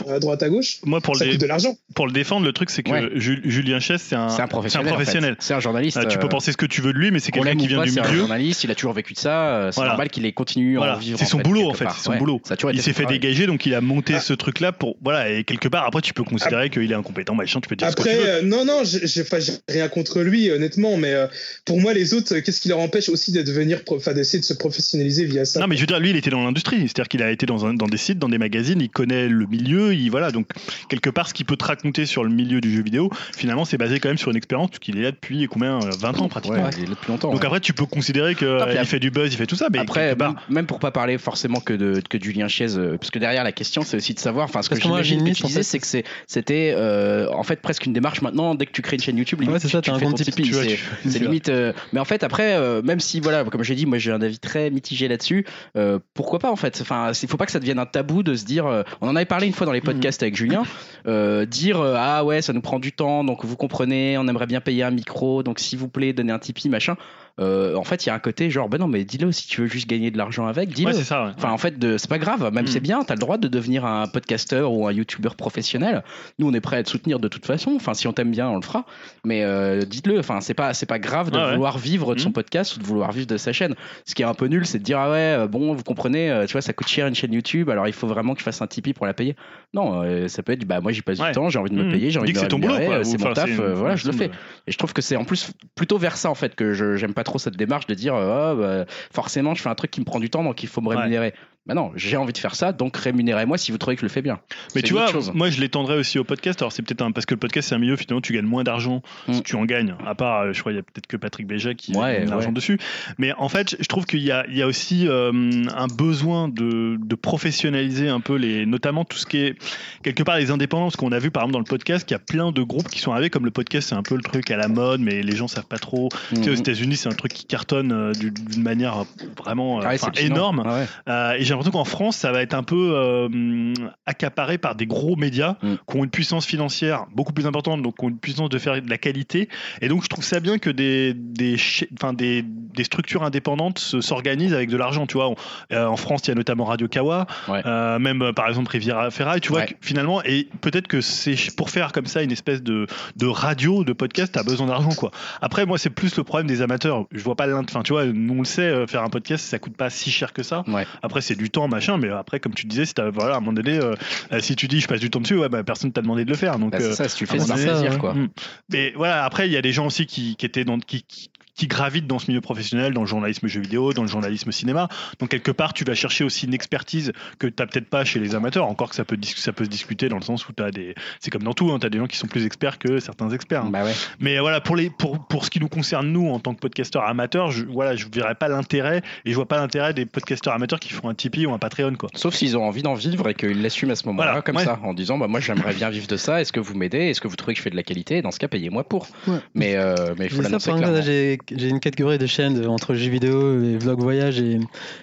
euh, à droite à gauche.
Moi, pour
ça
le,
coûte de l'argent.
pour le défendre, le truc, c'est que
Ouais.
Ju- Julien Chess, c'est un,
C'est un professionnel.
c'est un
en fait.
professionnel.
C'est un journaliste.
Ah, tu peux
euh,
penser ce que tu veux de lui, mais c'est
qu'on
quelqu'un
l'aime
qui
ou
vient
pas,
du
c'est un
milieu.
journaliste, il a toujours vécu de ça. euh, C'est
Voilà.
normal qu'il ait continué à
Voilà.
en vivre.
C'est
en
son
fait,
boulot,
quelque
en fait,
part.
c'est son
Ouais.
boulot.
Ça a toujours été
Il s'est
son
fait
travail.
dégager, donc il a monté
Ah.
ce truc-là pour. Voilà, et quelque part, après, tu peux considérer qu'il est incompétent, machin, tu peux dire ce que tu
Après,
veux.
euh, non, non, j'ai j'ai- enfin, j'ai rien contre lui, honnêtement, mais euh, pour moi, les autres, euh, qu'est-ce qui leur empêche aussi de devenir, pro- enfin, d'essayer de se professionnaliser via ça
Non, mais je veux dire, lui, il était dans l'industrie, c'est-à-dire qu'il a été dans, un- dans des sites, dans des magazines, il connaît le milieu, il, voilà, donc quelque part, ce qu'il peut te raconter sur le milieu du jeu vidéo, finalement, c'est basé quand même sur une expérience qu'il est là depuis combien euh, 20 ans pratiquement.
Ouais, il est là depuis longtemps. hein.
Donc
ouais.
après, tu peux considérer qu'il
puis après-
fait du buzz, il fait tout ça, mais
Après,
quelque part,
même, même pour pas parler forcément que de que du lien Chiez, euh, parce que derrière la question, c'est aussi de savoir. Enfin, ce que
Parce que moi,
j'imagine
j'ai
que
une
tu
limite, en
disais,
fait.
c'est que c'est- c'était euh, en fait presque une démarche maintenant. Dès que tu crées une chaîne YouTube,
Ouais,
limite,
c'est ça,
tu, tu
t'as un
fais
compte
ton
Tipeee,
Tipeee,
tu
c'est-
vois, tu-
C'est
tu vois.
limite. euh, mais en fait, après, euh, même si voilà, comme j'ai dit, moi j'ai un avis très mitigé là-dessus. euh, pourquoi pas en fait Enfin, il faut pas que ça devienne un tabou de se dire. euh, on en avait parlé une fois dans les podcasts avec Julien. euh, dire euh, ah ouais, ça nous prend du temps, donc vous comprenez, on aimerait bien payer un micro, donc s'il vous plaît, donnez un Tipeee, machin. Euh, en fait, il y a un côté genre ben non, mais dis-le si tu veux juste gagner de l'argent avec, dis-le.
ouais, c'est ça. ouais.
Enfin, en fait, de- c'est pas grave, même
Mm.
c'est bien, t'as le droit de devenir un podcasteur ou un youtubeur professionnel. Nous, on est prêt à te soutenir de toute façon. Enfin, si on t'aime bien, on le fera. Mais euh, dites-le, enfin, c'est pas, c'est pas grave de
Ouais, ouais.
vouloir vivre de son
Mm.
podcast ou de vouloir vivre de sa chaîne. Ce qui est un peu nul, c'est de dire, ah ouais, euh, bon, vous comprenez, euh, tu vois, ça coûte cher une chaîne YouTube, alors il faut vraiment que je fasse un Tipeee pour la payer. Non, euh, ça peut être, bah, moi, j'y passe
Ouais.
du temps, j'ai envie de me
Mmh.
payer, j'ai envie
Dis
de
que
me
c'est ton boulot,
rémunérer,
quoi.
euh,
Ou,
c'est
enfin,
mon taf,
une-
euh, voilà, je le
une-
fais. Et je trouve que c'est en plus plutôt vers ça en fait que je j'aime pas trop cette démarche de dire euh, Ah, bah, forcément je fais un truc qui me prend du temps donc il faut me
Ouais.
rémunérer. Bah non, j'ai envie de faire ça donc rémunérez-moi si vous trouvez que je le fais bien.
Mais
C'est
tu
une
vois,
autre chose.
moi je l'étendrais aussi au podcast. Alors c'est peut-être un parce que le podcast c'est un milieu finalement tu gagnes moins d'argent
Mm.
si tu en gagnes. À part, euh, je crois il y a peut-être que Patrick Béja qui
Ouais,
gagne de l'argent
ouais.
dessus. Mais en fait, je trouve qu'il y a, il y a aussi euh, un besoin de, de professionnaliser un peu les, notamment tout ce qui est quelque part les indépendants. Parce qu'on a vu par exemple dans le podcast qu'il y a plein de groupes qui sont arrivés. Comme le podcast c'est un peu le truc à la mode, mais les gens savent pas trop. Tu sais, aux
Mhm.
États-Unis c'est un truc qui cartonne euh, d'une d'une manière vraiment euh,
Ah ouais,
enfin,
c'est
énorme.
Ah ouais.
Euh, et j'ai l'impression qu'en France, ça va être un peu euh, accaparé par des gros médias
Mm.
qui ont une puissance financière beaucoup plus importante, donc qui ont une puissance de faire de la qualité. Et donc, je trouve ça bien que des, des, cha- enfin, des, des structures indépendantes se- s'organisent avec de l'argent. Tu vois, On- euh, en France, il y a notamment Radio Kawa,
Ouais.
euh, même euh, par exemple Riviera Ferraille. Tu vois,
Ouais.
que finalement, et peut-être que c'est pour faire comme ça une espèce de, de radio, de podcast, t'as besoin d'argent, quoi. Après, moi, c'est plus le problème des amateurs. Je vois pas l'int. Enfin, tu vois, nous, on le sait, euh, faire un podcast, ça coûte pas si cher que ça.
Ouais.
Après, c'est du temps, machin. Mais après, comme tu disais, si t'as- voilà, à un moment donné, euh, euh, si tu dis je passe du temps dessus, ouais, bah, personne t'a demandé de le faire. Donc,
Bah, c'est
euh,
ça, si tu le
à
fais,
un
c'est
moment
un
donné,
plaisir,
ouais.
quoi.
Mm. Mais voilà, après, il y a des gens aussi qui, qui étaient dans, qui, qui, qui gravitent dans ce milieu professionnel, dans le journalisme jeux vidéo, dans le journalisme cinéma. Donc, quelque part, tu vas chercher aussi une expertise que tu n'as peut-être pas chez les amateurs, encore que ça peut, dis- ça peut se discuter dans le sens où tu as des. C'est comme dans tout, tu as des gens qui sont plus experts que certains experts. hein.
Bah ouais.
Mais voilà, pour, les, pour, pour ce qui nous concerne, nous, en tant que podcasteurs amateurs, je ne voilà, je verrais pas l'intérêt et je vois pas l'intérêt des podcasteurs amateurs qui font un Tipeee ou un Patreon, quoi.
Sauf s'ils ont envie d'en vivre et qu'ils l'assument à ce moment-là,
Voilà,
comme
ouais.
ça, en disant bah, Moi, j'aimerais bien vivre de ça. Est-ce que vous m'aidez Est-ce que vous trouvez que je fais de la qualité Dans ce cas, payez-moi pour.
Ouais.
Mais euh, mais il
Je
faut
dis ça,
l'annoncer
par exemple, là,
clairement.
j'ai j'ai une catégorie de chaînes de- entre jeux vidéo, les vlogs voyage et,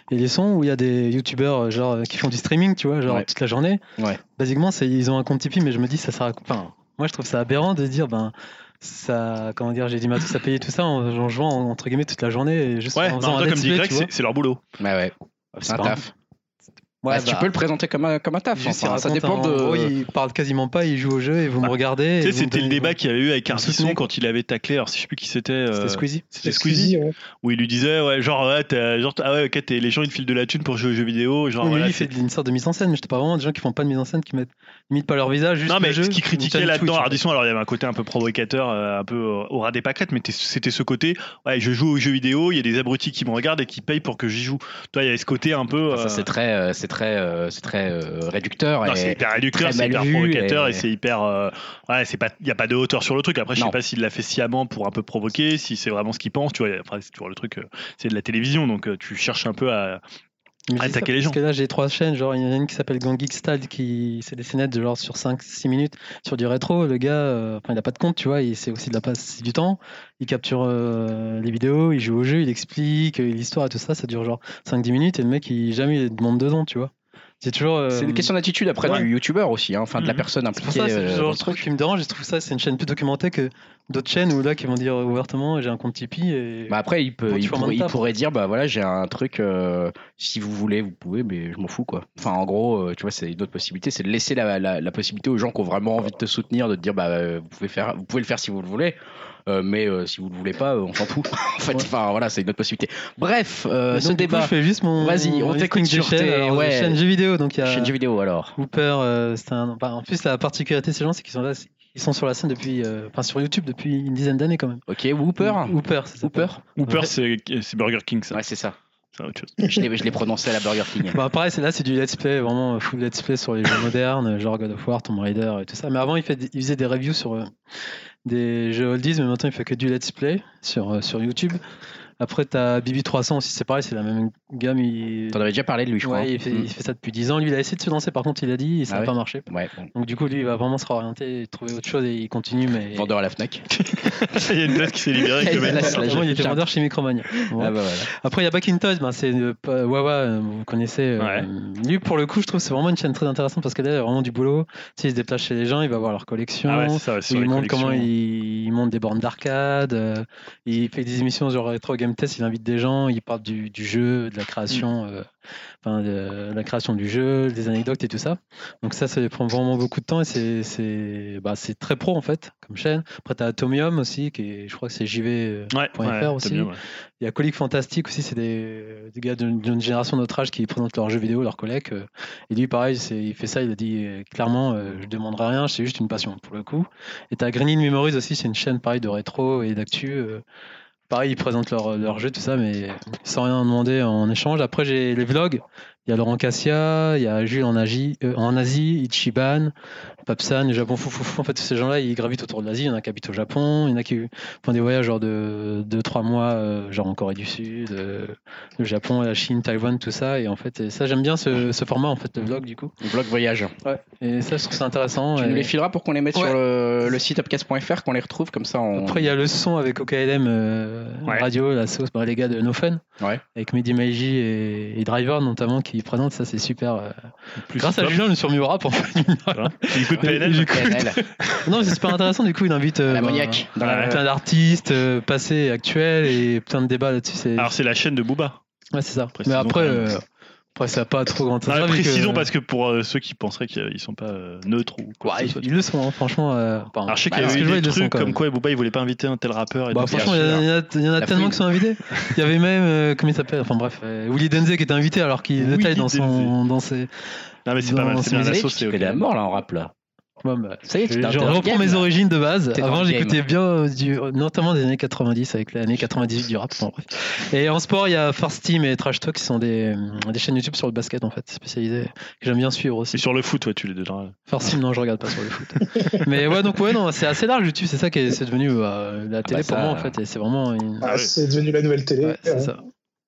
et les sons où il y a des youtubeurs euh, genre euh, qui font du streaming, tu vois, genre
Ouais.
toute la journée.
Ouais.
Basiquement, c'est- ils ont un compte Tipeee, mais je me dis ça sert à enfin, moi je trouve ça aberrant de dire ben ça comment dire, j'ai du matos à payer tout ça en, en jouant entre guillemets toute la journée et juste
Ouais,
en
mais
faisant
en
un
même temps, comme
let's
dit
play,
Greg,
tu vois.
c'est c'est leur boulot.
Bah ouais, c'est un
pas-
taf.
Ouais,
Bah, si tu
bah,
peux le présenter comme un, comme un taf.
juste,
enfin,
ils
ça
racontent
dépend
en-
de.
en gros, ils parlent quasiment pas, ils jouent au jeu et vous
Bah,
me regardez. et
Tu sais,
vous me
c'était le
donnez-
débat qu'il y a eu avec
Vous me
Ardisson
soutenez
quand il avait taclé, alors si je sais plus qui c'était. euh,
C'était Squeezie.
C'était Squeezie,
ouais.
où il lui disait, ouais, genre, ouais, t'as- genre, t'as- ah ouais, ok, t'es- les gens ils te filent de la thune pour jouer aux jeux vidéo, genre,
Oui, mais
voilà,
lui, il fait une sorte de mise en scène, mais je te parle vraiment des gens qui font pas de mise en scène, qui mettent limite pas leur visage, juste
Non, mais
le jeu.
ce qui
une chaîne
critiquait
Twitch,
là-dedans
en fait.
Ardisson, alors il y avait un côté un peu provocateur, euh, un peu euh, au ras des pâquerettes, mais t'es- c'était ce côté, ouais, je joue aux jeux vidéo, il y a des abrutis qui me regardent et qui payent pour que j'y joue. Toi, il y avait ce côté un peu.
Ça,
euh,
c'est très, euh, c'est très, euh, c'est très euh, réducteur.
non,
et-
c'est hyper réducteur,
très
c'est
mal
hyper
vu
provocateur et,
et-
c'est hyper. euh, ouais, c'est pas, il n'y a pas de hauteur sur le truc. Après, je sais
Non.
pas s'il l'a fait sciemment pour un peu provoquer, si c'est vraiment ce qu'il pense. Tu vois, enfin, c'est toujours le truc, euh, c'est de la télévision, donc euh, tu cherches un peu à.
Mais
Ah,
c'est ça,
attaquer les gens.
Parce que là, j'ai trois chaînes. Genre, il y en a une qui s'appelle Gang Geek Style, qui c'est des scénettes de genre sur 5-6 minutes sur du rétro. Le gars, euh, enfin, il n'a pas de compte, tu vois. Il c'est aussi de la passe c'est du temps. Il capture euh, les vidéos, il joue au jeu, il explique euh, l'histoire et tout ça. Ça dure genre 5-10 minutes et le mec, il jamais il demande dedans, tu vois. C'est toujours. euh, Mm.
C'est une question d'attitude après
Ouais.
du youtubeur aussi, hein, enfin de la
Mhm.
personne
c'est pour
impliquée.
ça, c'est
euh,
le
dans
genre
le
de truc
truc.
qui me dérange. Et je trouve ça, c'est une chaîne plus documentée que d'autres chaînes où là, qui vont dire euh, ouvertement, j'ai un compte Tipeee. Et...
Bah après, il, peut,
Bon, tu
il,
vois,
pourrait-
mon
il
taf.
pourrait dire bah voilà, j'ai un truc, euh, si vous voulez, vous pouvez, mais je m'en fous quoi. Enfin, en gros, euh, tu vois, c'est une autre possibilité, c'est de laisser la, la, la possibilité aux gens qui ont vraiment envie de te soutenir, de te dire bah euh, vous pouvez, faire, vous pouvez le faire si vous le voulez, euh, mais euh, si vous le voulez pas, euh, on s'en fout. en fait,
Ouais.
enfin voilà, c'est une autre possibilité. Bref, euh,
Mais
ce
donc, du coup,
débat,
je fais juste mon.
Vas-y, on
mon
t'écoute
listing de
sur tes-
chaînes. Alors, de
ouais.
chaînes jeux vidéo. Donc, il y a.
chaîne jeux vidéo alors.
Hooper, euh, c'est un. bah, en plus, la particularité de ces gens, c'est qu'ils sont là, ils sont sur la scène depuis, euh, enfin sur YouTube depuis une dizaine d'années quand même.
Ok, Whooper
Hooper, c'est ça.
Whooper
Hooper,
Ouais.
c'est c'est Burger King, ça.
Ouais, c'est ça.
C'est autre chose.
Je l'ai je l'ai prononcé à la Burger King.
Bah pareil, c'est là, c'est du let's play, vraiment euh, full let's play sur les jeux modernes, euh, genre God of War, Tomb Raider et tout ça. Mais avant, il, fait, des- il faisait des reviews sur euh, des jeux oldies, mais maintenant, il fait que du let's play sur, euh, sur YouTube. Après, t'as BB300 aussi, c'est pareil, c'est la même gamme. Il...
T'en avais déjà parlé de lui, je crois.
Ouais,
hein.
il fait,
Mm.
il fait ça depuis 10 ans. Lui, il a essayé de se lancer, par contre, il a dit, et ça
Ah
n'a
ouais
pas marché.
Ouais, bon.
Donc, du coup, lui, il va vraiment se réorienter, trouver autre chose et il continue. Mais...
vendeur à la Fnac.
Il y a une place qui s'est libérée avec le
Il y a
mec.
la
Ouais,
place, là,
avant,
j'ai
il était
fait
vendeur chez Micromania. Bon.
Ah bah voilà.
Après, il y a Backintosh, ben, c'est euh, pas- Wawa, euh, vous connaissez. euh,
Ouais.
Lui, pour le coup, je trouve que c'est vraiment une chaîne très intéressante parce que là, il a vraiment du boulot. Tu sais, il se déplace chez les gens, il va voir leur collection.
Ah ouais, c'est ça, ouais, sur
il
les
montre
collections.
comment il, il monte des bornes d'arcade, euh, il fait des émissions genre Retro Game Test, il invite des gens, il parle du, du jeu, de la
Mm.
création, euh, enfin, de la création du jeu, des anecdotes et tout ça. Donc ça, ça prend vraiment beaucoup de temps et c'est c'est bah, c'est très pro en fait comme chaîne. Après, t'as Atomium aussi, qui est, je crois que c'est JV. euh,
Ouais,
Point
ouais,
fr
t'as
aussi.
bien, ouais.
il y a Colic Fantastique aussi, c'est des, des gars d'une d'une génération de notre âge qui présentent leurs jeux vidéo, leurs collègues. euh, Et lui, pareil, c'est- il fait ça, il a dit euh, clairement, euh, je demanderai rien, c'est juste une passion pour le coup. Et t'as Green In Memories aussi, c'est une chaîne pareil de rétro et d'actu. euh, Pareil, ils présentent leurs leurs jeux, tout ça, mais sans rien demander en échange. Après, j'ai les vlogs. Il y a Laurent Cassia, il y a Jules en Asie, euh, en Asie Ichiban, Papsan, le Japon foufoufou. En fait, tous ces gens-là, ils gravitent autour de l'Asie. Il y en a qui habitent au Japon, il y en a qui font des voyages genre de 2-3 mois, euh, genre en Corée du Sud, euh, le Japon, la Chine, Taïwan, tout ça. Et en fait, et ça, j'aime bien ce, ce format, en fait, le vlog, du coup.
Le vlog voyage.
Et ça, je trouve ça intéressant.
Tu
et-
nous les fileras pour qu'on les mette
Ouais.
sur le, le site upcast.fr, qu'on les retrouve comme ça. On...
Après, il y a le son avec OKLM euh,
Ouais.
radio, la sauce, bah, les gars de No Fun,
Ouais.
avec Mehdi Maiji et, et Driver notamment qui présentent. Ça, c'est super. euh,
Plus
Grâce à
top.
Julien, le surmis au rap. En fait.
Tu écoutes PNL
J'écoute.
PNL,
non, mais c'est super intéressant. Du coup, il invite euh,
la
bah,
maniaque. Dans
euh,
la...
plein d'artistes euh, passés, et actuels et plein de débats là-dessus. C'est
Ah
Alors c'est la chaîne de Booba.
ouais, c'est ça.
précisons
mais après,
quand même.
euh, après, ça n'a pas trop grand
Ah,
intérêt, vu que-
précisons parce que pour euh, ceux qui penseraient qu'ils sont pas euh, neutres ou quoi.
Ouais,
que
ils,
ce soit.
ils le sont, hein, franchement. euh,
Ah,
pardon.
Alors je sais
Bah,
qu'il y
parce
avait
que je vois,
eu
ils
des
le sont
trucs
quand
comme
même.
quoi Booba il voulait pas inviter un tel rappeur. Et
Bah,
tout.
franchement, il y, en a- il y en a
La
tellement
fouine.
qui sont invités. Il y avait même, euh, comment il s'appelle Enfin bref, euh, Willy Denze qui était invité alors qu'il
Willy
détaille dans, son,
Denze.
dans ses.
non mais c'est pas
dans
mal, c'est
ces
bien la
musiques,
sauce. c'est
tu fais de la
ok.
mort là en rap là.
Bon, bah,
Ça y est,
je
tu t'es
je
interrogé,
reprends mes
là.
origines de base.
T'es dans
Avant,
le game.
j'écoutais bien, euh, du, notamment des années 90 avec l'année 98 du rap. bon, bref. Et en sport, il y a First Team et Trash Talk qui sont des, euh, des chaînes YouTube sur le basket en fait, spécialisées, que j'aime bien suivre aussi.
C'est sur le foot, ouais, tu les donneras.
First Team, non, je regarde pas sur le foot. Mais ouais, donc ouais, non, c'est assez large YouTube, c'est ça qui est, c'est devenu euh, la télé
bah,
pour
ça-
moi en fait, et c'est vraiment une.
Ah,
ouais.
C'est devenu la nouvelle télé.
Ouais, c'est ça.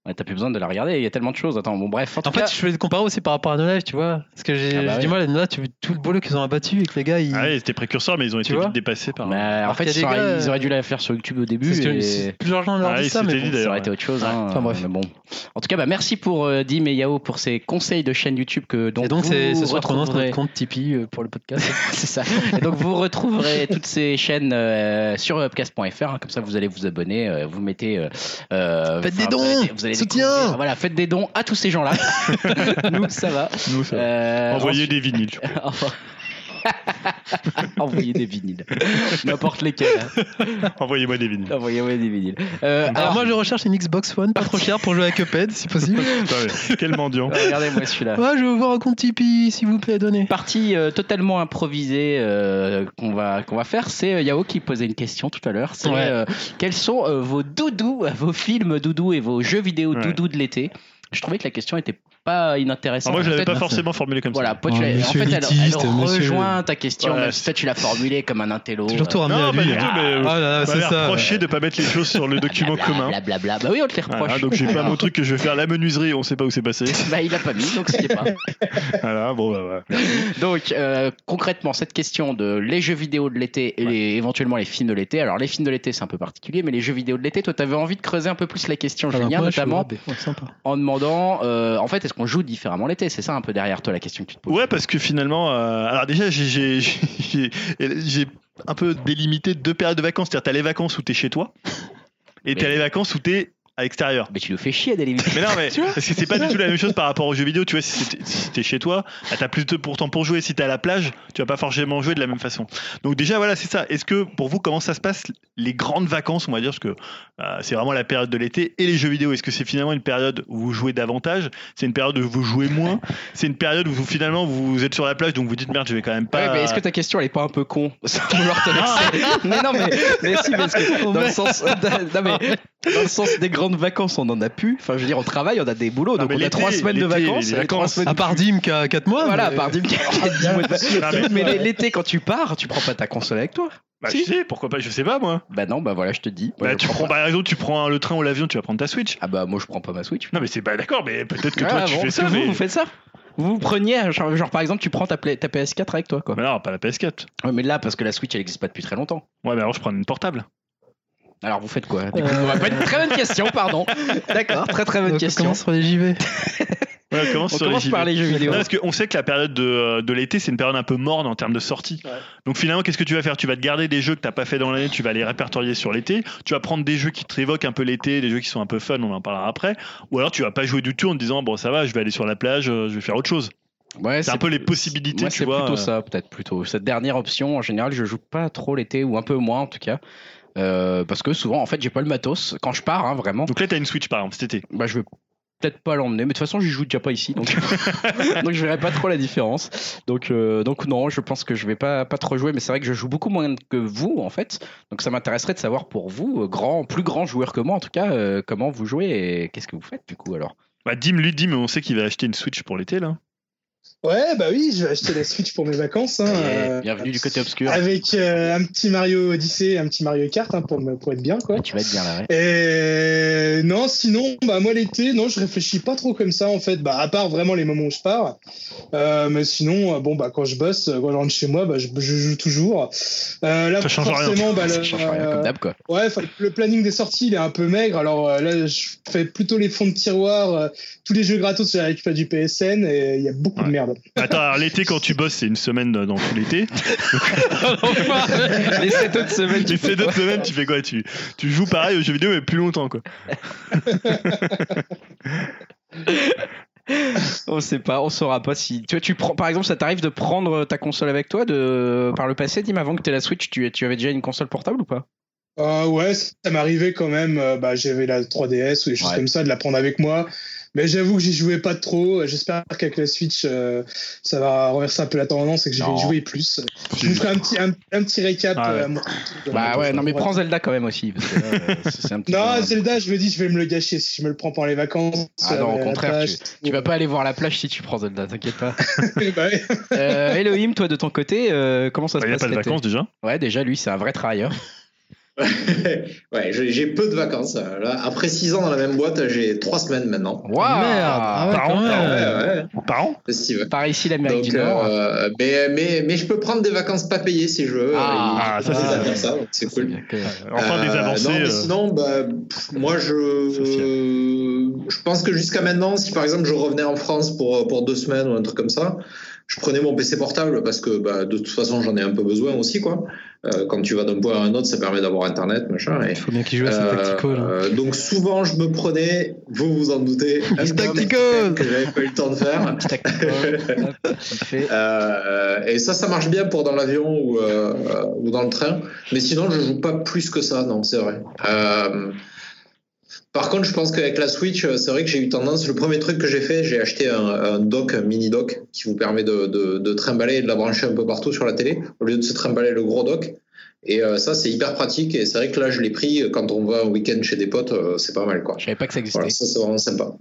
Ouais, T'as plus besoin de la regarder, il y a tellement de choses. Attends, bon, bref. En, tout
En fait,
cas,
je vais le comparer aussi par rapport à nos lives, tu vois. Parce que j'ai
Ah bah
j'ai
ouais.
du mal à nos lives, tu vois tout le boulot qu'ils ont abattu et que les gars, ils.
Ah ouais, c'était précurseurs, mais ils ont
Tu
été
vois
vite dépassés par.
mais bah, en
Alors
fait
qu'il y a
ils,
des
auraient,
gars,
ils auraient dû la faire sur YouTube au
c'est
début.
ce que-
Et...
c'est- plusieurs gens leur
Ah,
disent
ils
ça, mais
s'étaient
bon.
dit,
Ça
d'ailleurs,
aurait été autre chose. hein.
Enfin, bref.
Mais bon. En tout cas, bah, merci pour euh, Dim et Yao pour ces conseils de chaîne YouTube que donc,
Et donc,
vous
c'est ce soir qu'on lance
retrouverez.
notre compte Tipeee euh, pour le podcast.
C'est ça. Et donc vous retrouverez toutes ces chaînes euh, sur upcast.fr. hein. comme ça, vous allez vous abonner, euh, vous mettez. euh, euh,
Faites
enfin,
des
vous allez-
dons
vous allez
Soutien
découvrir- Voilà, faites des dons à tous ces gens-là. Nous, ça va.
Nous, ça.
Euh,
Envoyer des vinyles. tu
ensuite- Envoyez des vinyles. N'importe lesquels. hein.
vois. Envoyez-moi des vinyles.
Envoyez-moi des vinyles. Euh,
Alors, moi, je recherche une Xbox One, pas trop chère pour jouer à Cuphead, si possible.
Putain, mais quel mendiant.
Ah, Regardez-moi celui-là.
Ouais, je veux voir un compte Tipeee, s'il vous plaît, donnez.
partie euh, totalement improvisée euh, qu'on va qu'on va faire, c'est euh, Yao qui posait une question tout à l'heure. C'est
Ouais.
euh, quels sont euh, vos doudous, vos films doudous et vos jeux vidéo
Ouais.
doudous de l'été Je trouvais que la question était pas
Alors,
inintéressante.
moi, je l'avais
En fait,
pas forcément formulé comme
Voilà,
ça.
toi, tu
Oh,
l'as- en fait,
monsieur
elle, elle
élitiste, monsieur-
rejoint ta question,
Voilà.
même si toi tu l'as formulée comme un intello. euh,
Toujours tout ramener à
bah, Non, pas
lui.
du tout,
hein.
mais.
Ah là là,
On
c'est
m'avait
ça.
reproché de pas mettre les choses sur le document commun.
Blablabla. Bah oui, on te les reproche.
Voilà, donc j'ai pas
Alors,
mon truc que je vais faire la menuiserie, on sait pas où c'est passé.
Bah, il a pas mis, donc c'est pas.
voilà, bon bah voilà.
Donc, euh, concrètement, cette question de les jeux vidéo de l'été et les- éventuellement les films de l'été. Alors, les films de l'été, c'est un peu particulier, mais les jeux vidéo de l'été, toi, t'avais envie de creuser un peu plus la question,
ben,
Ah, donc,
Julien,
moi, je suis au
notamment
rabais. Ouais, sympa.
en demandant, euh, en fait, est-ce qu'on joue différemment l'été C'est ça un peu derrière toi la question que tu te poses.
Ouais, parce que finalement, euh, alors déjà, j'ai- j'ai- j'ai j'ai un peu délimité deux périodes de vacances. C'est-à-dire, t'as les vacances où t'es chez toi, et t'as
Mais-
les vacances où t'es à l'extérieur.
Mais tu nous fais chier à délimiter.
Mais non, mais parce que c'est pas du tout la même chose par rapport aux jeux vidéo. Tu vois, si t'es si t'es chez toi, ah, t'as plus de pourtant pour jouer. Si t'es à la plage, tu vas pas forcément jouer de la même façon. Donc déjà, voilà, c'est ça. Est-ce que pour vous, comment ça se passe les grandes vacances, on va dire, parce que euh, c'est vraiment la période de l'été et les jeux vidéo. Est-ce que c'est finalement une période où vous jouez davantage C'est une période où vous jouez moins C'est une période où vous, finalement vous êtes sur la plage, donc vous dites merde, je vais quand même pas. Ah.
Ouais, mais est-ce que ta question elle est pas un peu con sans vouloir te vexer Mais non, mais, mais si, parce que dans le sens, non, mais, dans le sens des grandes vacances, on en a plus. Enfin, je veux dire, on travaille, on a des boulots,
Non,
donc
mais
on a
l'été,
trois semaines de
l'été, les
vacances. et les trois
vacances.
semaines-
À part Dim qui a 4 mois.
Voilà,
mais-
par
Ah,
Dim qui a dix mois de vacances.
Non, Ah, mais-
Mais les- l'été, quand tu pars, tu prends pas ta console avec toi
Bah,
Si.
je sais, pourquoi pas, je sais pas moi.
Bah non, bah voilà, je te dis. Moi,
Bah,
je
tu
prends
prends,
pas-
par exemple, tu prends le train ou l'avion, tu vas prendre ta Switch.
Ah bah moi, je prends pas ma Switch.
Non, mais c'est pas d'accord, mais peut-être que
Ah,
toi tu
bon,
fais
parce
ça.
que vous,
mais-
vous faites ça vous preniez, genre, genre, par exemple, tu prends ta, pla- ta PS4 avec toi, quoi.
Ah, Mais non, pas la PS4.
Ouais, mais là, parce que la Switch, elle existe pas depuis très longtemps.
Ouais, mais alors je prends une portable.
Alors, vous faites quoi Du coup, on va pas une très bonne question, pardon. Euh. D'accord, très très bonne
Donc, on
question.
commence sur les JV.
Ouais, on commence
On
sur
commence
les
par
JV.
les jeux vidéo.
Non, parce qu'on sait que la période de, euh, de l'été, c'est une période un peu morne en termes de sortie.
Ouais.
Donc finalement, qu'est-ce que tu vas faire Tu vas te garder des jeux que t'as pas fait dans l'année, tu vas les répertorier sur l'été. Tu vas prendre des jeux qui te révoquent un peu l'été, des jeux qui sont un peu fun, on en parlera après. Ou alors tu vas pas jouer du tout en te disant bon ça va, je vais aller sur la plage, euh, je vais faire autre chose.
Ouais,
C'est un peu les possibilités,
Moi,
tu
c'est
vois,
plutôt
euh.
ça, peut-être plutôt. Cette dernière option, en général, je joue pas trop l'été ou un peu moins en tout cas, Euh, parce que souvent, en fait, j'ai pas le matos quand je pars, hein, vraiment.
Donc là, t'as une Switch par exemple cet été.
Bah, je vais peut-être pas l'emmener, mais de toute façon, je joue déjà pas ici, donc donc je verrai pas trop la différence. Donc euh, donc non, je pense que je vais pas pas trop jouer, mais c'est vrai que je joue beaucoup moins que vous en fait. Donc ça m'intéresserait de savoir pour vous, euh, grand plus grand joueur que moi en tout cas, euh, comment vous jouez et qu'est-ce que vous faites du coup alors.
Bah Dim lui Dim, on sait qu'il va acheter une Switch pour l'été là.
Ouais, bah oui, je vais acheter la Switch pour mes vacances. Hein, euh,
bienvenue du côté obscur.
Avec euh, un petit Mario Odyssey, un petit Mario Kart hein, pour, me- pour être bien, quoi.
Ah, tu vas être bien là, ouais.
Et non, sinon, bah moi l'été, non, je réfléchis pas trop comme ça en fait. Bah à part vraiment les moments où je pars. Euh, mais sinon, euh, bon bah quand je bosse, euh, quand je rentre chez moi, bah je, je joue toujours. Euh, là
Ça change rien.
forcément, bah
Ça
le,
change rien,
euh,
comme d'hab, quoi.
ouais, enfin, le planning des sorties il est un peu maigre. Alors euh, là, je fais plutôt les fonds de tiroir, euh, tous les jeux gratos, j'ai récupéré du PSN et il y a beaucoup
Ouais.
de merde.
Attends, alors, l'été, quand tu bosses, c'est une semaine euh, dans tout l'été.
Ah, Les 7 autres semaines,
Tu
tu
fais
fais
d'autres
quoi
semaines, tu fais quoi tu, tu joues pareil aux jeux vidéo, mais plus longtemps, quoi.
On sait pas, on saura pas si. Tu vois, tu prends, par exemple, ça t'arrive de prendre euh, ta console avec toi de... par le passé, Dim, avant que t'aies la Switch, tu, tu avais déjà une console portable ou pas
Euh, ouais, ça m'arrivait quand même. euh, bah, j'avais la 3DS ou des choses
Ouais.
comme ça, de la prendre avec moi. Mais j'avoue que j'y jouais pas trop. Euh, J'espère qu'avec la Switch, euh, ça va renverser un peu la tendance et que je vais
Non.
y jouer plus. Je vous ferai un petit, un, un petit récap.
Ah ouais.
euh, à mon retour.
Bah ouais, non, mais
Ouais.
prends Zelda quand même aussi. Parce que là, euh, c'est c'est un petit
Non,
peu-
Zelda, je me dis, je vais me le gâcher si je me le prends pendant les vacances.
Ah non,
euh,
au
la
contraire,
plage,
tu vas pas aller voir la plage si tu prends Zelda, t'inquiète pas.
Bah ouais.
Euh, Elohim, toi de ton côté, euh, comment ça
Bah,
se
Il n'y a
passe
pas de
l'été
vacances déjà.
Ouais, déjà lui, c'est un vrai travailleur.
ouais, j'ai j'ai peu de vacances. euh, Là. Après 6 ans dans la même boîte, j'ai 3 semaines maintenant.
Waouh
Merde, ah ouais,
par
quand
an,
Ouais,
même.
ouais,
Par an
ouais, Steve.
Par ici, l'Amérique
Donc,
du Nord.
euh, mais, mais, mais je peux prendre des vacances pas payées si je veux.
Ah,
euh,
ah, ça,
et- et
c'est
faire
bien.
ça, donc c'est
C'est
cool.
bien que-
Enfin, des
Euh,
avancées.
non, mais
euh,
sinon, bah, pff, moi, je, je pense que jusqu'à maintenant, si par exemple je revenais en France pour, pour deux semaines ou un truc comme ça, je prenais mon PC portable parce que bah, de toute façon, j'en ai un peu besoin aussi. Quoi. Euh, quand tu vas d'un point à un autre, ça permet d'avoir Internet, machin. Et,
Il faut bien qu'il joue à ses
euh,
tactical. hein.
euh, donc souvent, je me prenais, vous vous en doutez, un
tactical
que j'avais pas eu le temps de faire.
Petit tac, hop, il fait.
Euh, et ça, ça marche bien pour dans l'avion ou, euh, ou dans le train. Mais sinon, je joue pas plus que ça, non, c'est vrai. Euh, par contre, je pense qu'avec la Switch, euh, c'est vrai que j'ai eu tendance. Le premier truc que j'ai fait, j'ai acheté un, un dock, un mini dock, qui vous permet de, de, de trimballer et de la brancher un peu partout sur la télé, au lieu de se trimballer le gros dock. Et euh, ça, c'est hyper pratique. Et c'est vrai que là, je l'ai pris euh, quand on va un week-end chez des potes, euh, c'est pas mal, quoi.
Je savais pas que ça existait.
Voilà, ça, c'est vraiment sympa.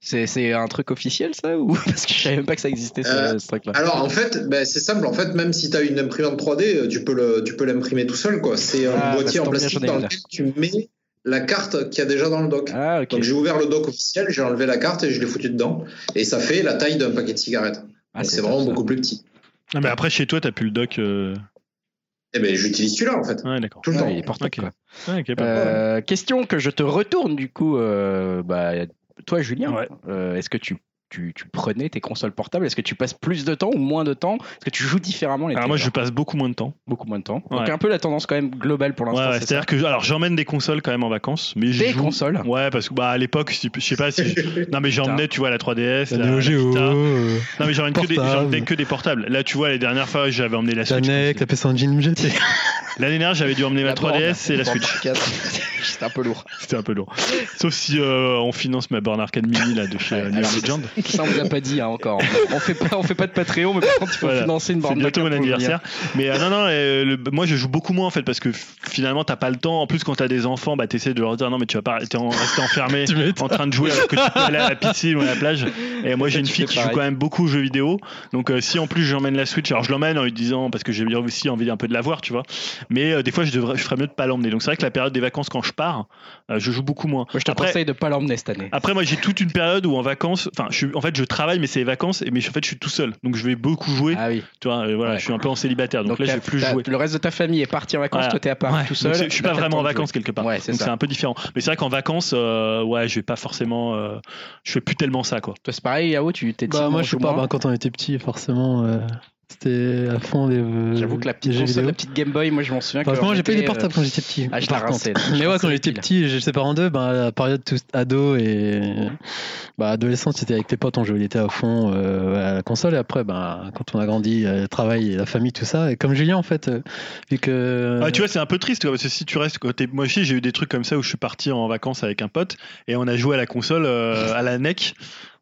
C'est, c'est un truc officiel ça ou parce que je savais même pas que ça existait ce,
Euh,
ce truc-là.
Alors en fait, ben, c'est simple. En fait, même si tu as une imprimante 3D, euh, tu peux le, tu peux l'imprimer tout seul quoi. C'est un
Ah,
boîtier
bah,
en
tant mieux,
plastique
j'en ai
dans
une, là.
lequel tu mets la carte qu'il y a déjà dans le dock.
Ah ok.
Donc j'ai ouvert le dock officiel, j'ai enlevé la carte et je l'ai foutu dedans. Et ça fait la taille d'un paquet de cigarettes.
Ah,
Donc, c'est
top,
vraiment
ça.
beaucoup plus petit.
Ah, mais après, chez toi, t'as plus le doc. euh,
Eh ben j'utilise celui-là en fait
Ouais, d'accord.
tout le
Ah,
temps.
il est portable,
Ok.
quoi.
Ah, Ouais, ok, pas mal.
Euh, question que je te retourne du coup. euh, bah, toi Julien,
Ouais.
euh, est-ce que tu, tu, tu prenais tes consoles portables Est-ce que tu passes plus de temps ou moins de temps Est-ce que tu joues différemment les
Alors, moi, je passe beaucoup moins de temps.
beaucoup moins de temps. Donc
Ouais.
un peu la tendance quand même globale pour
Ouais,
l'instant.
ouais,
c'est
c'est-à-dire que alors j'emmène des consoles quand même en vacances, mais
ça
je
Des
joue-
consoles.
Ouais, parce que bah à l'époque, si- je sais pas si je- non mais j'emmenais tu vois la 3DS,
La Neo Geo,
Vita.
euh,
Non mais j'emmène que des
Portable.
j'emmenais que des portables. Là tu vois les dernières fois j'avais emmené la
la
Switch.
NEC, la PC Engine GT.
L'année dernière j'avais dû emmener ma 3DS et la Switch.
C'était un peu lourd.
C'était un peu lourd. Sauf si euh, on finance ma borne arcade mini là de chez euh,
Ah,
New York Legend.
Ça on vous a pas dit hein, encore. On fait pas, on fait pas de Patreon, mais par contre il faut
Voilà.
financer une
C'est
borne.
bientôt mon
d'arcade pour venir.
anniversaire. Mais euh, non, non, euh, le- moi je joue beaucoup moins en fait parce que f- finalement t'as pas le temps. En plus, quand t'as des enfants, bah t'essaies de leur dire non, mais tu vas pas t'es en- rester enfermé
Tu m'étonnes.
en train de jouer alors que tu peux aller à la piscine ou à la plage. Et moi j'ai une
Tu
fille
fais
qui joue
pareil.
quand même beaucoup aux jeux vidéo. Donc euh, si en plus j'emmène la Switch, alors je l'emmène en lui disant parce que j'ai aussi envie un peu de la voir, tu vois. Mais euh, des fois je, devrais, je ferais mieux de pas l'emmener. Donc c'est vrai que la période des vacances quand je pars, euh, je joue beaucoup moins.
Moi, je te
Après- Ah
conseille de pas l'emmener cette année.
après, moi, j'ai toute une période où en vacances, enfin, je suis- en fait, je travaille, mais c'est les vacances, et mais je- en fait, je suis tout seul, donc je vais beaucoup jouer.
Ah oui.
Tu vois, euh, voilà,
Ouais.
je suis un peu en célibataire, donc, là,
t'as-
je vais plus
t'as-
jouer.
Le reste de ta famille est parti en vacances,
Voilà.
toi t'es à part
Ouais,
tout
donc
seul.
c'est- je suis
Là,
pas
t'as le
vraiment
temps
en
de
vacances quelque part.
jouer. Ouais, c'est
donc c'est
ça.
un peu différent. Mais c'est vrai qu'en vacances, euh, ouais, je vais pas forcément, euh, je fais plus tellement ça, quoi.
Toi c'est pareil, Yao, tu t'es
Bah, moi, je sais pas, bah, quand on était petit, forcément, euh, c'était à fond les. euh,
J'avoue que la petite
les jeux
console,
vidéo.
la petite Game Boy, moi je m'en souviens. que
Enfin, moi, j'ai
j'étais,
pas eu des
euh,
portables quand j'étais petit.
Ah, je la
par contre.
rinçais. là. Je
Mais ouais,
rinçais
quand
les
j'étais
piles.
petit, je sépare en deux, ben, la période tous ado et bah, adolescent, c'était avec tes potes, on jouait l'été à fond euh, à la console. Et après, ben, quand on a grandi, euh, le travail, la famille, tout ça. Et comme Julien, en fait, euh, vu
Euh.
que.
Ah, tu vois, c'est un peu triste, quoi, parce que si tu restes côté. Moi aussi, j'ai eu des trucs comme ça où je suis parti en vacances avec un pote et on a joué à la console, euh, à la NEC.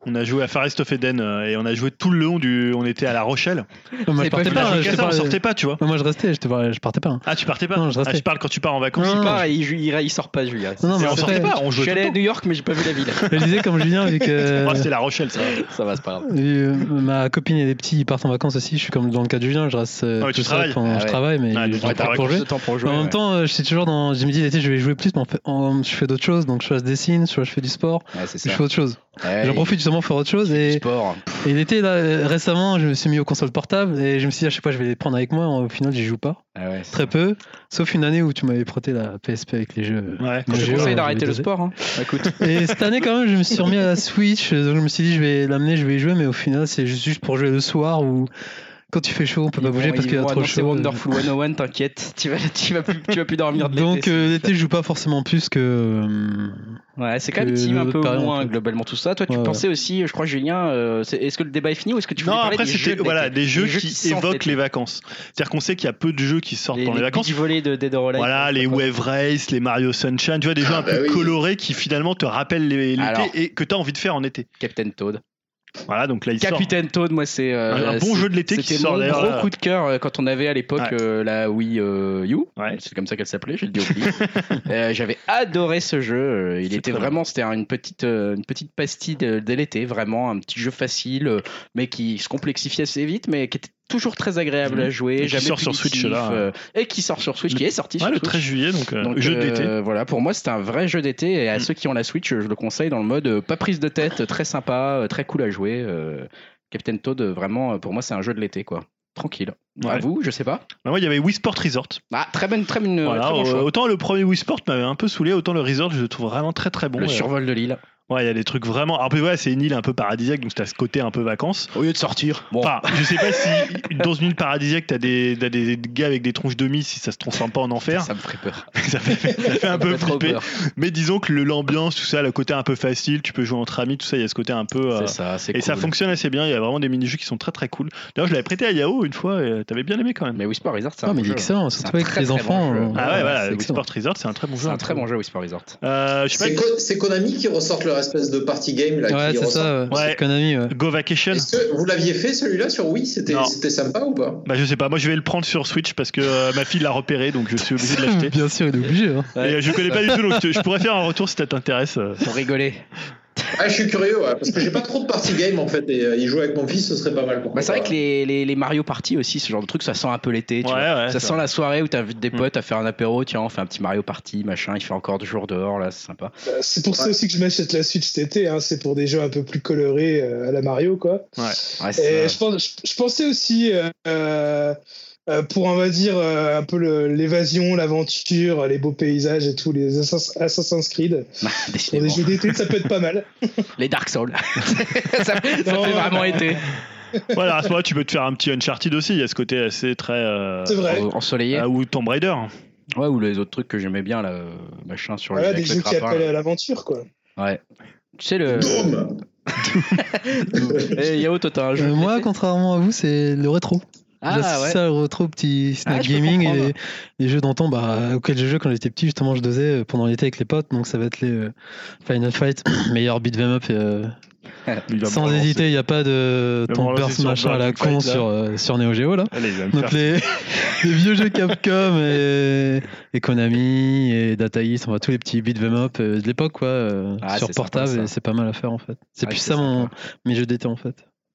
On a joué à Far East of Eden euh, et on a joué tout le long du. On était à La Rochelle.
Non, moi,
C'est
je
pas
partais
On
fait
pas,
a
hein,
joué
je
qu'à
te
ça, on
parlais-
sortait pas, tu vois.
Non, moi je restais, je, te parlais- je partais pas. hein.
Ah, tu partais pas
Non, je
Ah,
restais.
je parle quand tu pars en vacances.
Non,
tu
non,
pars.
Ah, il, jou- il, ra- il sort pas, Julia.
Non,
Et
non, mais
on
après-
sortait pas, on
Je
jouait
suis
tout
allé
le
à New York, mais j'ai pas vu la ville.
Je disais comme Julien, vu que
temps. Ah, c'est La Rochelle, ça.
Ça va, c'est pas grave.
vu, euh, ma copine et les petits ils partent en vacances aussi, je suis comme dans le cas de Julien, je reste euh,
Ah ouais, tu
tout seul
travailles.
pendant-
Ah
je
ouais.
travaille, mais
Ouais,
je
tu
dois
travailles
pas
pas
pour jouer.
temps pour
en même temps, euh, je suis toujours dans. Je me dis l'été, je vais jouer plus, mais en fait, en- je fais d'autres choses. Donc, soit je dessine, soit je fais du sport,
Ouais, c'est
je
ça.
fais autre chose.
Ouais,
J'en profite justement pour faire autre chose. Et,
Sport.
et l'été, là, euh, récemment, je me suis mis aux consoles portables et je me suis dit, ah, je sais pas, je vais les prendre avec moi. Au final, j'y joue pas.
Ah ouais,
Très peu. Sauf une année où tu m'avais prêté la PSP avec les jeux.
Ouais.
Moi,
Je
j'ai-
te conseille
ouais,
d'arrêter le
j'avais dosé.
sport. Hein. Écoute,
Et cette année, quand même, je me suis remis à la Switch. euh, Donc, je me suis dit, je vais l'amener, je vais y jouer. Mais au final, c'est juste- juste pour jouer le soir ou quand tu fais chaud, on peut pas bouger parce qu'il y a trop
C'est
chaud. euh.
Wonderful 101, t'inquiète. Tu vas, tu, vas plus, tu vas plus dormir de l'été.
Donc, euh,
c'est-
l'été, je joue pas forcément plus que. euh,
Ouais, c'est quand même
que
team un peu
pareil, en
moins
fait.
globalement tout ça. Toi, tu
Ouais,
pensais aussi, je crois, Julien, euh, c'est- est-ce que le débat est fini ou est-ce que tu voulais
Non,
parler
après,
des
c'était
jeux de
voilà,
l'été
des jeux
Les
qui,
sortent
évoquent
l'été.
les vacances. C'est-à-dire qu'on sait qu'il y a peu de jeux qui sortent
les,
pendant les vacances.
volés de Dead or Alive.
Voilà, les Wave Race, les Mario Sunshine, tu vois, des jeux
Ah,
un
bah
peu
oui.
colorés qui finalement te rappellent les- l'été
Alors.
et que tu as envie de faire en été.
Captain Toad.
Voilà, donc là, il sort.
Capitaine Toad, moi, c'est euh,
Un- un bon
c'est-
jeu de l'été qui
c'était
sort,
mon
d'ailleurs,
gros
là.
coup de cœur euh, quand on avait à l'époque
Ouais.
euh, la Wii euh, U.
Ouais.
C'est comme ça qu'elle s'appelait, j'ai le dis au pif. Euh, J'avais adoré ce jeu. euh, Il
C'est
était
très
vraiment, c'était un- une petite, euh, une petite pastille de, de l'été, vraiment un petit jeu facile, euh, mais qui se complexifiait assez vite, mais qui était toujours très agréable à jouer.
Mhm. Et qui
jamais
sort sur
punitif,
Switch, là.
euh, et qui sort sur Switch, qui est sorti
Ouais,
sur
le
Switch.
13 juillet, donc, euh,
Donc,
jeu
euh,
d'été.
Voilà, pour moi, c'était un vrai jeu d'été. Et à
Mm.
ceux qui ont la Switch, je le conseille dans le mode euh, pas prise de tête, très sympa, euh, très cool à jouer. euh, Captain Toad, euh, vraiment, euh, pour moi, c'est un jeu de l'été, quoi. Tranquille. À
Ouais.
vous, je sais pas.
Bah, moi, il y avait Wii Sport Resort.
Ah, très bonne, très bonne,
Voilà,
très bon
euh,
choix.
autant le premier Wii Sport m'avait un peu saoulé, autant le Resort, je le trouve vraiment très très bon.
le
Euh,
survol de l'île.
Ouais, il y a des trucs vraiment. Après, ouais, c'est une île un peu paradisiaque, donc t'as ce côté un peu vacances.
Au lieu de sortir. Bon.
Enfin, je sais pas si dans une île paradisiaque, t'as des, t'as des gars avec des tronches de mie, si ça se transforme pas en enfer.
Ça me ferait peur.
ça, fait, ça fait
Ça
un
me
peu
ferait trop
flipper.
peur.
Mais disons que le- l'ambiance, tout ça, le côté un peu facile, tu peux jouer entre amis, tout ça, il y a ce côté un peu. euh,
C'est ça, c'est
Et ça
cool.
fonctionne assez bien, il y a vraiment des mini-jeux qui sont très très cool. D'ailleurs, je l'avais prêté à Yao une fois, et t'avais bien aimé quand même.
Mais Whisper Resort, c'est
Non,
un
Ah, mais
bon
il est
jeu.
excellent,
un
surtout avec
très,
les
très bon
enfants.
jeu.
euh,
Ah ouais, voilà,
c'est
Wii
excellent.
Sport Resort, c'est un très bon jeu.
C'est un
hein.
très bon jeu, Whisper Resort.
Euh, je sais
C'est
pas,
Co- c'est Konami qui ressortent leur espèce de party game là.
Ouais,
qui
c'est
ressort.
ça, ouais.
Ouais.
c'est Konami. ouais.
Go Vacation
Est-ce que vous l'aviez fait celui-là sur Wii C'était
Non.
c'était sympa ou pas
Bah je sais pas, moi je vais le prendre sur Switch parce que euh, ma fille l'a repéré donc je suis obligé de l'acheter.
Bien sûr, il est obligé. hein.
Et euh, je connais pas du tout donc je je pourrais faire un retour si ça t'intéresse. euh.
Pour rigoler.
Ah, je suis curieux, ouais, parce que j'ai pas trop de party game en fait. Et euh, y jouer avec mon fils, ce serait pas mal pour
Bah, c'est
moi.
vrai que les, les, les Mario Party aussi, ce genre de truc, ça sent un peu l'été. tu
Ouais,
vois.
ouais,
ça
ça.
sent la soirée où t'invites des potes à faire un apéro, tiens, on fait un petit Mario Party, machin, il fait encore deux jours dehors, là, c'est sympa.
Euh, C'est pour ça aussi que je m'achète la Switch cet été. hein. C'est pour des jeux un peu plus colorés euh, à la Mario, quoi.
Ouais,
Et
c'est
je, pense- je- je pensais aussi euh, euh, pour on va dire euh, un peu le- l'évasion, l'aventure, les beaux paysages et tout, les Assassin's Assassin's Creed.
ça.
Pour des
euh, Décidément.
jeux d'été, ça peut être pas mal.
Les Dark Souls. ça ça fait
Non,
vraiment été.
voilà, à ce moment-là tu peux te faire un petit Uncharted aussi, il y a ce côté assez très... euh,
C'est vrai.
En- Ensoleillé.
euh, ou Tomb Raider.
Ouais, ou les autres trucs que j'aimais bien, là, euh, machin, sur
Voilà,
les,
Ah, des
avec le
jeux qui
grappin, là.
appellent à l'aventure, quoi.
Tu sais, le.
Doom
Eh, Yao, toi, t'as un jeu.
Euh,
de
moi,
l'été
contrairement à vous, c'est le rétro.
Ah ouais.
Ça, le rétro, petit snack
Ah, je peux
gaming et
comprendre.
les, les jeux d'antan bah, auxquels j'ai joué quand j'étais petit. Justement, je dosais euh, pendant l'été avec les potes. Donc, ça va être les euh, Final Fight, meilleur beat 'em up. euh,
Il va me
sans
relancer.
hésiter, il n'y a pas de
Il va me
ton
relancer
perso
sur
machin à la
Final
con
Fight, là.
sur, euh, sur Neo Geo là.
Allez, il va me
Donc
faire-
les, les vieux jeux Capcom et, et Konami et Data East, on va tous les petits beat'em up euh, de l'époque quoi, euh,
Ah,
sur
c'est
portable
sympa, ça.
et c'est pas mal à faire en fait. C'est
Ah,
plus
c'est
ça mon,
sympa.
mes jeux d'été en fait.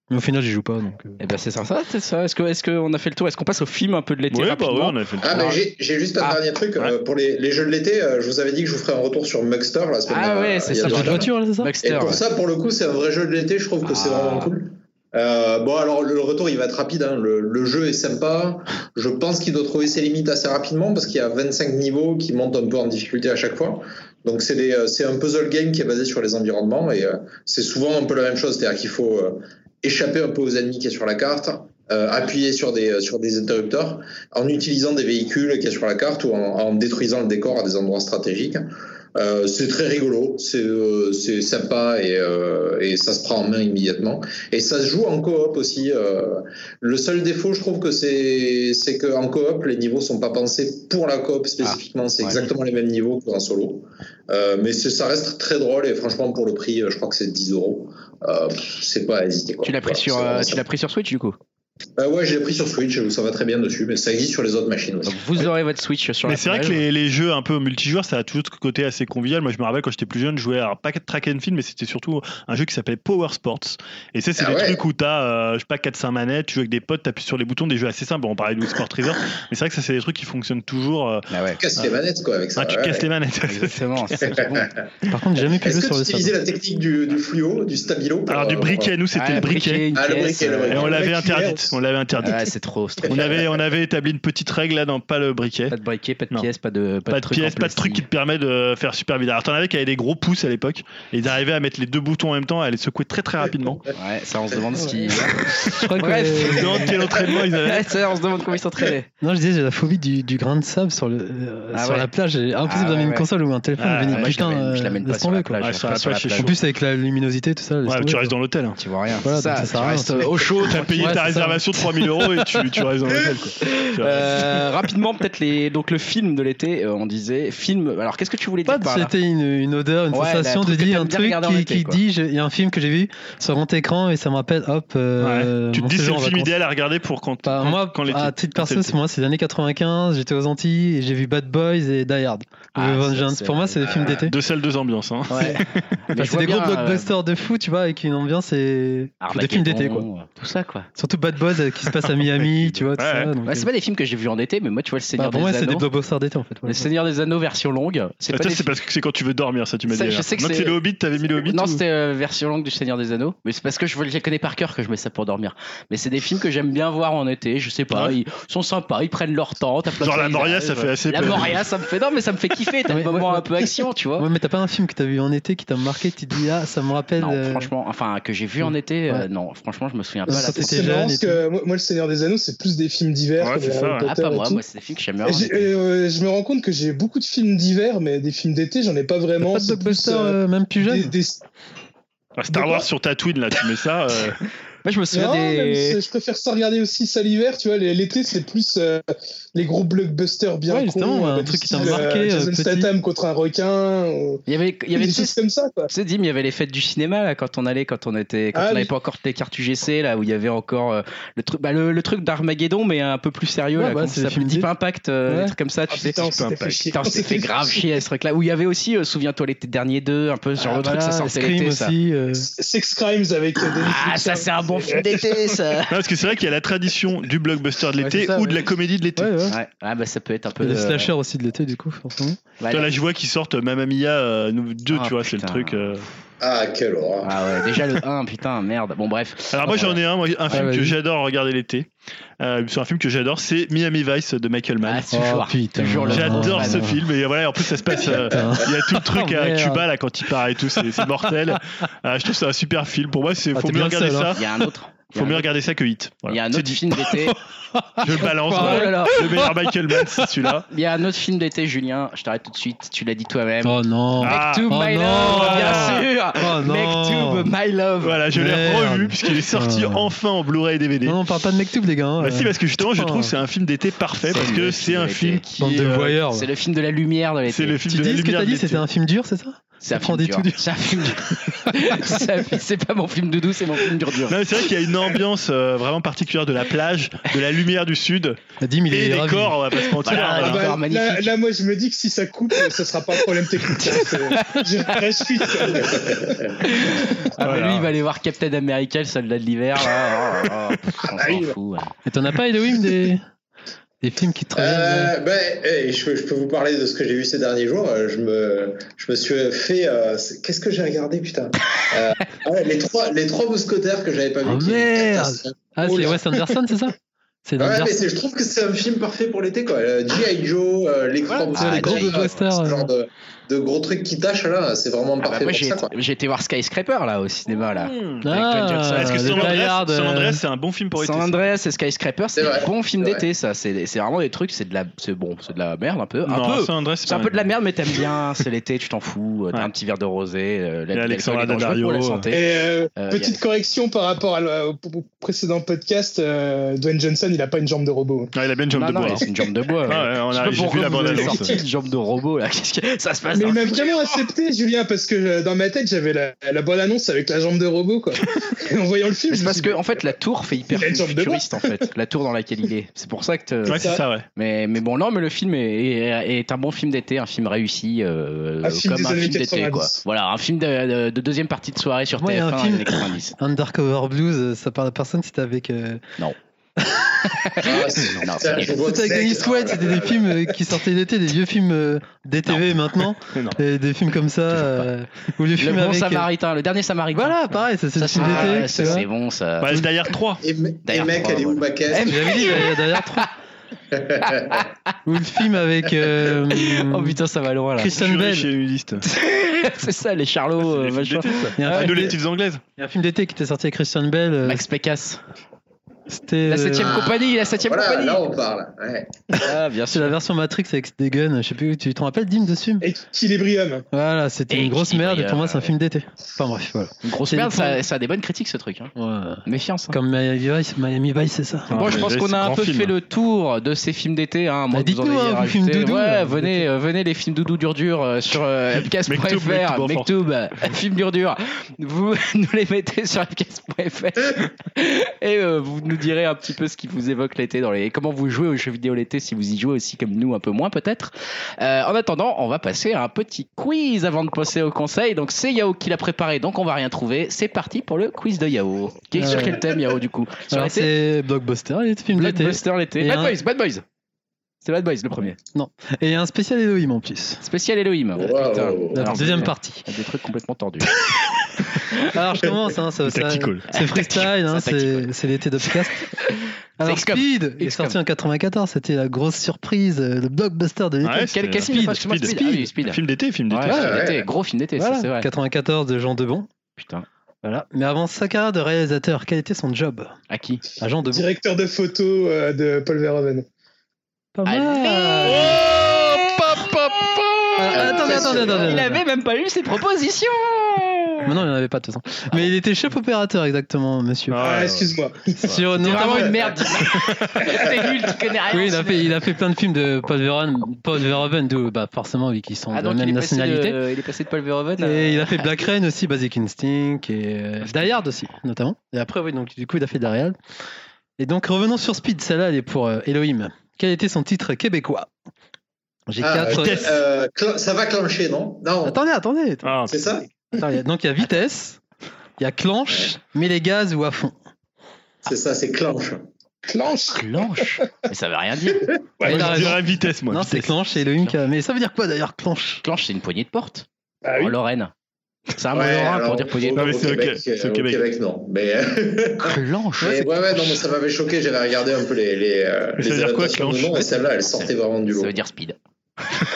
Mais au final j'y joue pas donc. euh.
Eh ben, c'est ça, ça, c'est ça. Est-ce qu'on est qu'on a fait le tour Est-ce qu'on passe au film un peu de l'été
Ouais, bah
rapidement
ouais, on a fait le
Ah,
tour.
mais j'ai j'ai juste un
Ah.
dernier truc. euh, pour les, les jeux de l'été, euh, je vous avais dit que je vous ferais un retour sur Mugster la semaine
Ah ouais,
euh,
c'est
il y a
ça, bah,
Jeu de
deux semaines.
voiture là, c'est ça
Et
Baxter.
pour ça, pour le coup, c'est un vrai jeu de l'été. Je trouve que c'est
Ah.
vraiment cool. Euh, bon, alors le retour, il va être rapide. hein. Le, le jeu est sympa. Je pense qu'il doit trouver ses limites assez rapidement parce qu'il y a 25 niveaux qui montent un peu en difficulté à chaque fois. Donc c'est des, euh, c'est un puzzle game qui est basé sur les environnements et euh, c'est souvent un peu la même chose. C'est-à-dire qu'il faut euh, échapper un peu aux ennemis qui est sur la carte, euh, appuyer sur des, sur des interrupteurs en utilisant des véhicules qui est sur la carte ou en, en détruisant le décor à des endroits stratégiques. Euh, c'est très rigolo, c'est euh, c'est sympa et, euh, et ça se prend en main immédiatement. Et ça se joue en coop aussi. euh. le seul défaut, je trouve que c'est c'est que en coop, les niveaux sont pas pensés pour la coop spécifiquement. c'est
Ah, ouais.
exactement les mêmes niveaux qu'en solo. Euh, mais c'est- ça reste très drôle et franchement pour le prix, euh, je crois que c'est 10 euros. Euh, pff, C'est pas à hésiter. Quoi.
Tu l'as pris,
Bah,
Voilà,
sur,
c'est
euh,
vraiment
tu l'as pris sur Switch du coup
euh, ouais, je l'ai pris sur Switch, ça va très bien dessus, mais ça existe sur les autres machines aussi.
Donc vous aurez votre Switch sur
Mais
la
c'est vrai que
plage.
les, les jeux un peu multijoueurs, ça a toujours ce côté assez convivial. Moi, je me rappelle quand j'étais plus jeune, je jouais à un paquet de track and field, mais c'était surtout un jeu qui s'appelait Power Sports. Et ça, c'est
Ah
des
ouais.
trucs où t'as, euh, je sais pas, 4-5 manettes, tu joues avec des potes, t'appuies sur les boutons, des jeux assez simples. Bon, on parlait de Wii Sport Trésor, mais c'est vrai que ça, c'est des trucs qui fonctionnent toujours. euh,
Ah ouais,
Tu casses les manettes quoi avec ça.
hein, tu
ouais,
casses
Ah ouais.
les manettes.
exactement. c'est ça qui est bon.
Par contre, j'ai jamais pu
Est-ce
jouer
que
sur
tu
le
utilisais
sable.
la technique du, du fluo, du stabilo pour,
Alors, du
euh,
briquet, nous, c'était
Ah,
le briquet.
une
Ah, le
pièce,
briquet, le
euh,
Et
briquet.
on l'avait
Ouais,
interdite.
cuillère.
On l'avait interdite.
Ah, c'est trop, c'est trop.
On avait, on avait établi une petite règle là, dans pas le briquet.
Pas de briquet, pas de
Non.
pièce, pas de
Pas, de
truc en
pièce, pas de truc qui
plastique.
te permet de faire super vite. Alors t'en avais qui avaient des gros pouces à l'époque, et ils arrivaient à mettre les deux boutons en même temps, à les secouer très très rapidement.
Ouais, ça on se demande ce qui.
Je crois que,
Bref.
euh,
Dans quel entraînement ils avaient
Ouais, ça, on se demande comment ils s'entraînaient.
non, je disais, j'ai la phobie du, du grain de sable sur, le, euh,
Ah
sur
ouais.
la plage. C'est Impossible
Ah
d'amener
ouais,
une
ouais.
console ou un téléphone.
Ah,
je me dis,
ouais,
Moi, je
putain,
l'amène- je
euh,
l'amène pas
laisse
sur la
tomber quoi.
plage.
Ouais,
je
sur
reste
la plage, c'est
En
chaud.
plus, avec la luminosité, tout ça. laisse
Ouais,
tomber,
tu restes
quoi.
dans l'hôtel. Hein.
Tu vois rien.
Voilà,
c'est
donc
ça,
ça sert
tu
à rien.
restes au chaud.
T'as payé ta
Ouais, c'est ça.
réservation de 3000 euros et tu, tu restes dans l'hôtel. quoi. Tu vois.
Euh, rapidement, peut-être les donc le film de l'été. euh, on disait film. Alors, qu'est-ce que tu voulais dire
Pas
par
de-
là
C'était une, une odeur, une
Ouais, là,
sensation
un
de
truc que
dire
t'aimes
un
bien
truc
regarder en
qui,
été,
qui
quoi.
dit j'ai- il y a un film que j'ai vu sur grand écran et ça me rappelle hop. euh,
Tu te
mon
dis c'est
séjour
le
en
film
vacances.
idéal à regarder pour quand,
Bah,
quand-
moi,
quand l'été.
à titre
quand
perso,
l'été.
c'est moi, c'est les années 95, j'étais aux Antilles et j'ai vu Bad Boys et Die Hard.
Ah,
Le
ça,
Vengeance.
c'est-
Pour moi, c'est des films d'été.
Deux salles, deux ambiances. Hein.
Ouais. Mais je
Enfin, c'est
vois
des gros
bien, euh,
blockbusters de fou, tu vois, avec une ambiance et pour des films d'été, quoi.
Armageddon, euh, Tout ça, quoi.
Surtout Bad Boys euh, qui se passe à Miami, tu vois, tout
Ouais,
ça.
ouais.
donc,
Ouais, c'est
euh,
pas des films que j'ai vus en été, mais moi, tu vois, le
bah,
Seigneur
pour moi,
des
c'est des
Anneaux.
blockbusters d'été, en fait. voilà.
Le Seigneur des Anneaux version longue. C'est
Ah,
pas
ça,
des
c'est
films-
parce que c'est quand tu veux dormir, ça, tu m'as
Ça,
dit.
je
là.
sais que
Moi,
c'est-
c'est le Hobbit, t'avais mis le Hobbit
Non,
ou-
c'était euh, version longue du Seigneur des Anneaux, mais c'est parce que je veux- je les connais par cœur que je mets ça pour dormir. Mais c'est des films que j'aime bien voir en été, je sais pas,
Ouais.
ils sont sympas, ils prennent leur temps. t'as plein de
Genre la
paysages, euh,
Moria, ça fait assez
La
peur.
Moria, ça me fait non, mais ça me fait kiffer. T'as
Ouais,
des
ouais,
moments
ouais.
un peu action, tu vois.
Ouais, mais t'as pas un film que t'as vu en été qui t'a marqué, tu te dis, ah, ça me rappelle.
Non,
euh,
franchement, enfin que j'ai vu en été, euh, non, franchement, je me souviens pas.
Quand
là,
t'étais
pour-
C'est marrant
jeune
parce
et
que moi, moi, le Seigneur des Anneaux, c'est plus des films d'hiver
Ouais,
que des
c'est ça,
Harry
ouais.
Ah
Potter
pas
et
moi,
tout.
moi c'est des films que j'aime bien.
Et j'ai- et, euh, je me rends compte que j'ai beaucoup de films d'hiver, mais des films d'été, j'en ai pas
t'as
vraiment.
Pas de
c'est plus,
blockbuster,
euh,
euh, même plus
des-
jeune.
des-
Ah, Star Wars sur Tatooine, là, tu mets ça. euh,
Moi je me souviens
Non, même
des.
si je préfère ça regarder aussi ça l'hiver, tu vois. les- L'été, c'est plus euh, les gros blockbusters bien
Ouais, justement,
cons,
un
euh,
truc qui
du
t'a
style,
marqué,
euh,
euh,
Jason
petit.
Statham contre un requin. ou-
Il y avait, il y avait
des
tu sais,
choses comme ça, quoi.
Tu sais, Dim, il y avait les fêtes du cinéma là quand on allait, quand on était, quand
Ah
on n'avait
oui.
pas encore les cartes UGC là où il y avait encore euh, le truc, bah, le, le truc d'Armageddon mais un peu plus sérieux
Ouais,
là,
bah,
comment
c'est
ça
le
s'appelle
film
Deep
D.
Impact, euh,
Ouais.
des trucs comme ça, tu
Ah,
sais.
putain, on s'était
un
fait
pack.
chier.
Putain,
On
c'était
s'était
fait grave chier à ce truc-là. Où il y avait aussi, euh, souviens-toi, l'été dernier 2, un peu ce genre
Ah,
de truc, ça
voilà,
sortait
Scream
l'été, ça.
aussi. euh,
Sex Crimes avec euh, Dennis
Ah, ça,
Richards.
c'est un bon
Et-
film d'été, ça.
Non, parce que c'est vrai qu'il y a la tradition du blockbuster de
Ouais,
l'été
c'est ça,
ou de
ouais.
la comédie de l'été.
Ouais, ouais.
Ouais, ah, bah, ça peut être un peu.
Et le
euh,
slasher aussi de l'été, du coup, forcément.
bah,
Toi, là, je vois qu'ils sortent Mamma Mia euh, nous- deux,
Ah,
tu vois, c'est le
putain.
truc. euh.
Ah, quelle horreur.
Ah ouais, déjà le 1, putain, merde. Bon, bref.
Alors, moi, j'en ai un, moi, un film que
vas-y.
j'adore regarder l'été. Euh, c'est un film que j'adore, c'est Miami Vice de Michael
Ah,
Mann.
c'est toujours.
putain.
toujours le-
J'adore
Ah,
ce
non.
film et voilà en plus ça se passe euh,
Putain.
il y a tout le truc
Oh,
à
merde.
Cuba là quand il part et tout c'est c'est mortel Ah, je trouve que c'est un super film pour moi c'est
Ah,
faut
t'es
mieux
bien
regarder
seul,
ça
Il y a un autre. Il y a
faut
un
mieux
autre-
regarder ça que Hit
il y a
Voilà.
un
C'est
autre
dit.
film d'été.
je le balance
Oh là là.
le meilleur Michael Mann c'est celui-là
Il y a un autre film d'été, Julien. Je t'arrête tout de suite. Tu l'as dit toi-même.
Oh non.
Ah.
Mektoub,
oh
my
non.
love, bien sûr.
Oh non.
Mektoub, my love.
voilà je l'ai
Merde.
revu puisqu'il est sorti
Ah.
enfin en Blu-ray et DVD
Non, non, on parle pas de Mektoub, les gars. hein.
Bah si, parce que justement, je
putain.
trouve que c'est un film d'été parfait
C'est
parce
le
que c'est un
film
film
d'été.
qui
Bande de
est, euh,
voyeurs.
C'est le film de la lumière de l'été.
c'est le film
Tu
de la
dis ce que
lumière
t'as
de
dit,
l'été.
c'était un film dur, c'est ça
C'est un
prend
film
des
dur.
tout durs.
C'est un film dur. C'est un film- c'est pas mon film doudou, c'est mon film dur dur.
Non, mais c'est vrai qu'il y a une ambiance euh, vraiment particulière de la plage, de la lumière du sud
Dim, il
et
est
des
ravi.
corps, on va pas se mentir.
Voilà,
hein.
Ah,
Ah bah,
encore
là,
magnifique.
là, moi, je me dis que si ça coupe, euh, ça sera pas un problème technique. hein, c'est- je reste vite.
Ah, bah,
Voilà.
lui, il va aller voir Captain America, le soldat de l'hiver. là. Oh, oh, oh, pff,
Ah
on s'en
oui.
fout. ouais.
Et t'en as pas, Elohim, des... des films qui te reviennent
Euh, ben, hey, je, peux- je peux vous parler de ce que j'ai vu ces derniers jours. Euh, Je me, je me suis fait. euh, c'est- Qu'est-ce que j'ai regardé, putain Euh, ah ouais, les, trois, les trois mousquetaires que j'avais pas vu.
Oh,
qui est une
merde
catastrophe.
Ah,
oh
c'est
là.
Wes Anderson, c'est ça C'est
Ouais,
Anderson.
mais c'est- je trouve que c'est un film parfait pour l'été, quoi. Euh, G.I. Joe, euh, les
Voilà,
Crampons,
c'est les
les
gros
Crampons,
blockbusters,
ce
euh.
genre de, de gros trucs qui tâchent là, c'est vraiment
Ah bah,
parfait
moi,
pour
j'ai
ça. Quoi.
j'ai été voir Skyscraper là au cinéma là. Dwayne Johnson.
Ah,
Est-ce que
le
San Andreas,
Bayard, euh,
San Andreas, c'est un bon film pour été
San Andreas et Skyscraper, c'est
C'est vrai.
un bon film
C'est
d'été ça. C'est c'est vraiment des trucs, c'est de la, c'est bon, c'est de la merde un peu, un
Non,
peu.
San Andreas,
C'est un
pas
peu de la
mal.
merde, mais t'aimes bien. C'est l'été, tu t'en fous. euh, T'as
Ouais.
un petit verre de rosé. euh, l'alcool
Alexandra
est dangereux
Daddario,
pour la
euh.
Et
santé.
euh,
Euh,
petite
y a-
correction par rapport à la- au, au précédent podcast, euh, Dwayne Johnson, il a pas une jambe de robot.
Ah, il a bien
Non,
une jambe
Bah
de
non,
bois.
mais
hein.
c'est une jambe de bois. ouais.
Ah ouais, on
Je sais
a-
pas
J'ai vu
pourquoi
la
vous
bande
avez
annonce.
sorti une jambe de robot là. Qu'est-ce que ça se passe hein
Mais
dans
il m'a
le-
vraiment accepté, Julien, parce que euh, dans ma tête, j'avais la, la bonne annonce avec la jambe de robot, quoi. Et en voyant le film,
Mais
je
C'est
me
parce
suis
que
dit,
en fait la tour fait hyper
Il a une jambe de bois.
futuriste en fait. La tour dans laquelle il est. C'est pour ça que. te-
Ouais, c'est ça, ouais. Bah,
Mais mais bon non mais le film est, est, est un bon film d'été, un film réussi euh,
Un film
comme
des
un
années
film d'été
90.
quoi. Voilà un film de, de deuxième partie de soirée sur
Moi, il y a
TF1
un film-
années 90.
Undercover Blues, euh, ça parle à personne, c'était avec. euh,
Ah, c'est-
Non,
putain,
c'est-
je vois
C'était avec
sec.
Denis Quaid, c'était des films euh, qui sortaient l'été, des vieux films euh, DTV maintenant,
Non.
et des films comme ça,
Toujours pas.
euh, ou les
Le
films
bon
avec. euh,
Samaritain, le dernier Samaritain.
Voilà, pareil, ça c'est
Ça,
le
c'est
film
ah, ouais,
d'été.
ça,
tu vois.
c'est bon ça.
Bah, D'ailleurs, 3.
Et, me- et
D'ailleurs,
mec, elle est où
voilà.
ma caisse
Eh,
J'avais dit euh, d'ailleurs- d'ailleurs trop. Ou le film avec. euh,
Oh putain, ça va loin là.
Christian Bell.
chez Udiste.
c'est ça, les charlots, euh, machin.
Il y a un
Ah,
film
nous, les
d'été-
petites anglaises.
il y a un film d'été qui était sorti avec Christian Bell. euh,
Max Pécasse.
C'était.
La
euh,
7
ah.
compagnie, la 7
Voilà,
Eh,
compagnie.
là on parle. Ouais.
Ah, bien
C'est
sûr.
la version Matrix avec des guns. Je sais plus, tu t'en rappelles, Dim, de ce film
Equilibrium.
Voilà, c'était une grosse merde et pour moi, c'est un
Equilibrium,
film d'été. Enfin bref, voilà.
Une grosse
C'est
merde,
le point.
ça, ça a des bonnes critiques ce truc. Hein.
Ouais.
Méfiance. hein.
Comme Miami Vice, Miami Vice, c'est ça.
Bon,
Ah,
je
mais
pense
là,
qu'on
c'est
a un
grand
peu
film.
fait le tour de ces films d'été. Hein. Moi,
Bah,
vous en
dites-nous,
avez
hein, vos
rajouté.
films doudous,
Ouais,
là,
venez, euh, venez les films doudou dur dur euh, sur euh,
Mektoub,
fcast.fr.
Mektoub,
Mektoub, film euh, dur dur. Vous nous les mettez sur fcast.fr et euh, vous nous direz un petit peu ce qui vous évoque l'été dans les. Comment vous jouez aux jeux vidéo l'été si vous y jouez aussi comme nous un peu moins peut-être. Euh, en attendant, on va passer à un petit quiz avant de passer au conseil. Donc c'est Yao qui l'a préparé, donc on va rien trouver. C'est parti pour le quiz de Yao. Qui est sur
Ouais.
quel thème Yao du coup Sur
Euh, Alors,
l'été
c'est Blockbuster, les films d'été.
Blockbuster l'été.
Et
Bad
un-
Boys, Bad Boys. C'est Bad Boys le premier.
Et il y a un spécial Elohim en plus.
Spécial Elohim.
Wow. Ah,
Putain.
La
Alors,
deuxième
c'est-
partie.
Des trucs complètement tordus.
Alors je commence, hein, ça, ça-
Tactical.
c'est freestyle, hein,
Ça, tactique,
c'est c'est l'été d'Opcast. Alors
XCOM.
Speed est
XCOM.
sorti en 94, c'était la grosse surprise, euh, le blockbuster de l'été.
Ouais,
Quel
c'est-
qu'est-ce qu'il
Speed,
fait Speed.
Speed.
Ah oui, Speed.
Film d'été, film
Ouais,
d'été.
film
ouais.
d'été, gros film d'été, ça,
Voilà,
c'est vrai.
94 de Jean Debon.
Putain.
Voilà. Mais avant sa carrière de réalisateur, quel était son job
À qui
à Jean Debon
Directeur de photo euh, de Paul Verhoeven.
Pas mal.
Oh,
Ah,
Attendez, attendez,
impressionnant.
attendez.
Euh, Il
attendez.
avait même pas eu ses propositions.
Mais non, il n'y en avait pas de toute façon. Mais il était chef opérateur exactement, monsieur.
Ah,
Ah,
ouais,
excuse-moi.
Sur
T'es
notamment-
vraiment une merde. T'es nul, tu connais rien.
Oui, il a
tu-
fait, il a fait plein de films de Paul Verhoeven, Paul Verhoeven d'où, bah, forcément, vu qu'ils sont
Ah
de la
donc il
même
est, passé
nationalité.
de, il est passé de Paul Verhoeven. à-
Et il a fait Black Rain aussi, Basic Instinct, et euh, Die Hard aussi, notamment. Et après, oui, donc du coup, il a fait Die Hard. Et donc, revenons sur Speed, celle-là, elle est pour euh, Elohim. Quel était son titre québécois J'ai
Ah,
quatre.
vitesse. Euh, cl- ça va clencher, non Non,
Attendez, attendez.
Ah,
c'est ça
Attends, il y a- donc, il y a vitesse, il y a clenche, mais les gaz ou à fond.
C'est ça, c'est clenche.
Clanche.
Clanche. Mais ça veut rien dire.
Mais
ouais,
il a
je
raison.
dirais vitesse, moi.
non, c'est
vitesse.
clenche et Elohim qui a- Mais ça veut dire quoi d'ailleurs, clenche
Clanche, c'est une poignée de porte.
Ah oui.
En Lorraine. C'est un mot
Ouais,
lorrain Ah, pour
alors,
dire poignée de
Non,
porte.
mais
au
c'est au
Québec,
Qué- c'est au
euh, au
Québec.
Québec, non. Mais, euh,
Clanche.
mais ouais, ouais, non, mais ça m'avait choqué. J'avais regardé un peu les, les, euh,
Mais ça
les
veut dire quoi,
annotations de
clenche
noms, et celle-là, elle sortait vraiment du lot.
Ça veut dire speed.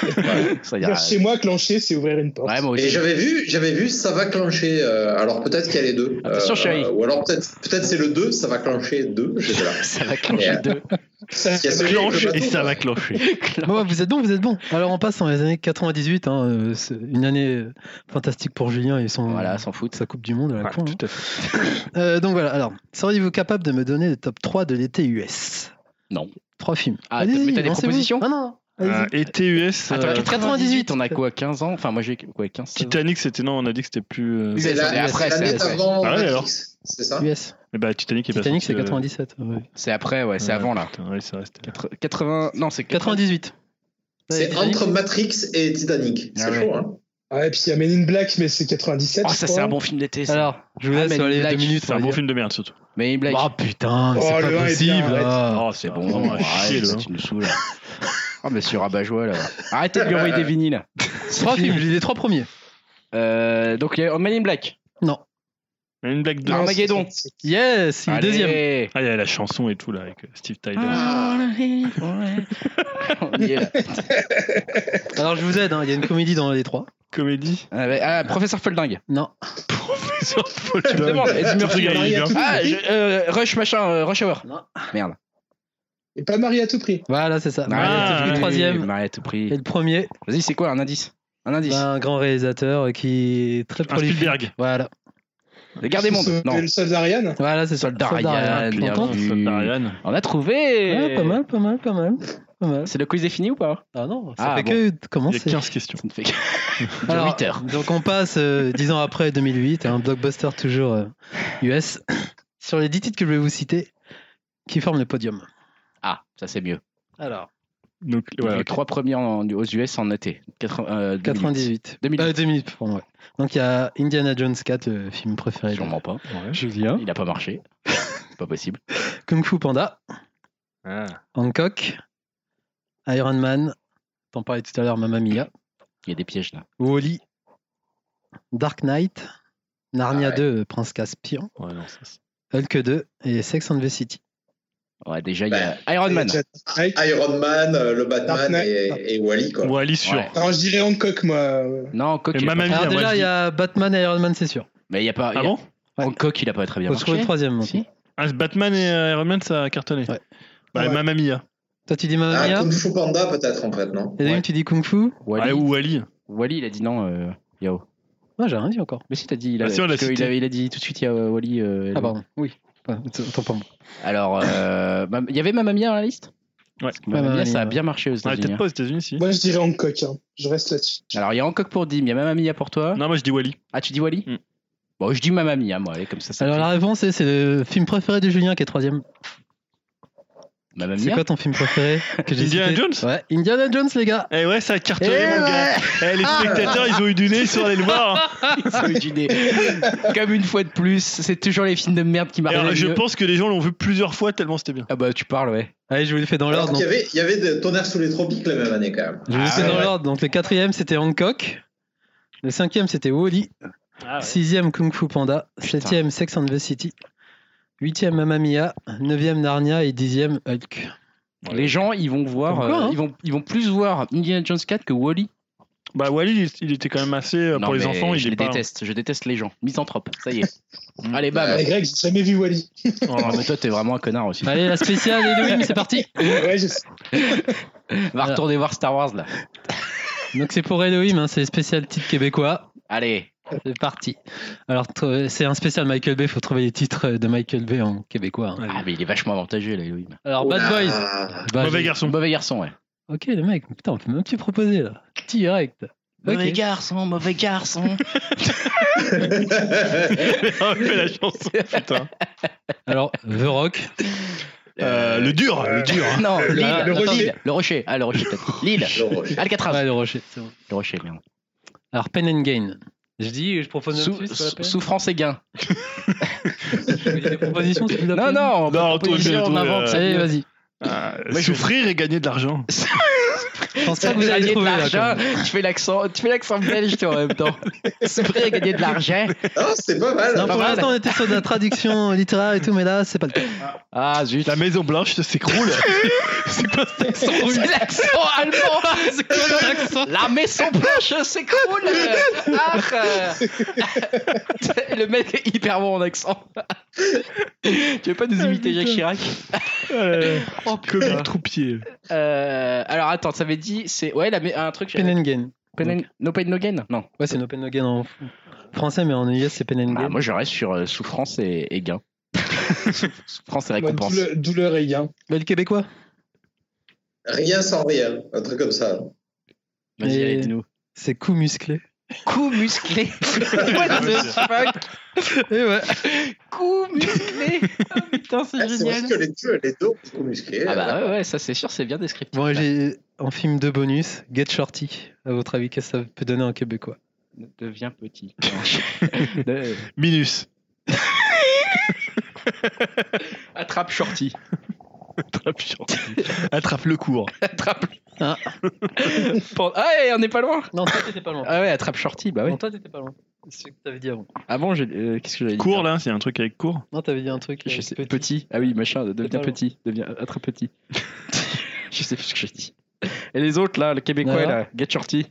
Ouais.
Ça veut dire.
Alors, Chez moi, clencher, c'est ouvrir une porte.
Ouais, moi
Et
aussi.
j'avais vu, j'avais vu, ça va clencher. euh, alors peut-être qu'il y a les deux. Euh,
Attention, chérie.
Ou alors peut-être, peut-être c'est le 2, ça va clencher 2, je sais pas.
Ça va clencher
Ouais.
deux.
Ça-
Il y a celui avec
Clenche
le
et
bateau,
ça
quoi.
va clencher.
Ouais, ouais, vous êtes bon, vous êtes bon. Alors on passe dans les années 98, hein, euh, c'est une année euh, fantastique pour Julien et son
Voilà, s'en fout.
sa Coupe du Monde à la
Ouais,
con, hein.
Ah, tout à fait.
Euh, donc voilà, alors, seriez-vous capable de me donner le top 3 de l'été US
Non.
Trois films.
Ah,
Allez-y,
mais t'as des
lancez-vous.
propositions
Ah non, allez-y.
Euh, Et TUS.
Attends,
euh,
98, on a quoi 15 ans Enfin, moi j'ai quoi 15 16 ans
Titanic, c'était non, on a dit que c'était plus. euh,
c'est
C'est la-
après,
c'est
c'est
l'année
après.
avant
Ah ouais, alors.
Matrix, c'est ça
US.
Eh bah, Titanic est pas
Titanic,
sorti,
c'est
euh,
97. ouais.
C'est après, ouais, c'est
euh,
avant là.
putain, ouais, ça reste.
80. Non, c'est 90.
98. Ouais,
C'est
Titanic.
entre Matrix et Titanic.
Ah
C'est
ouais.
chaud, hein
Ouais, et puis il y a Men in Black, mais c'est 97.
Oh, ça,
je
c'est
crois.
un bon film d'été. ça.
Alors, je vous
Ah,
laisse
Men in
aller
Black,
deux minutes.
C'est
on
un
va
bon
dire.
film de merde, surtout.
Mais in Black.
Oh putain, mais
Oh,
c'est pas
le un est bien,
possible. hein.
arrête.
là.
Oh,
c'est bon,
vraiment à chier,
arrête,
le-
ça, tu nous saoules. Oh, monsieur Rabat-Joie, là. Arrêtez de lui envoyer des vinyles.
Trois films, j'ai les trois premiers.
Euh, donc, il y a Man in Black.
Non.
Une blague
Ah,
de.
Armageddon.
Yes, il est
Allez.
deuxième.
Ah, il y a la chanson et tout là avec euh, Steve Tyler.
Ah. On y est là.
Alors je vous aide, hein, il y a une comédie dans les trois.
Comédie.
Ah, bah, ah, professeur Folding.
Non.
Professeur Paul.
Demande, Eddie Murphy.
Il est bien.
Ah, je- euh, Rush machin, euh, Rush Hour.
Non.
Merde.
Et pas marié à tout prix.
Voilà, c'est ça.
Ah,
le
oui.
troisième.
Maria tout prix.
Et le premier,
Vas-y, c'est quoi un indice Un indice.
bah, un grand réalisateur qui est très
Un
prolifique.
Spielberg.
Voilà,
Regardez mon.
Sauve-
Non.
Le sauve d'Ariane.
voilà, c'est ça.
Soldat
Soldat
Ryan,
Ryan, tu
bien
l'entends
vu.
Soldat
On a trouvé.
Ouais, Ah, pas mal, pas mal, pas mal. Pas mal.
C'est le quiz est fini ou pas
Ah non, ça
Ah,
fait
bon.
que
Il y a
commencer.
15 questions.
Ça ne fait que de
Alors,
huit heures.
Donc on passe euh, 10 ans après 2008 à un blockbuster toujours euh, US sur les 10 titres que je vais vous citer qui forment le podium.
Ah, ça c'est mieux.
Alors,
Donc,
Les
ouais, ok.
trois premiers en- aux US en E été. euh,
98.
2008.
Euh, 2008, pardon, ouais. Donc il y a Indiana Jones 4, le film préféré de
Sûrement pas.
Julien.
Il n'a pas marché. C'est pas possible.
Kung Fu Panda, Hancock, Iron Man, t'en parlais tout à l'heure, Mamma Mia,
Il y a des pièges là.
Wally, Dark Knight, Narnia
Ah ouais.
2, euh, Prince Caspian,
Ouais, non, ça, c'est-
Hulk 2 et Sex and the City.
Ouais, déjà, il y a
Bah,
Iron Man.
Jack Knight.
Iron Man, euh, le
Dark
Batman
Knight.
et, et Wally, quoi.
Ouais, Ali sûr.
Ouais.
Alors je dirais Hancock, moi.
Non, Coq.
Et
il a
Mamma
pas-
Mia,
Alors
moi,
déjà,
je
il y
dis-
a Batman et Iron Man, c'est sûr.
Mais il n'y a pas.
Ah bon
bon Coq, il a pas très bien
Faut trouver le
marché.
troisième. hein. maintenant.
Si.
Ah, Batman et euh, Iron Man, ça a cartonné.
Ouais.
Bah,
Ouais.
Mamma Mia.
Toi, tu dis
Un
Mamma Mia
Ah, Kung Fu Panda, peut-être, en fait, non
et David,
Ah, Ouais.
tu dis Kung Fu
Wally,
Ah, ou Ali.
Wally, il a dit non. euh, Yao.
Non, Ah, j'ai rien dit encore.
Mais si, t'as dit. Il a,
Ah, si, on l'a
parce que
cité.
il avait- il a dit tout de suite, il y a euh, Wally. euh,
Ah, pardon. Oui. Ouais, Autant pour moi.
Alors, euh, Mam- il y avait Mamma Mia dans la liste
Ouais.
Mamma
Mamma
Mia, ça a
Mia.
bien marché aux
Ouais,
États-Unis.
Ah, peut-être pas aux États-Unis, si.
Moi je dirais Hancock. hein. Je reste là-dessus.
Alors, il y a Hancock pour Dim, il y a Mamma Mia pour toi.
Non, moi je dis Wally.
Ah, tu dis Wally
Mm.
Bon, je dis Mamma Mia, moi, allez, comme ça, ça
Alors,
fait-
la réponse, c'est- c'est le film préféré de Julien qui est troisième.
Mamma
C'est
Mia
quoi ton film préféré que j'ai
Indiana
cité
Jones
Ouais, Indiana Jones, les gars
Eh ouais, ça a cartonné, mon gars. Eh, les spectateurs, ils ont eu du nez, ils sont allés le voir. hein.
Ça a eu du nez. Comme une fois de plus, c'est toujours les films de merde qui
Et
marchent.
alors,
le
je
mieux.
pense que les gens l'ont vu plusieurs fois tellement c'était bien.
Ah bah, tu parles, ouais.
Allez, je vous le fais dans
Alors
l'ordre.
qu'il y
donc.
avait, il y avait des tonnerres sous les tropiques la même année, quand même.
Je vous le fais
Ah,
dans
ouais.
l'ordre. Donc, le quatrième, c'était Hancock. Le cinquième, c'était Wally. Ah Sixième, Kung Fu Panda. Septième, Sex and the City. Huitième, Mamma Mia. Neuvième, Narnia. Et dixième, Hulk.
Les gens, ils vont voir,
Comme quoi,
euh,
hein.
ils, vont, ils vont plus voir Indiana Jones 4 que Wally.
Bah, Wally, il- il était quand même assez. euh,
Non,
Pour les
mais
enfants,
je
il
les
est pas.
déteste, je déteste les gens. Misanthrope, ça y est. allez, bam.
Les Grecs, j'ai jamais vu Wally.
Oh, mais toi, t'es vraiment un connard aussi.
Allez, la spéciale Halloween, c'est parti
ouais, je sais.
Va retourner voir Star Wars, là.
Donc, c'est pour Elohim, hein, c'est les spéciales titres québécois.
Allez.
C'est parti. Alors, t- euh, c'est un spécial Michael Bay, faut trouver les titres de Michael Bay en québécois. hein.
Ah, mais il est vachement avantageux, là, Elohim.
Alors, Bad Boys.
Ah,
Bah,
Mauvais
j'ai-
garçon.
Mauvais garçon, ouais.
Ok, le mec, putain, on peut même plus proposer là. Direct. Ok.
Mauvais garçon, mauvais garçon.
On fait Ah, la chanson, putain.
Alors, The Rock.
Euh, le dur, le dur. hein.
Non, Lille,
Ah,
le,
le
Rocher.
Rocher.
le Rocher. Ah, le Rocher, peut-être. Lille,
le rocher.
Alcatraz.
Ouais, le rocher. c'est bon.
Le Rocher, merde.
Alors, Pen and Gain. Je dis, je propose
Sou-
même plus,
sou- souffrance et gain.
des propositions. c'est plus la
Non,
peine.
non, on,
Non,
on peut
toi,
dire,
toi,
on
toi,
invente.
euh,
ça y
Allez,
est, vas-y.
vas-y.
Ah,
je-
souffrir et gagner de l'argent.
Je pense pas que vous
Gagner
allez
de
trouver là. quand
l'argent.
même.
Tu fais l'accent, tu fais l'accent belge, toi, en même temps. Souffrir et gagner de l'argent.
Ah, c'est pas mal.
Non,
hein.
Pas
pour
mal.
l'instant, on était sur de la traduction littéraire et tout, mais là, c'est pas le cas.
Ah, zut.
La Maison Blanche s'écroule. C'est pas ça.
C'est l'accent allemand.
C'est quoi le accent
La maison blanche s'écroule. Ah, euh. le mec est hyper bon en accent. tu veux pas nous imiter
Ah,
Jacques Chirac
Euh,
Oh,
Comique troupier.
Euh, alors attends, ça avait dit c'est ouais la, mais- un truc.
Pen and Gain.
Pen and- No pain no gain. Non.
Ouais, c'est No Pen No Gain en français, mais en US, c'est Pen and
Bah,
Gain.
moi je reste sur euh, souffrance et, et gain. souffrance et
Moi,
récompense.
douleur, douleur et gain.
Mais le québécois
Rien sans rien, un truc comme ça.
Vas-y, allez,
Et-
dis-nous.
C'est coup musclé.
Coup musclé. What the fuck
Et ouais.
Coup musclé. Ah, putain, c'est
Ah, c'est
génial.
vrai que les deux, les deux ont beaucoup musclé.
Ah bah ouais, ouais, ça c'est sûr, c'est bien descriptif.
Bon, et j'ai en film de bonus, Get Shorty. À votre avis, qu'est-ce que ça peut donner en québécois
Ne Bah, Deviens petit. De-
Minus.
Attrape shorty.
Attrape, Attrape le cours.
Attrape.
Ah.
Pan- Ah, ouais, on n'est pas loin.
Non, toi, t'étais pas loin.
Ah ouais, attrape shorty, bah ouais.
toi, t'étais pas loin. C'est ce que t'avais dit avant.
Ah bon, j'ai- euh, qu'est-ce que j'avais dit
Court là, c'est un truc avec court.
Non, t'avais dit un truc.
Je
euh,
sais- petit. Ah oui, machin, deviens
Totalement.
petit, deviens attrape petit. je sais plus ce que j'ai dit. Et les autres là, le Québécois
Nala.
là, Get Shorty.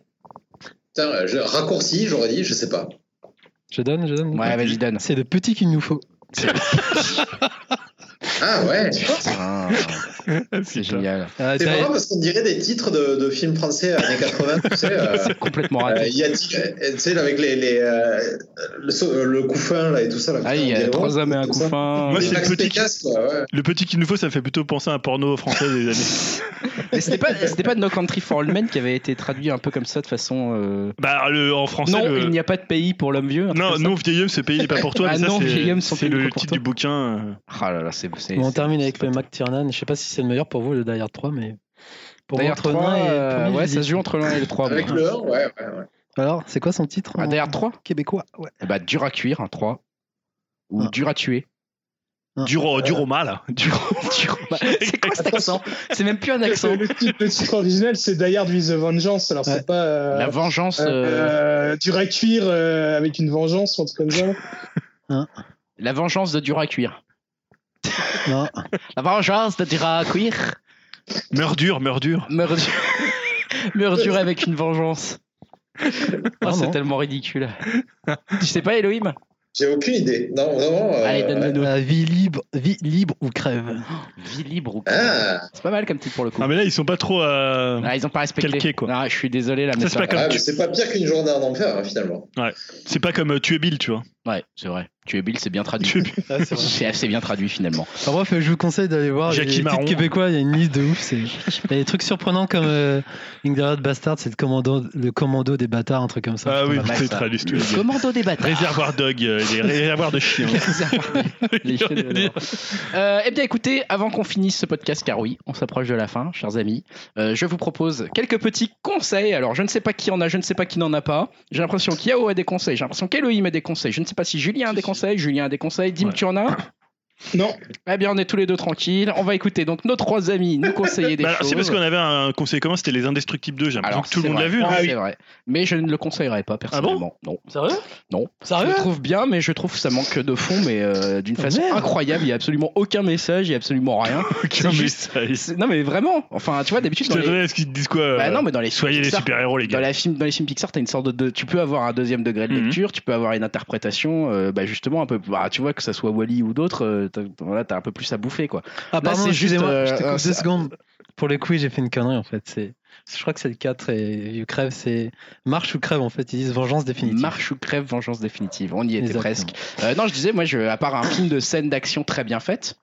Putain, euh, je- raccourci, j'aurais dit, je sais pas.
Je donne, je donne.
Ouais, vas-y donne.
C'est le petit qu'il nous faut.
Ah ouais
Ah, c'est génial,
Ah,
C'est
t'as-
marrant parce qu'on dirait des titres de, de films français années 80, tu sais. euh,
complètement
euh,
raté.
y a, tu sais, avec les, les, euh, le, so- euh, le couffin là et tout ça. Là,
Ah, il y a trois hommes et un couffin.
Moi,
Moi,
c'est
c'est
le petit-
Pécasse, quoi, ouais.
Le petit qu'il nous faut, ça fait plutôt penser à un porno français des années.
Mais c'était pas, c'était pas No Country for Old Men qui avait été traduit un peu comme ça de façon. euh,
Bah, le, en français,
Non,
le-
il n'y a pas de pays pour l'homme vieux. un truc
Non,
comme ça.
non, vieil homme, ce pays n'est pas pour toi.
Ah
mais ça,
non,
c'est-
vieil homme, son
c'est
pays
le
n'est pas pour
titre
toi.
du bouquin. euh.
Ah là là, c'est. c'est-
Bon, on
c'est-
termine
c'est
avec
pas
le
top.
McTiernan. Je sais pas si c'est le meilleur pour vous, le Dire 3, mais. Pour moi,
D'ailleurs,
entre
3,
l'un et le premier,
euh, ouais,
je
ça
dis-
se joue entre l'un et le 3.
Avec le or, ouais, ouais, ouais.
Alors, c'est quoi son titre
Ah,
en
d'ailleurs, 3
québécois ouais.
Bah, dur à cuire, un 3. Ou
Ah.
dur à tuer.
Dur, au- dur au mal. là.
Dur, dur- bah, c'est quoi cet accent C'est même plus un accent.
Le titre, le titre original, c'est Die Hard with a Vengeance. Alors,
Ouais.
c'est pas. euh,
La vengeance.
euh,
euh,
euh, dur à cuire euh, avec une vengeance, ou un truc comme ça.
La vengeance de dur à cuire.
Non,
La vengeance de dur à cuire.
Meurs dur, meurs dur.
Meurt dur avec une vengeance. Oh,
Ah,
c'est
non.
tellement ridicule. tu sais pas, Elohim
J'ai aucune idée. Non, vraiment. euh,
Allez, donne-le nous.
la vie libre, vie libre ou crève.
Vie libre ou quoi
Ah,
C'est pas mal comme titre pour le coup.
Ah, mais là, ils sont pas trop. euh,
Ah, ils ont pas respecté.
Calqué, quoi.
Ah, je suis désolé là, mais
Ça, c'est
ça-
pas comme,
ouais, ah, mais c'est pas pire qu'une journée en enfer, hein, finalement.
c'est pas comme euh, tuer Bill, tu vois.
Ouais, c'est vrai. Tu es Bill, c'est bien traduit.
Tuer Bill.
Ah, c'est
C'est assez bien traduit finalement.
Enfin, bref, je vous conseille d'aller voir
Jackie
les
Marron.
titres québécois. Il y a une liste de ouf. c'est- Il y a des trucs surprenants comme euh, Inglourious Bastard, c'est le commando, le commando des bâtards, un truc comme ça.
Ah oui,
Pas mal.
c'est
ça.
traduit.
Le commando des bâtards.
Réservoir dog, euh, les réservoirs de chiens.
Les chiens de Valor. Euh, eh bien, écoutez, avant qu'on finisse ce podcast, car oui, on s'approche de la fin, chers amis, euh, je vous propose quelques petits conseils. Alors, je ne sais pas qui en a, je ne sais pas qui n'en a pas. J'ai l'impression qu'Yao a des conseils, j'ai l'impression qu'Elohim a des conseils. Je ne sais pas si Julien a des conseils, Julien a des conseils. Dim,
Ouais.
tu en as un
Non.
Eh bien, on est tous les deux tranquilles. On va écouter donc nos trois amis nous conseiller des
Bah,
choses.
c'est parce qu'on avait un conseil commun, c'était les Indestructibles 2. J'ai l'impression
Alors,
que tout le
c'est
monde l'a
vrai.
vu. Ah hein.
Ah oui.
C'est vrai. Mais je ne le conseillerais pas personnellement. non.
Sérieux
Non. Je
Ah
Sérieux
le trouve bien, mais je trouve que ça manque de fond, mais euh, d'une
Ah,
façon
merde.
incroyable. Il n'y a absolument aucun message, il n'y a absolument rien.
Aucun
C'est juste-
message.
C'est- Non, mais vraiment. Enfin, tu vois, d'habitude,
Je
dans
te
les...
donne ce qu'ils te disent quoi. euh,
Bah non, mais dans les
Soyez des
Pixar,
super-héros, les
Dans,
gars.
la film, dans les films Pixar, t'as une sorte de, de- Tu peux avoir un deuxième degré de
Mhm.
lecture, tu peux avoir une interprétation, euh, bah justement, un peu. bah, tu vois, que ça soit Wally ou d'autres, euh, t'as voilà, t'as un peu plus à bouffer, quoi.
Ah, pardon,
c'est juste,
excusez-moi,
euh,
je te coupe
un-
deux secondes. Pour le coup, j'ai fait une connerie en fait. C'est, je crois que c'est le 4 et You Crève, c'est Marche ou Crève en fait. Ils disent Vengeance définitive.
Marche ou crève, vengeance définitive. On y était
Exactement.
presque. Euh, non, je disais, moi, je, à part un film de scène d'action très bien faite,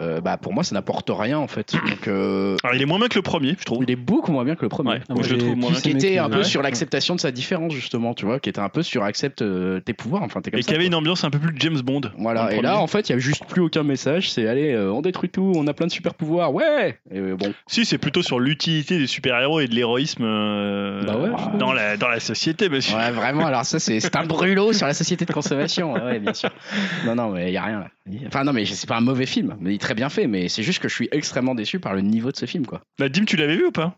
euh, bah, pour moi, ça n'apporte rien, en fait. Donc, euh,
Alors, il est moins bien que le premier, je trouve.
il est beaucoup moins bien que le premier.
Ouais,
Ah,
moi, je le
j'ai
trouve moins
plus
bien.
qui
aimé
était
que-
un peu
Ouais.
sur l'acceptation de sa différence justement tu vois qui était un peu sur accepte euh, tes pouvoirs enfin t'es comme
Et
ça
qui avait
quoi.
une ambiance un peu plus James Bond. dans
voilà
le
et là
premier.
en fait il y a juste plus aucun message c'est allez euh, on détruit tout on a plein de super pouvoirs ouais et euh, bon
Si, c'est plutôt sur l'utilité des super-héros et de l'héroïsme euh,
Bah ouais.
dans, la, dans la société, monsieur.
ouais vraiment alors ça c'est c'est un brûlot sur la société de consommation ouais, ouais bien sûr non non mais il y a rien là. enfin non mais c'est pas un mauvais film mais il est très bien fait mais c'est juste que je suis extrêmement déçu par le niveau de ce film quoi
Bah, Dim, tu l'avais vu ou pas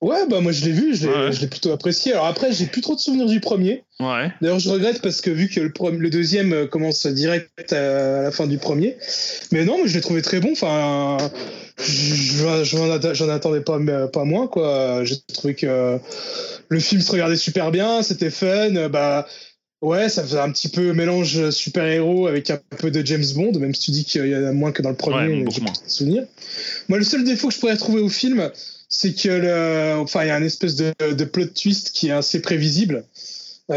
Ouais, bah moi je l'ai vu, je l'ai
Ouais, ouais.
je l'ai plutôt apprécié. Alors après, j'ai plus trop de souvenirs du premier.
Ouais.
D'ailleurs, je regrette parce que vu que le, prom- le deuxième euh, commence direct à la fin du premier. Mais non, mais je l'ai trouvé très bon. Enfin, je- je- j'en atta- j'en attendais pas, mais euh, pas moins, quoi. J'ai trouvé que euh, le film se regardait super bien, c'était fun. Euh, Bah, ouais, ça faisait un petit peu mélange super-héros avec un peu de James Bond, même si tu dis qu'il y en a moins que dans le premier. euh,
Ouais,
mais
beaucoup
j'ai
moins.
plus de souvenirs. Moi, le seul défaut que je pourrais trouver au film, c'est que le, enfin, il y a une espèce de, de plot twist qui est assez prévisible.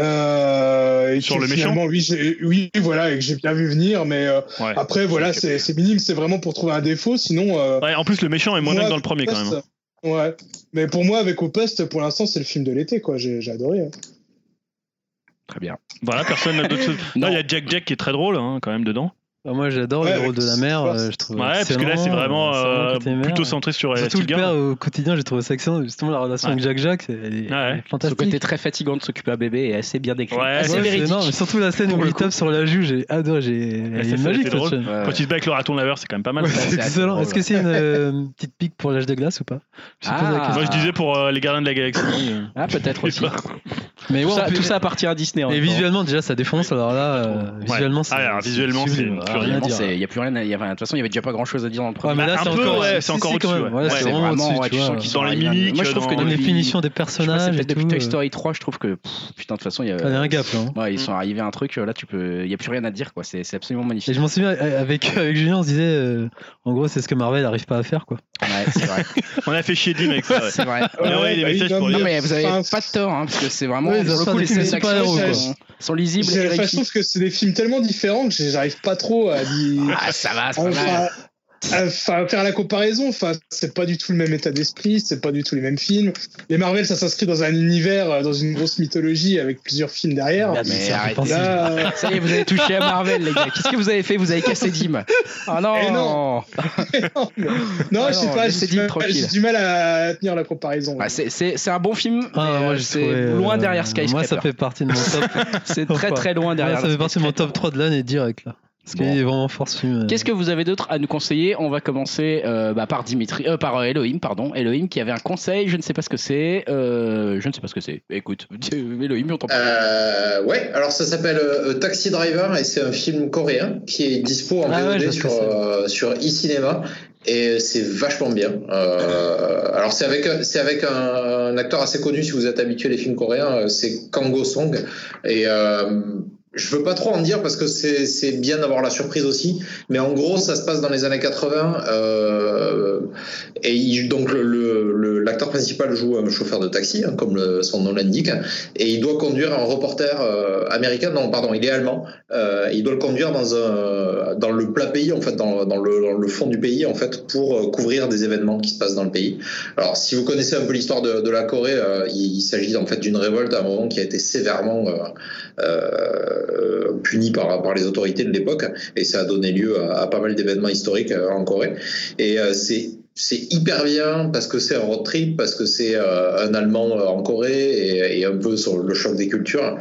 Euh, et
Sur
que
le méchant
finalement, oui, j'ai- oui, voilà, et que j'ai bien vu venir, mais euh,
Ouais.
après, voilà,
c'est-
c'est c'est minime, c'est vraiment pour trouver un défaut, sinon. euh,
Ouais, en plus, le méchant est moins
moi,
dingue dans le premier, quand
Post,
même. hein.
Ouais, mais pour moi, avec Au Poste, pour l'instant, c'est le film de l'été, quoi. J'ai j'ai adoré. hein.
très bien
Voilà, personne n'a d'autre chose. Non,
Non.
il y a Jack Jack qui est très drôle, hein, quand même, dedans.
Ah, moi, j'adore
Ouais,
les rôles de la
avec-
mère.
Ouais,
euh, je trouve
Ouais, parce que là, c'est
excellent,
vraiment
euh,
euh,
côté mère.
plutôt centré sur la
Surtout le
Tigre.
père euh, au quotidien, j'ai trouvé ça excellent. Justement, la relation
Ouais.
avec Jacques Jacques, c'est elle est-
Ouais.
elle est
ce
fantastique.
côté très fatigant de s'occuper à bébé est assez bien décrit
Ouais,
assez
Ouais,
véridique
non, mais surtout la scène
Pour
où
le
il
coup.
tape sur la juge, j'ai adoré. j'ai-
Ouais,
Elle
ça,
est
ça,
magique
c'est
cette
drôle.
scène.
Ouais, ouais.
Quand il se bat avec le raton laveur, c'est quand même pas mal.
c'est
Ouais, c'est
assez
excellent.
drôle,
Est-ce que c'est une euh, petite pique pour l'âge de glace ou pas Je me pose la
Ah.
question.
Moi, je disais pour euh, les gardiens de la galaxie. euh,
ah peut-être
je sais
aussi
pas.
Mais
Mais
tout,
ouais,
ça,
en plus-
tout ça appartient à Disney. en
Mais
même temps.
visuellement, déjà, ça défonce. Alors là, euh,
Ouais.
visuellement,
Ah, alors, visuellement,
sublime,
c'est
voilà,
plus
rien à
Vraiment,
dire.
c'est- il n'y a plus rien. à- il y avait- De toute façon, il n'y avait déjà pas grand chose à dire dans le premier.
Ouais, Ah, mais
Bah,
là,
un
c'est
peu,
encore.
ouais, c'est
si,
encore
si, quand
au-dessus,
même.
ouais.
Voilà,
Ouais,
c'est
c'est
vraiment
vraiment,
au-dessus,
ouais,
tu
tu
vois.
sens qu'ils sont
Dans les
arrivés à-
mimiques,
Moi, je trouve
dans-
que dans
Dans les
les-
finitions des
Je sais pas, c'est
personnages. et
peut-être depuis
tout,
Toy
euh,
Story euh. 3, je trouve que. pff, putain, de toute façon, il y a.
ça a un gap, là. hein.
Ouais, ils sont
Mm.
arrivés à un truc, euh, là, tu peux. Il n'y a plus rien à dire, quoi. C'est c'est absolument
Et
magnifique.
je m'en souviens, euh, avec, avec Julien, on se disait, euh, en gros, c'est ce que Marvel n'arrive pas à faire, quoi.
Ouais, c'est vrai.
On a fait chier Dim avec ça. Ah ouais.
C'est vrai.
On aurait eu des
bah,
messages
il
pour
donne-
Non,
les-
mais vous avez
Enfin,
pas tort, hein, parce que c'est vraiment.
Oui,
pour
ça
le
sera
coup, les
des
scènes
super
d'action
héros,
sont-
quoi.
sont, lisibles.
J'ai-
et
enfin, je
réussies.
trouve que c'est des films tellement différents que j'ai- j'arrive pas trop à dire.
Ah, ça va, ça va.
Enfin, euh, enfin, faire la comparaison, enfin, c'est pas du tout le même état d'esprit, c'est pas du tout les mêmes films. Les Marvel, ça s'inscrit dans un univers, euh, dans une grosse mythologie avec plusieurs films derrière.
Merde,
Ah, mais
ça fait
arrêtez.
penser-
Là, euh,
Ça y est, vous avez touché à Marvel, les gars. Qu'est-ce que vous avez fait Vous avez cassé Dim. Ah non,
Eh non. euh, non, mais- non,
Ah
je
non,
sais pas,
laissez
j'ai du,
Dean
mal-
tranquille.
j'ai du mal à tenir la comparaison.
Bah, c'est- C'est c'est un bon film,
Ah,
mais,
moi,
euh,
j'ai
c'est
trouvé, euh,
loin derrière
Moi, ça
Skyscraper.
fait partie de mon top.
C'est très très loin
Ouais,
derrière.
ça fait partie de mon top 3 de l'année direct, là. Parce qu'il
Bon.
est vraiment fort, ce film. euh.
Qu'est-ce que vous avez d'autre à nous conseiller On va commencer euh, bah, par Dimitri, euh, par euh, Elohim, pardon. Elohim qui avait un conseil, je ne sais pas ce que c'est. euh, je ne sais pas ce que c'est. Écoute, Elohim, on t'en parle.
Euh, ouais, alors ça s'appelle euh, Taxi Driver et c'est un film coréen qui est dispo en
Ah ouais,
VOD
je vois ce que
sur, euh, sur e-cinéma et c'est vachement bien. Euh, alors c'est avec, un- c'est avec un, un acteur assez connu si vous êtes habitué des films coréens, euh, c'est Kang Go Song et euh, je veux pas trop en dire parce que c'est c'est bien d'avoir la surprise aussi, mais en gros ça se passe dans les années 80 euh, et il- donc le- le- le- l'acteur principal joue un chauffeur de taxi hein, comme le- son nom l'indique et il doit conduire un reporter euh, américain, non pardon, il est allemand, euh, il doit le conduire dans, un, dans le plat pays, en fait, dans, dans le, dans le fond du pays, en fait, pour euh, couvrir des événements qui se passent dans le pays. Alors, si vous connaissez un peu l'histoire de, de la Corée, euh, il, il s'agit en fait d'une révolte à un moment qui a été sévèrement euh, euh, punie par, par les autorités de l'époque, et ça a donné lieu à, à pas mal d'événements historiques euh, en Corée. Et euh, c'est c'est hyper bien parce que c'est un road trip, parce que c'est euh, un Allemand euh, en Corée et, et un peu sur le choc des cultures.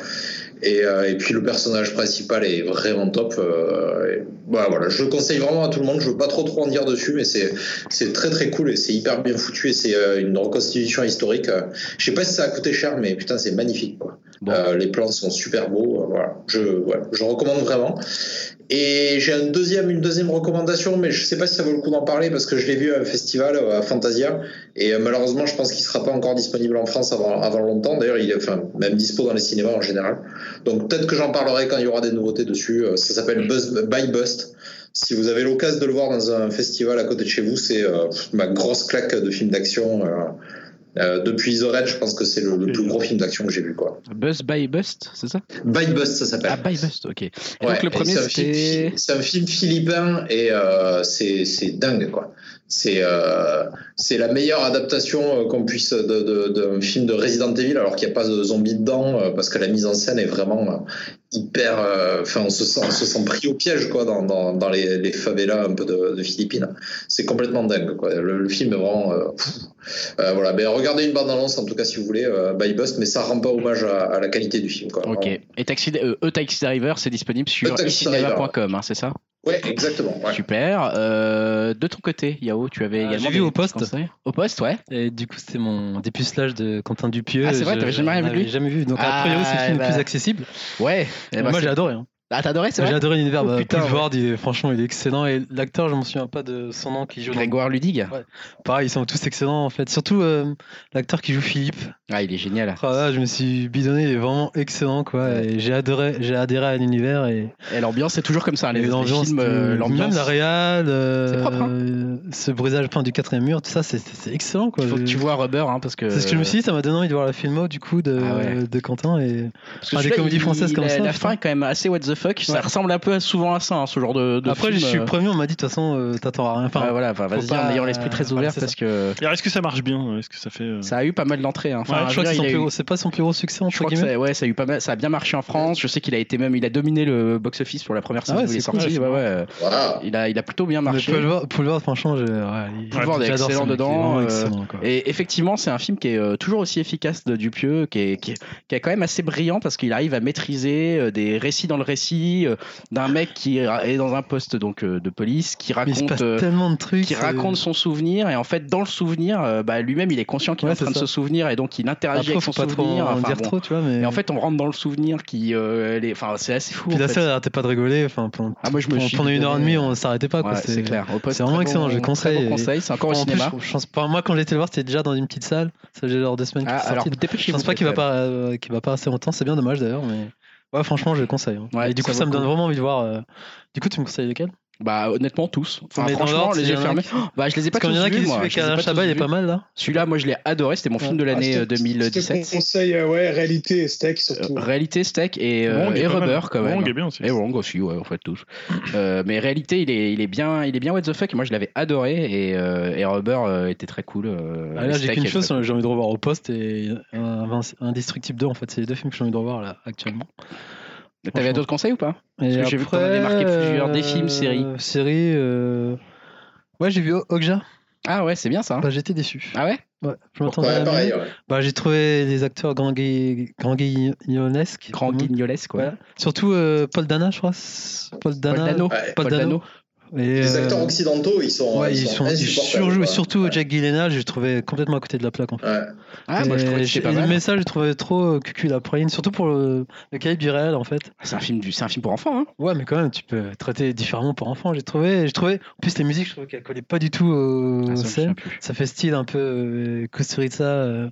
Et, euh, et puis le personnage principal est vraiment top. euh, et voilà, voilà, je le conseille vraiment à tout le monde. Je veux pas trop trop en dire dessus, mais c'est c'est très très cool et c'est hyper bien foutu et c'est euh, une reconstitution historique. euh. Je sais pas si ça a coûté cher, mais putain c'est magnifique quoi.
Bon.
Euh, les plans sont super beaux. euh, voilà, je ouais, je recommande vraiment. Et j'ai un deuxième, une deuxième recommandation, mais je sais pas si ça vaut le coup d'en parler parce que je l'ai vu à un festival euh, à Fantasia et euh, malheureusement je pense qu'il sera pas encore disponible en France avant, avant longtemps. D'ailleurs, il est enfin, même dispo dans les cinémas en général. Donc peut-être que j'en parlerai quand il y aura des nouveautés dessus. Euh, Ça s'appelle Buzz by Bust. Si vous avez l'occasion de le voir dans un festival à côté de chez vous, c'est euh, ma grosse claque de film d'action. euh, euh, depuis The Red, je pense que c'est le, le plus gros film d'action que j'ai vu. Quoi.
Buzz by Bust, c'est ça
By Bust, ça s'appelle.
Ah, by Bust, ok. Et
euh, Ouais,
donc le
et
premier,
c'est un film
c'était.
phi- c'est un film philippin et euh, c'est c'est dingue quoi. C'est euh, c'est la meilleure adaptation euh, qu'on puisse de- de- d'un film de Resident Evil alors qu'il n'y a pas de zombies dedans euh, parce que la mise en scène est vraiment euh, hyper. euh, Enfin, on se sent on se sent pris au piège quoi dans dans, dans les, les favelas un peu de, de Philippines. C'est complètement dingue quoi. Le, le film est vraiment. euh, pff. Euh, voilà, mais regardez une bande annonce en tout cas si vous voulez euh, by Bust, mais ça rend pas hommage à, à la qualité du film quoi.
Ok. Et Taxi, euh, E Taxi Driver, c'est disponible sur
E Taxi Driver.
icinema.com, hein, c'est ça
Ouais, exactement. ouais.
Super. Euh, de ton côté, Yao, tu avais
Euh,
également.
j'ai vu
des
au
petits
poste.
conseils Au poste, ouais.
Et du coup, c'était mon dépucelage de Quentin Dupieux.
Ah, c'est vrai,
Je-
t'avais jamais rien
j'en
vu de lui
avais jamais vu. Donc,
Ah,
a priori, c'est le film
bah.
le plus accessible.
Ouais. Eh ben,
Moi,
c'est-
j'ai adoré. hein.
ah, t'adorais, c'est
J'ai
vrai
adoré l'univers.
Oh,
bah,
putain,
Boulevard, il est- franchement, il est excellent. Et l'acteur, je me souviens pas de son nom qui joue. dans-
Grégoire Ludig.
Pareil, ils sont tous excellents en fait. Surtout euh, l'acteur qui joue Philippe.
Ah, il est génial.
Ah là, je me suis bidonné, il est vraiment excellent quoi.
Ouais.
Et j'ai adoré, j'ai adhéré à l'univers et
Et l'ambiance, c'est toujours comme ça. Les, les
l'ambiance,
films, euh,
tout-
l'ambiance.
même la réal, euh,
C'est propre, hein.
ce brisage peint du quatrième mur, tout ça, c'est- c'est c'est excellent quoi.
Il faut que
Je-
tu vois Rubber, hein, parce que.
Euh, C'est ce que je me suis dit, ça m'a donné envie de voir la filmo du coup de,
Ah ouais.
de Quentin
Parce
et
que
Ah, des
celui-là,
comédies
il-
françaises comme
la-
ça,
La
putain.
fin est quand même assez what the fuck. Ça
Ouais.
ressemble un peu à- souvent à ça, hein, ce genre de, de
après
film.
je suis
euh,
le premier, on m'a dit de toute façon euh, t'attends à rien. Enfin,
ouais, voilà, enfin, vas-y,
pas-
en ayant l'esprit très
voilà,
ouvert,
c'est
parce que
Alors, Est-ce que ça marche bien Est-ce que ça fait. euh,
ça a eu pas mal d'entrées. hein. Enfin,
je
veux
crois que c'est
dire,
son
il a
plus
eu-
gros- c'est pas son plus gros succès
Je
entre
crois que
guillemets.
ça, ouais, ça a eu pas mal, ça a bien marché en France. Je sais qu'il a été même, il a dominé le box office pour la première semaine
Ah ouais,
où il est,
c'est cool,
sorti.
ça.
Ouais, ouais, euh,
Voilà.
Il a, il a plutôt bien
Mais
marché.
Boulevard, Boulevard, franchement, je, ouais, il-
Boulevard est
j'adore ce
excellent
mec, il est
dedans,
vraiment
euh,
excellent, quoi.
Et effectivement, c'est un film qui est euh, toujours aussi efficace de Dupieux, qui est, qui, est, qui est quand même assez brillant parce qu'il arrive à maîtriser euh, des récits dans le récit, récit euh, d'un mec qui est dans un poste donc euh, de police qui
Mais il se
raconte
passe
euh,
tellement de trucs.
qui
euh,
raconte son souvenir et en fait dans le souvenir euh, bah, lui-même il est conscient qu'il
Ouais,
est en train
c'est
de
ça.
se souvenir et donc il interagit
Après,
avec
faut
son
pas trop
souvenir
en
enfin,
dire
bon.
trop, tu vois. Mais,
et en fait on rentre dans le souvenir qui euh, elle est- enfin c'est assez fou
puis
en
la
fait.
série, elle arrêtait pas de rigoler. Enfin, pendant,
ah moi je me
pendant-
suis
pendant une heure et demie,
euh, Ouais,
on s'arrêtait pas. quoi,
c'est clair Au poste,
c'est vraiment
très
excellent, je
bon-
le conseille.
très bon conseil c'est encore au
En plus,
cinéma
je pense pas. Moi, quand j'étais le voir, c'était déjà dans une petite salle. Ça faisait genre deux semaines qu'il
Ah,
était
alors
sorti. Je
dépêchez-vous
pense pas qu'il va
peut-être.
pas, euh, qu'il va pas assez longtemps. C'est bien dommage d'ailleurs, mais ouais, franchement, je le conseille. hein.
Ouais,
Et du
ça
coup,
vaut
ça
le
me donne
coup.
vraiment envie de voir. euh, Du coup, tu me conseilles lequel
bah honnêtement tous Enfin,
Mais dans
franchement
l'ordre,
les
il y
yeux
en a
fermés
qui-
bah je les ai pas
Parce
tous
qu'il y en a qui
vus
suit
moi
avec
Je les ai
Alain
pas tous
Chabat, il est
vus.
pas mal là.
Celui-là, moi, je l'ai adoré. C'était mon film de l'année euh,
Ah, je te- Je te
2017.
conseille, euh, ouais, réalité et steak surtout.
Réalité, Steak et, euh,
Wong est
et
pas mal.
Rubber, quand même.
Wong est bien aussi.
Et Wrong aussi, ouais, en fait, tous. Euh, mais réalité, il est, il est bien, il est bien what the fuck. Et moi, je l'avais adoré et, euh, et Rubber euh, était très cool. euh,
Ah, là,
et
j'ai
Steak
qu'une
est
chose,
très-
j'ai envie de revoir au poste et euh, Invinci- Indestructible 2. En fait, c'est les deux films que j'ai envie de revoir là actuellement.
T'avais
franchement.
d'autres conseils ou pas
Et
que j'ai vu que t'en avais marqué plusieurs, des films, séries.
euh, Séries. euh, Ouais, j'ai vu Okja.
Ah ouais, c'est bien ça. hein.
Bah, j'étais déçu.
Ah ouais
Ouais, je
Ouais,
m'attendais à mieux.
pareil, hein ouais.
Bah, j'ai trouvé les acteurs grand guignonesques.
Grand guignolesque, quoi.
Voilà. Surtout euh, Paul Dana, je crois. c'est- Paul
Paul
Dana.
Dano.
Ouais.
Paul Dano. Et,
Les acteurs
euh,
occidentaux, ils sont.
ouais, ils sont, ils
insupportables,
surjouent.
quoi.
Et surtout Jack Gyllenhaal, j'ai trouvé complètement à côté de la plaque. En fait.
Ouais.
Ah, moi, je
Et
trouvais que
j'ai-
c'était pas
et le
mal.
message, j'ai trouvé trop euh, cucul à Prime, surtout pour le, le calibre du réel, en fait.
C'est un film du, c'est un film pour enfants, hein.
Ouais, mais quand même, tu peux traiter différemment pour enfants, j'ai trouvé. J'ai trouvé. En plus, les musiques, je trouvais qu'elles collaient pas du tout aux
Ah, ça, je me
scènes.
souviens plus.
Ça fait style un peu euh, Kusturica, euh,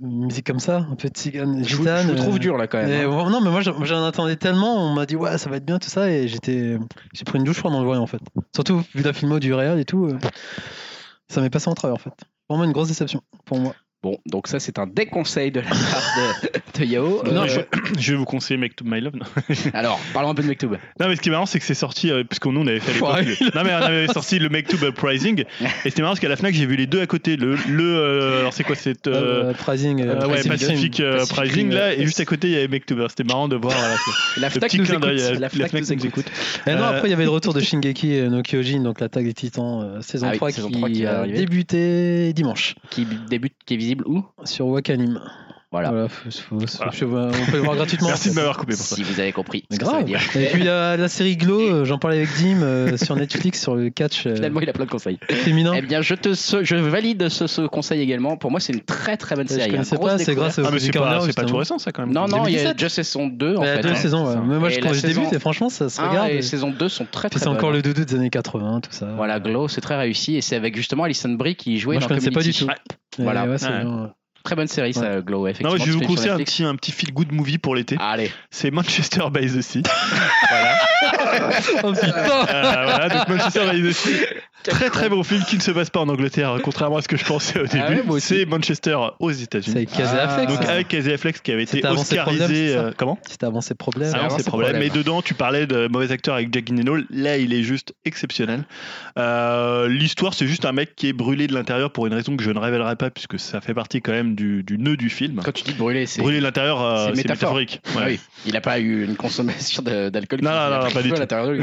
une musique comme ça, un peu tzigane,
Je vous, je
gitane.
vous trouve
euh,
dur là quand
et
même. hein.
ouais, non, mais moi j'en- j'en attendais tellement, on m'a dit ouais, ça va être bien tout ça, et j'étais, j'ai pris une douche froide en le voyant en fait. Surtout vu la filmo du réel et tout, euh, ça m'est passé en travers en fait. Vraiment une grosse déception pour moi.
Bon, donc ça c'est un déconseil de la part de, de Yao.
Non,
Euh,
je, je vais vous conseiller Make to My Love. Non,
Alors, parlons un peu de Mektoub.
Non, mais ce qui est marrant, c'est que c'est sorti, euh, parce que nous on avait fait à l'époque. le- Non, mais on avait sorti le Make to Uprising. Et c'était marrant parce qu'à la Fnac, j'ai vu les deux à côté. Le. le euh, alors, c'est quoi cette. euh,
Euh, Uprising, euh,
euh, ouais,
Uprising
Pacific,
Rim.
euh,
Pacific
Uprising,
Rim,
là,
ouais.
et juste à côté il y avait Mektober. C'était marrant de voir. euh, voilà, que-
La FNAC
petit
nous
clin
écoute.
d'œil à-
La
la
FNAC
Fnac
nous
nous
écoute.
Et non,
Euh,
après il y avait le retour de Shingeki euh, no Kyojin, donc l'attaque des titans, euh, saison,
Ah oui,
3,
saison
qui
3 qui va
a
arriver.
débuté dimanche
Qui débute, qui est visible où
sur Wakanim.
Voilà.
faut- faut-
Voilà.
je- on peut le voir gratuitement.
Merci
en
de
fait.
m'avoir coupé pour ça.
Si vous avez compris.
Mais
ce que ça
grave. euh,
veut dire.
Et puis il y a la série Glow, euh, j'en parlais avec Dim euh, sur Netflix, sur le catch euh,
Finalement, il a plein de conseils.
féminin.
Eh bien, je te, ce- je valide ce, ce conseil également. Pour moi, c'est une très très bonne
Je
série.
connaissais
hein. Grosse
pas, c'est
découverte.
grâce au
Ah, mais
Cozy
c'est pas,
Corner,
c'est pas tout
justement.
récent ça quand même.
Non, non, il y a
2017.
déjà saison 2 en
Il y a
fait.
Bah, deux
hein.
saisons, ouais. Mais moi
Et
je
la
quand je
saison
débute, et franchement ça se
Un
regarde.
et
et-
saison 2 sont très
Puis
très
c'est encore
bonnes.
le doudou des années 80, tout ça.
Voilà, Glow, c'est très réussi et c'est avec justement Alison Brie qui jouait
Moi je
dans
connaissais pas du
Community.
tout. Et
Voilà.
ouais, c'est
Ouais.
bien, ouais.
Très bonne série, ça, Glow, effectivement.
Non, mais je vais
disponible
vous
sur
conseiller un
Netflix.
petit, un petit feel good movie pour l'été.
Allez,
C'est Manchester by the Sea.
Oh putain
Euh, voilà, donc Manchester by the Sea. Très très bon film qui ne se passe pas en Angleterre, hein, contrairement à ce que je pensais au début.
Ah ouais, moi aussi.
c'est Manchester aux
C'est
États-Unis.
avec Casey
Ah.
Affleck.
Donc
ça.
avec Casey Affleck qui avait été
C'était avant ses problèmes,
Oscarisé.
c'est ça
euh, comment
C'était avant ses problèmes.
C'est
Ah
avant
non,
ses
c'est problème.
problèmes.
Mais dedans, tu parlais de mauvais acteur avec Jack Gyllenhaal. Là, il est juste exceptionnel. Euh, L'histoire, c'est juste un mec qui est brûlé de l'intérieur pour une raison que je ne révélerai pas, puisque ça fait partie quand même du, du nœud du film.
quand tu dis brûler, c'est.
Brûlé de l'intérieur, euh,
c'est
c'est
métaphore.
métaphorique.
Ah
Ouais.
oui, il n'a pas eu une consommation de- d'alcool.
Non,
qui
non,
lui a
non,
pris
pas du
feu à
tout.
l'intérieur de lui.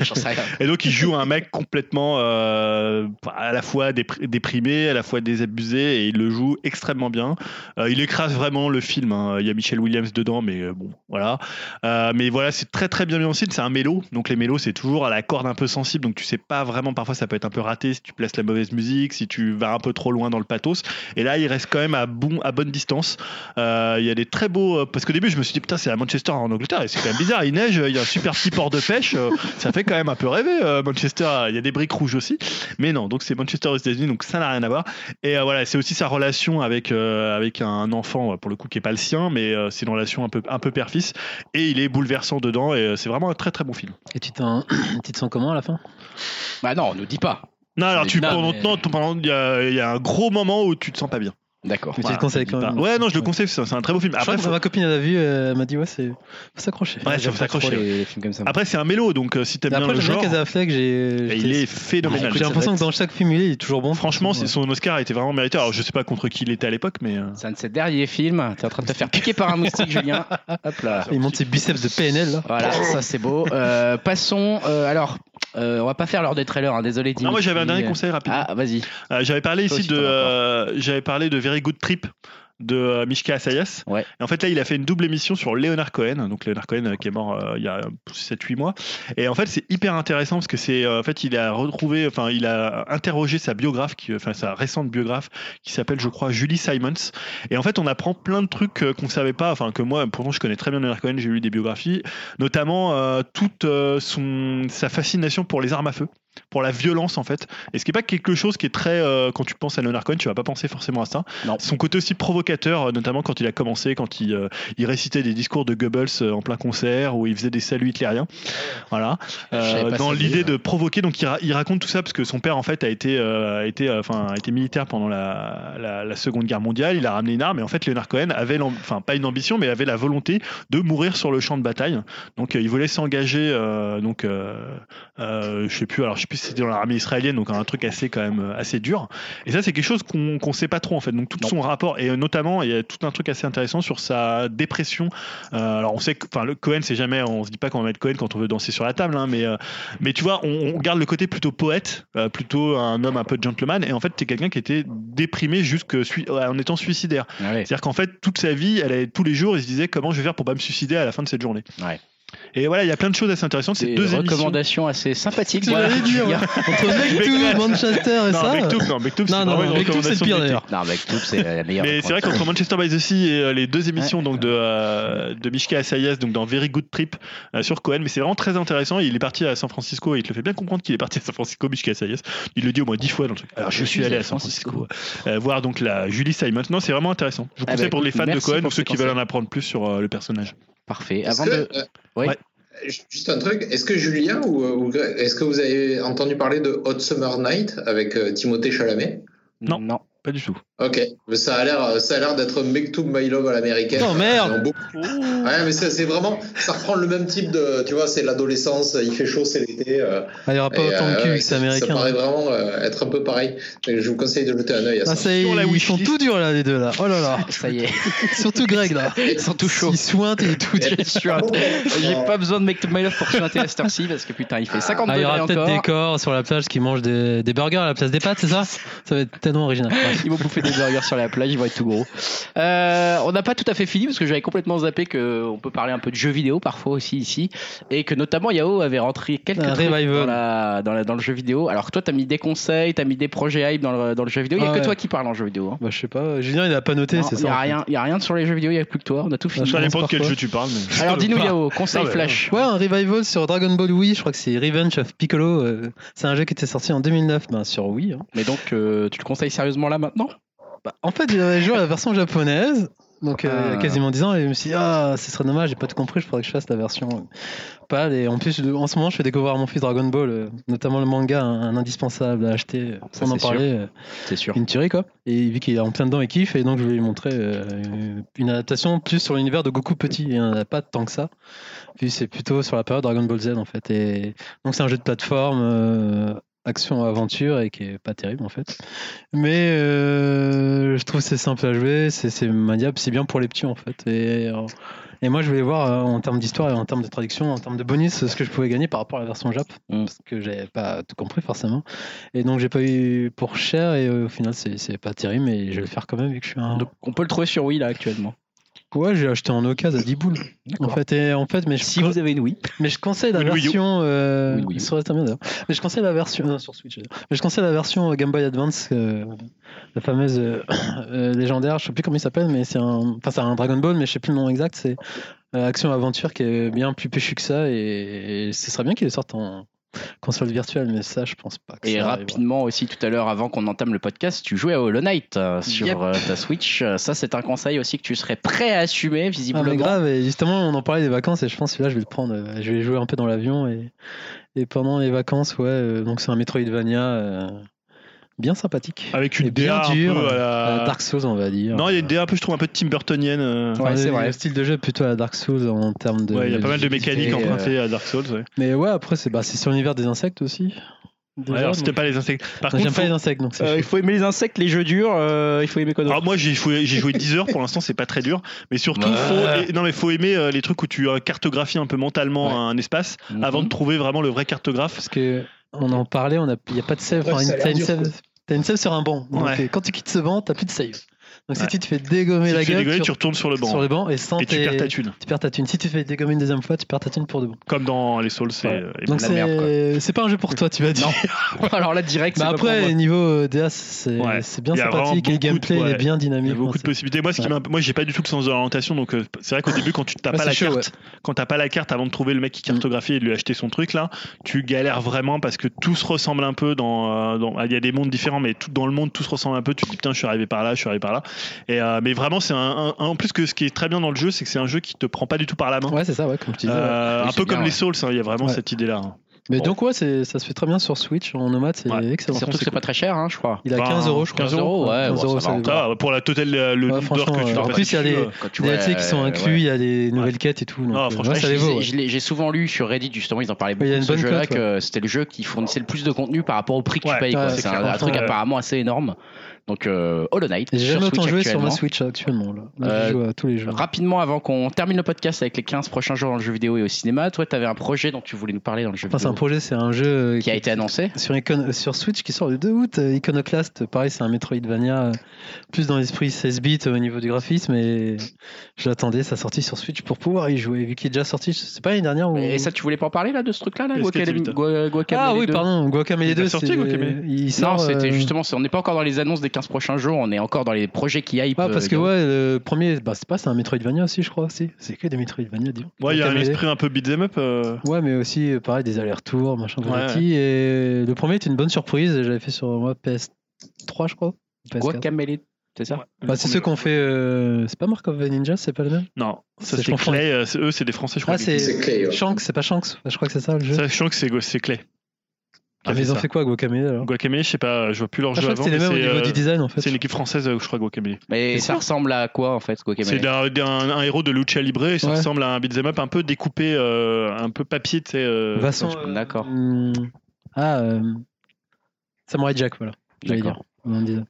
J'en sais rien.
Et donc, il joue un mec complètement euh, à la fois dépr- déprimé, à la fois désabusé, et il le joue extrêmement bien. Euh, il écrase vraiment le film. hein. Il y a Michelle Williams dedans, mais euh, bon, voilà. Euh, mais voilà, c'est très très bien mis en scène. C'est un mélo, donc les mélos, c'est toujours à la corde un peu sensible, donc tu sais pas vraiment. Parfois, ça peut être un peu raté si tu places la mauvaise musique, si tu vas un peu trop loin dans le pathos. Et là, il reste quand même à, bon, à bonne distance. Euh, Il y a des très beaux. euh, Parce qu'au début, je me suis dit, putain, c'est à Manchester en Angleterre, et c'est quand même bizarre. Il neige, euh, il y a un super petit port de pêche. euh, ça fait quand même un peu rêver euh, Manchester il y a des briques rouges aussi mais non donc c'est Manchester aux États-Unis donc ça n'a rien à voir et euh, voilà c'est aussi sa relation avec euh, avec un enfant euh, pour le coup qui est pas le sien mais euh, c'est une relation un peu un peu père fils et il est bouleversant dedans et euh, c'est vraiment un très très bon film
Et tu t'en- tu te sens comment à la fin
Bah non, on nous dit pas.
non alors
Mais
tu
non,
pendant
mais-
non, tu- pendant- il y, a- il y a un gros moment où tu te sens pas bien
D'accord.
Mais tu
Voilà,
le conseilles
dis
quand
pas.
même.
Bah, ouais non je le conseille c'est un- c'est un très beau film
Je crois
après
que
faut-
ma copine elle a vu, euh, elle m'a dit ouais, c'est faut s'accrocher.
ouais,
J'aime
faut
pas trop
s'accrocher.
les, les films comme ça.
après c'est un mélo donc euh, si t'aimes
Et
bien
Après
le
j'aime bien
genre
Casey Affleck, j'ai
et
j'étais-
il est
Ah,
phénoménal
écoute,
j'ai l'impression
va
que dans chaque film il est, il est toujours bon.
franchement
Ouais.
c'est son Oscar était vraiment mérité alors je sais pas contre qui il était à l'époque mais euh,
C'est un de ses derniers films. T'es en train de te faire piquer par un moustique, Julien. Hop là.
Il monte ses biceps de PNL là.
Voilà, ça c'est beau. Euh, passons. euh, alors, euh, on va pas faire l'heure des trailers. hein, Désolé, Dimitri.
non
euh,
moi j'avais un dernier conseil rapide
Ah, vas-y.
Euh, j'avais parlé
Toi aussi,
ici de,
t'en as pas.
euh, j'avais parlé de Very Good Trip. de euh, Mishka Asayas.
Ouais.
Et en fait, là, il a fait une double émission sur Leonard Cohen, donc Leonard Cohen euh, qui est mort euh, il y a 7-8 mois. Et en fait, c'est hyper intéressant parce que c'est, euh, en fait, il a retrouvé, enfin, il a interrogé sa biographe, qui, enfin, sa récente biographe, qui s'appelle, je crois, Julie Simons. Et en fait, on apprend plein de trucs euh, qu'on savait pas, enfin, que moi, pourtant, je connais très bien Leonard Cohen, j'ai lu des biographies, notamment euh, toute euh, son, sa fascination pour les armes à feu pour la violence en fait et ce qui est pas quelque chose qui est très euh, quand tu penses à Leonard Cohen tu vas pas penser forcément à ça
Non.
son côté aussi provocateur euh, notamment quand il a commencé quand il, euh, il récitait des discours de Goebbels euh, en plein concert où il faisait des saluts hitlériens voilà
Je savais
Euh,
pas
dans
ça,
l'idée
lui.
de provoquer donc il, ra- il raconte tout ça parce que son père en fait a été euh, a été euh, enfin a été militaire pendant la, la, la seconde guerre mondiale il a ramené une arme et en fait Leonard Cohen avait l'am- enfin pas une ambition mais avait la volonté de mourir sur le champ de bataille donc euh, il voulait s'engager euh, donc euh, euh, je sais plus alors je sais plus si c'était dans l'armée israélienne donc un truc assez quand même euh, assez dur et ça c'est quelque chose qu'on qu'on sait pas trop en fait donc tout son rapport et euh, notamment il y a tout un truc assez intéressant sur sa dépression Euh, alors on sait que enfin le Cohen c'est jamais on se dit pas qu'on va mettre Cohen quand on veut danser sur la table hein, mais euh, mais tu vois on, on garde le côté plutôt poète euh, plutôt un homme un peu gentleman et en fait t'es quelqu'un qui était déprimé jusque sui- en étant suicidaire
Ouais.
c'est-à-dire qu'en fait, toute sa vie, elle est, tous les jours, il se disait comment je vais faire pour pas me suicider à la fin de cette journée.
Ouais.
Et voilà, il y a plein de choses assez intéressantes. C'est
Des
deux émissions.
recommandations assez sympathiques.
C'est
Voilà.
j'allais dire, ouais.
hein.
Entre Mektoub, Manchester
Non,
et ça.
Mektoub, non, Mektoub, c'est
Non, non,
vraiment une
avec tout, c'est le
recommandation
pire
d'été.
d'ailleurs.
Non, avec tout, c'est la meilleure.
Mais c'est vrai qu'entre Manchester by the Sea et euh, les deux émissions donc de, euh, de Mishka Asayas, donc dans Very Good Trip euh, sur Cohen, mais c'est vraiment très intéressant. Il est parti à San Francisco et il te le fait bien comprendre qu'il est parti à San Francisco, Mishka Asayas. Il le dit au moins dix fois dans le truc. Alors je, suis allé à San Francisco, Euh, voir donc la Julie Simon. Non, c'est vraiment intéressant. Je vous
Ah
conseille
bah,
pour les
écoute,
fans de
merci
Cohen
pour
ou ceux
ces
qui veulent
conseils.
en apprendre plus sur euh, le personnage.
Parfait.
Est-ce
Avant
que,
de.
euh,
Oui.
Ouais.
Juste un truc, est-ce que Julien ou, ou Greg- est-ce que vous avez entendu parler de Hot Summer Night avec euh, Timothée Chalamet
Non. Pas du tout.
Ok, mais ça a l'air, ça a l'air d'être Make to My Love à l'américaine.
Oh, merde
Ils ont beaucoup- Ouais, mais ça, c'est vraiment, ça reprend le même type de, tu vois, c'est l'adolescence, il fait chaud, c'est l'été. euh,
ah, Il n'y aura pas
et,
autant de
euh,
cul
ouais,
que c'est
ça- Ça
américain. hein.
paraît vraiment euh, être un peu pareil. Donc, Je vous conseille de jeter un œil à
Ah,
ça.
ça y est,
Sur la
ils
wishlist.
font tout dur là, les deux là. Oh là là.
Ça y est,
Surtout Greg là.
ils sont tout chauds.
Il sointe et tout.
Je suis un- J'ai pas besoin de Make to My Love pour chanter à cette heure-ci parce que putain, il fait 50
Ah, il y
degrés
aura peut-être des
encore.
corps sur la plage qui mangent des, des burgers à la place des pâtes, c'est ça Ça va être tellement original. Ouais.
Ils vont bouffer des burgers sur la plage, ils vont être tout gros. Euh, on n'a pas tout à fait fini parce que j'avais complètement zappé que on peut parler un peu de jeux vidéo parfois aussi ici et que notamment Yao avait rentré quelques
Un
trucs
revival.
dans, la, dans, la- dans le jeu vidéo. Alors que toi, t'as mis des conseils, t'as mis des projets hype dans le, dans le jeu vidéo. Il y a
Ah
que
ouais.
toi qui parles en jeu vidéo. hein.
Bah, je sais pas, Julien il a pas noté,
Non,
c'est
Il n'y
ça. en
a,
fait. Ah,
rien- il y a rien sur les jeux vidéo, il n'y a plus que toi. On a tout fini.
Je
Ça
pense
dépend de quel
parfois.
jeu tu parles. mais-
Alors dis-nous
Ah,
Yao, conseil
Ah ouais.
flash.
Ouais, un revival sur Dragon Ball Wii, je crois que c'est Revenge of Piccolo. euh, c'est un jeu qui était sorti en 2009 ben, sur Wii. hein.
Mais donc, euh, tu le conseilles sérieusement là maintenant
Bah, en fait, j'avais joué à la version japonaise, donc euh, il y a
Ah.
quasiment 10 ans, et je me suis dit, ah, ce serait dommage, j'ai pas tout compris, je pourrais que je fasse la version euh, pâle. Et en plus, en ce moment, je fais découvrir à mon fils Dragon Ball, euh, notamment le manga, un, un indispensable à acheter. euh,
Ça,
on en
c'est sûr.
parlait, euh,
C'est sûr.
une tuerie quoi. Et vu qu'il est en plein dedans et kiffe, et donc je vais lui montrer euh, une adaptation plus sur l'univers de Goku petit. Il n'y en a pas tant que ça. Puis c'est plutôt sur la période Dragon Ball Z en fait. Et donc c'est un jeu de plateforme. euh, action aventure et qui est pas terrible en fait mais euh, je trouve que c'est simple à jouer c'est c'est maniable c'est bien pour les petits en fait et, euh, et moi je voulais voir euh, en termes d'histoire et en termes de traduction en termes de bonus ce que je pouvais gagner par rapport à la version Jap
Mm.
parce que j'avais pas tout compris forcément et donc j'ai pas eu pour cher et euh, au final c'est c'est pas terrible mais je vais le faire quand même vu que je suis un.
Donc, on peut le trouver sur Wii là actuellement.
Ouais j'ai acheté en occasion à 10 boules. En fait et en fait mais je,
Si vous avez une Wii,
mais je conseille la
Une Wii U.
version euh,
Une Wii U.
sur Steam, d'ailleurs. Mais je conseille la version non, sur Switch. d'ailleurs. Mais je conseille la version Game Boy Advance euh, la fameuse euh, euh, légendaire, je sais plus comment il s'appelle mais c'est un enfin c'est un Dragon Ball mais je sais plus le nom exact, c'est euh, Action Aventure qui est bien plus péchu que ça et, et ce serait bien qu'il le sorte en console virtuelle mais ça je pense pas que
Et
ça arrivera.
rapidement aussi, tout à l'heure, avant qu'on entame le podcast, tu jouais à Hollow Knight euh, sur
Yep.
euh, ta Switch. Euh, Ça, c'est un conseil aussi que tu serais prêt à assumer,
Ah mais
visiblement.
grave, et justement on en parlait des vacances et je pense que là je vais le prendre, euh, je vais jouer un peu dans l'avion et, et pendant les vacances ouais, euh, donc c'est un Metroidvania euh, bien sympathique.
Avec une
Et bien
DA un
dur,
peu à la-
Euh, Dark Souls on va dire.
Ah, Non, il y a une DA un peu, je trouve, un peu Tim Burtonienne. euh.
Enfin,
Ouais,
le-
c'est vrai.
Le style de jeu plutôt à la Dark Souls en termes de.
Ouais, il y a pas mal de mécaniques
en
empruntées à Dark Souls. Ouais.
Mais ouais, après c'est bah, c'est sur l'univers des insectes aussi. Déjà,
Ouais, alors,
donc-
c'était pas les insectes. Par
Non,
contre,
j'aime pas
faut- Ah,
les insectes donc c'est
Euh,
chaud.
il faut aimer les insectes, les jeux durs, euh, il faut aimer Kono.
alors, Ah, moi, j'ai joué, j'ai joué 10 heures pour l'instant, c'est pas très dur. Mais surtout, faut, et- non, mais faut aimer euh, les trucs où tu euh, cartographies un peu mentalement
Ouais.
un espace
Mhm.
Ah, avant de trouver vraiment le vrai cartographe.
parce que on en parlait, on a, il y a pas de save,
Ouais,
enfin,
ça a
une-
l'air
t'as une
dur,
save, t'as une save sur un banc. Donc,
Ouais.
euh, quand tu quittes ce banc, t'as plus de save. Donc si tu te fais dégommer
Si
la
tu fais
gueule,
dégueuler,
tu
tu retournes sur le
re- sur
banc
le banc et sans
et tu
tes-
perds ta thune.
tu perds ta thune. Si tu te fais dégommer une deuxième fois, tu perds ta thune pour de bon.
Comme dans les Souls, c'est euh, et
Donc
la merde,
c'est c'est pas un jeu pour toi, tu vas dire.
Non. Alors là, direct, c'est
Bah
pas pour moi.
après, niveau euh, DA, c'est
Ouais.
c'est bien
Il y a
sympathique et le
vraiment beaucoup de-
gameplay il est
ouais.
bien
Il y
dynamique.
a beaucoup de
Enfin,
possibilités. Moi, ce qui
Ouais.
m'a un peu- moi, j'ai pas du tout le sens de l'orientation, donc euh, c'est vrai qu'au début, quand tu t'as
Ouais,
pas
c'est
la
chaud,
carte, quand t'as pas la carte avant de trouver le mec qui
Mm.
cartographie et de lui acheter son truc là, tu galères vraiment parce que tout se ressemble un peu dans, euh, dans- ah, il y a des mondes différents, mais tout dans le monde tout se ressemble un peu. Tu te dis putain, je suis arrivé par là, je suis arrivé par là. Et euh, mais vraiment, c'est un, un- un- en plus que ce qui est très bien dans le jeu, c'est que c'est un jeu qui te prend pas du tout par la main.
Ouais, c'est ça, ouais, comme je disais. ouais.
Euh,
Oui,
un
c'est
peu
bien,
comme
ouais.
les Souls, hein, il y a vraiment
Ouais.
cette idée là.
Mais
Bon.
donc, ouais, c'est- ça se fait très bien sur Switch, en nomade, c'est
Ouais.
excellent.
Surtout que c'est pas très cher, hein, je crois.
Il a 15 euros, je crois.
15 euros, ouais, bon, ça va,
les
on
vaut.
pour la totale euh, le
Ouais,
nombre d'heures
franchement,
que tu
euh,
vas
en
passer
plus, il y a
dessus,
des-
euh,
Quand tu
Des
vois,
DLC qui sont
euh,
inclus,
ouais.
il y a des nouvelles
Ouais.
quêtes et tout.
Non,
donc, euh,
franchement,
ouais, ça les
Je les-
vaut. ouais.
je les- J'ai souvent lu sur Reddit, justement, ils en parlaient
Ouais, il
beaucoup
y a
de
une
ce
bonne
jeu-là,
cote, ouais.
que c'était le jeu qui fournissait le plus de contenu par rapport au prix que
Ouais,
tu payes. quoi.
ouais,
c'est
c'est
un,
clair,
un truc
ouais.
apparemment assez énorme. Donc, euh, Hollow Knight.
J'ai jamais
sur
autant
Switch
joué sur ma
actuellement.
Switch actuellement. Là. Là,
Euh,
je joue à tous les jeux.
Rapidement, avant qu'on termine le podcast avec les 15 prochains jours dans le jeu vidéo et au cinéma, toi, tu avais un projet dont tu voulais nous parler dans le jeu
Enfin, c'est
vidéo
un projet, c'est un jeu euh,
qui a été annoncé.
sur, Icon- euh, sur Switch qui sort le 2 août. euh, Iconoclast, pareil, c'est un Metroidvania euh, plus dans l'esprit 16 bits euh, au niveau du graphisme. Et je l'attendais, sa sortie sur Switch pour pouvoir y jouer. Vu qu'il est déjà sorti, je sais pas, l'année dernière ou.
Et ça, tu voulais pas en parler là de ce truc-là, là,
Est-ce que
Guacamole-
tu-
Gua- Guacamole
Oh. ah oui,
2?
pardon,
Il est
Guacamele
pas
2.
sorti,
c'est-
Guacamele
Il
Non,
sort.
c'était
euh,
justement, c'est- on n'est pas encore dans les annonces des 15 prochains jours, on est encore dans les projets qui hype.
Ah, parce
euh,
que
dans-
ouais, le premier, bah, c'est pas, c'est un Metroidvania aussi, je crois. Si, c'est que des Metroidvania, disons.
Ouais, il y a un
Guacamele.
esprit un peu beat'em up. euh,
Ouais, mais aussi, euh, pareil, des allers-retours, machin,
Ouais,
confetti. Et le premier était une bonne surprise. J'avais fait sur moi PS3, je crois. ou PS4.
Guacamele, c'est ça
ouais, le
Bah, c'est
premier.
ceux qu'on fait. euh, C'est pas Mark of the Ninja, c'est pas le même
Non, ça
C'est- je
c'est
confonds.
Clay. euh, c'est- eux, c'est des Français, je crois.
Ah, c'est
C'est Clay, ouais.
Shanks, c'est pas Shanks. Enfin, je crois que c'est ça le jeu.
Ça, je sens que c'est c'est Clay.
Ah, mais ils ont fait quoi, Guacamele alors
Guacamele, je sais pas, je vois plus leur
Ah, Je
jeu
crois que
avant.
c'est les
mais
mêmes au
C'est euh,
niveau du design en fait.
c'est une équipe française, euh, je crois, Guacamele.
Mais
C'est
ça
sûr.
ressemble à quoi en fait, Guacamole
C'est d'un d'un- un héros de lucha libre et ça
Ouais.
ressemble à un beat'em up un peu découpé, euh, un peu papier, tu sais. euh,
Vincent,
je-
euh,
d'accord.
hum, Ah, euh, Samurai Jack, voilà. j'allais
D'accord.
dire. On en disait.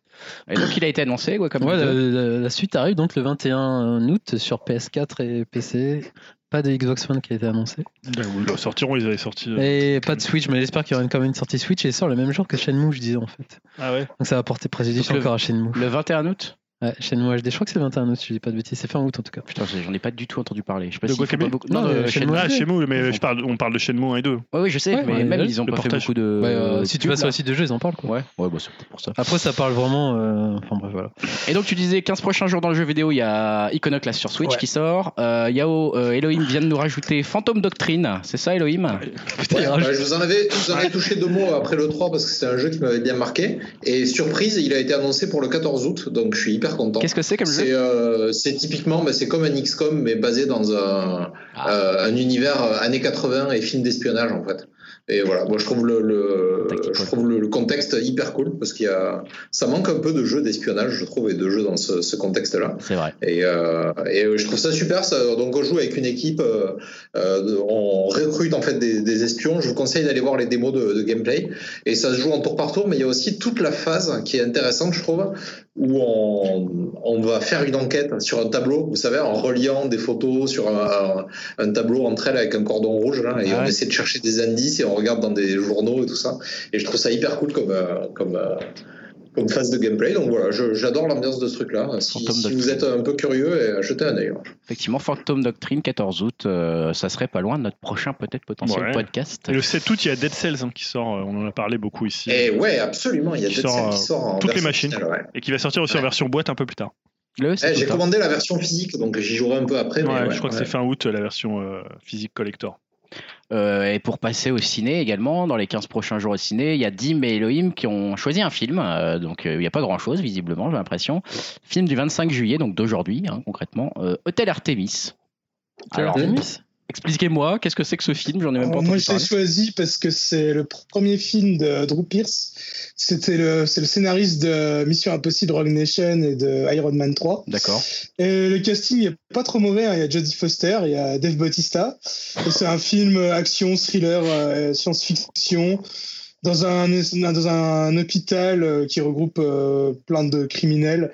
Et donc il a été annoncé, Guacamole.
Ouais, euh, la,
2.
la- la suite arrive donc le 21 août sur PS4 et PC. Pas de Xbox One qui a été annoncé.
Ils le sortiront, ils avaient sorti. euh.
Et pas de Switch, mais j'espère qu'il y aura une- quand même une sortie Switch et il sort le même jour que Shenmue, je disais en fait.
Ah ouais
Donc ça va porter préjudice
Donc le-
encore à Shenmue.
Le 21 août
Ouais, Shenmue HD, je crois que c'est le 21 août, je dis pas de bêtises, c'est fin août en tout cas.
Putain, j'en ai pas du tout entendu parler. Je sais pas
De
s'ils font
Guacamole
pas beaucoup-
Non,
Non, de
euh,
Shenmue.
Shenmue.
Ah, Shenmue, mais je parle, on parle de Shenmue 1 et 2.
Ouais, oui, je sais,
Ouais,
mais
ouais,
même
ouais,
ils ont
le
pas fait
portage.
beaucoup de.
Ouais, euh,
de
si tu
pubs,
vas sur
là.
le site de jeu, ils en parlent quoi.
Ouais, ouais, bah, c'est peut-être pour ça.
Après, ça parle vraiment. euh, Enfin bref, voilà.
Et donc, tu disais 15 prochains jours dans le jeu vidéo, il y a Iconoclast sur Switch
Ouais.
qui sort. Euh, Yao, euh, Elohim vient de nous rajouter Phantom Doctrine. C'est ça, Elohim
Putain, il
Ah. Ouais,
rajoute-
ouais, je vous en avais, je vous en avais touché deux mots après le 3 parce que c'est un jeu qui m'avait bien marqué. Et surprise, il a été annoncé pour le 14 août, donc je suis hyper content.
Qu'est-ce que c'est comme jeu
C'est euh, c'est typiquement, bah, c'est comme un XCOM, mais basé dans un,
Ah.
euh, un univers euh, années 80 et film d'espionnage, en fait. Et voilà, moi je trouve le, le-
Tactical.
je trouve le, le contexte hyper cool parce qu'il y a, ça manque un peu de jeux d'espionnage, je trouve, et de jeux dans ce, ce contexte-là.
C'est vrai.
Et, euh, et euh, je trouve ça super. Ça, donc on joue avec une équipe, euh, euh, de- on recrute en fait des, des espions. Je vous conseille d'aller voir les démos de, de gameplay. Et ça se joue en tour par tour, mais il y a aussi toute la phase qui est intéressante, je trouve, où on, on va faire une enquête sur un tableau, vous savez, en reliant des photos sur un, un- un tableau entre elles avec un cordon rouge, là, et
Ah
on
ouais.
essaie de chercher des indices et on regarde dans des journaux et tout ça. Et je trouve ça hyper cool comme, euh, comme, euh, comme phase de gameplay. Donc voilà, je- j'adore l'ambiance de ce truc-là. Si,
Phantom
si
Doctrine.
vous êtes un peu curieux, eh, jetez un œil.
Effectivement, Phantom Doctrine, 14 août, euh, ça serait pas loin de notre prochain, peut-être potentiel
Ouais.
podcast.
Et
Eh,
le 7 août, il y a Dead Cells hein, qui sort, euh, on en a parlé beaucoup ici.
Et Eh ouais, absolument. Il y a
Qui
Dead
sort,
Cells
euh,
qui sort en
toutes les
version
machines.
finale, ouais.
Et qui va sortir aussi en
Ouais.
version boîte un peu plus tard.
Le
Eh,
c'est
J'ai
tout, hein.
commandé la version physique, donc j'y jouerai un peu après. mais
Ouais,
ouais,
je crois que
ouais.
c'est fin août, la version euh, physique collector.
Euh, et pour passer au ciné également, dans les 15 prochains jours au ciné, il y a Dim et Elohim qui ont choisi un film. euh, donc euh, il n'y a pas grand chose, visiblement, j'ai l'impression. Film du 25 juillet, donc d'aujourd'hui, hein, concrètement. euh, Hôtel Artemis. Alors,
Artemis
expliquez-moi, qu'est-ce que c'est que ce film J'en ai même
Alors,
pas
Oh, moi,
entendu
je l'ai
parler.
choisi parce que c'est le pr- premier film de Drew Pierce. C'était le, c'est le scénariste de Mission Impossible, Rogue Nation et de Iron Man 3.
D'accord.
Et le casting est pas trop mauvais. hein. Il y a Jodie Foster, il y a Dave Bautista. Et c'est un film euh, action, thriller, euh, science-fiction dans un dans un hôpital euh, qui regroupe euh, plein de criminels.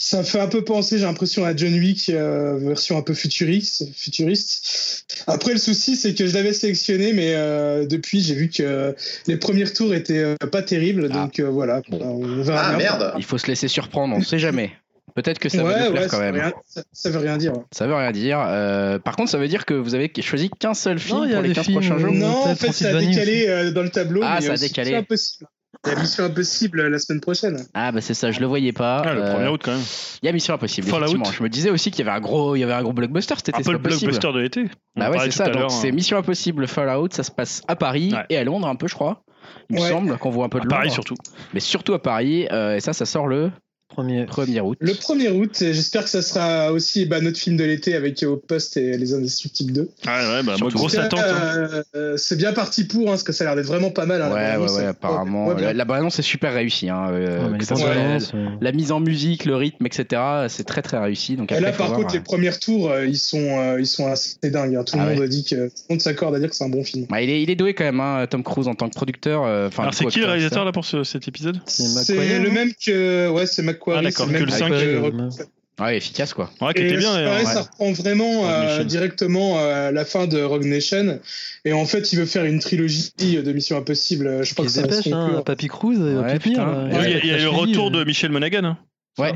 Ça fait un peu penser, j'ai l'impression, à John Wick, euh, version un peu futuriste. futuriste. Après, le souci, c'est que je l'avais sélectionné, mais euh, depuis, j'ai vu que euh, les premiers tours étaient euh, pas terribles.
Ah.
Donc euh, voilà,
Bon.
on verra
Ah
bien.
merde
Il faut se laisser surprendre, on ne sait jamais. Peut-être que ça va
Ouais,
nous plaire
ouais,
quand
ça
même.
veut rien- ça- ça veut rien dire.
Ça veut rien dire. Euh, par contre, ça veut dire que vous avez choisi qu'un seul film
Non, il y a
pour les
des
15
films,
prochains jours.
euh,
Non, en
Hôtel
fait, ça a
Transylvanie
décalé euh, dans le tableau.
Ah,
mais,
ça a
euh, c'est
décalé.
Mission Impossible. Il y a Mission Impossible euh, la semaine prochaine.
Ah bah c'est ça, je le voyais pas.
Ah, le
Euh,
1er août quand même.
Il y a Mission Impossible.
Fallout.
effectivement. Je me disais aussi qu'il y avait un gros, il y avait un gros blockbuster. C'était
Un peu le blockbuster de l'été. On en
Bah ouais, c'est
parlait tout
ça.
à
Donc
l'heure,
c'est
hein.
Mission Impossible, Fallout. Ça se passe à Paris
Ouais.
et à Londres un peu, je crois. Il me
Ouais.
semble qu'on voit un peu de
Pareil
Londres.
surtout.
Mais surtout à Paris. euh, et ça, ça sort le
Premier.
1er août.
Le 1er août, Euh, et j'espère que ça sera aussi bah, notre film de l'été avec Au Poste et Les Indestructibles 2.
Ah ouais, bah moi
Surtout.
grosse
Euh,
attente. hein.
euh, c'est bien parti pour, hein, parce que ça a l'air d'être vraiment pas mal. hein,
Ouais,
la
ouais,
bande-annonce,
ouais,
ça-
apparemment. euh,
ouais,
la,
bien.
la bande-annonce est super réussie. Hein, euh,
Ouais, mais
que
les
ça
bandes
soit la,
annonces, euh,
la mise en musique, le rythme, etc. C'est très très réussi. Donc
Et
après,
là,
faut
par
voir,
contre, les
euh,
premiers retours, euh, ils sont, euh, ils sont assez dingues. hein. Tout le
Ah
monde dit que tout le monde s'accorde à dire que c'est un bon film.
bah, il, est, il est doué quand même, hein, Tom Cruise en tant que producteur. euh, Enfin,
Alors c'est qui le
co-acteur,
réalisateur là pour ce- cet épisode
C'est
C'est
Macquarie,
le
hein
même que, ouais, c'est
Ah,
Macquarie.
d'accord,
c'est
que
même
le cinq, euh,
que-
etc. Ouais, efficace quoi.
Ouais, qui
Et
était bien.
c'est
hein,
pareil,
ouais.
ça reprend vraiment
Rogue
euh,
Nation.
directement euh, la fin de Rogue Nation. Et en fait, il veut faire une trilogie de Mission Impossible. Je crois
Il
que
se
ça va se
dépêche, hein,
conclure.
Papy Cruz, euh, il va
Ouais,
plus venir,
putain.
là.
Et oui, Il y a- il y a eu le
Crash Lily,
retour
euh,
de Michel Monaghan. hein.
Ouais.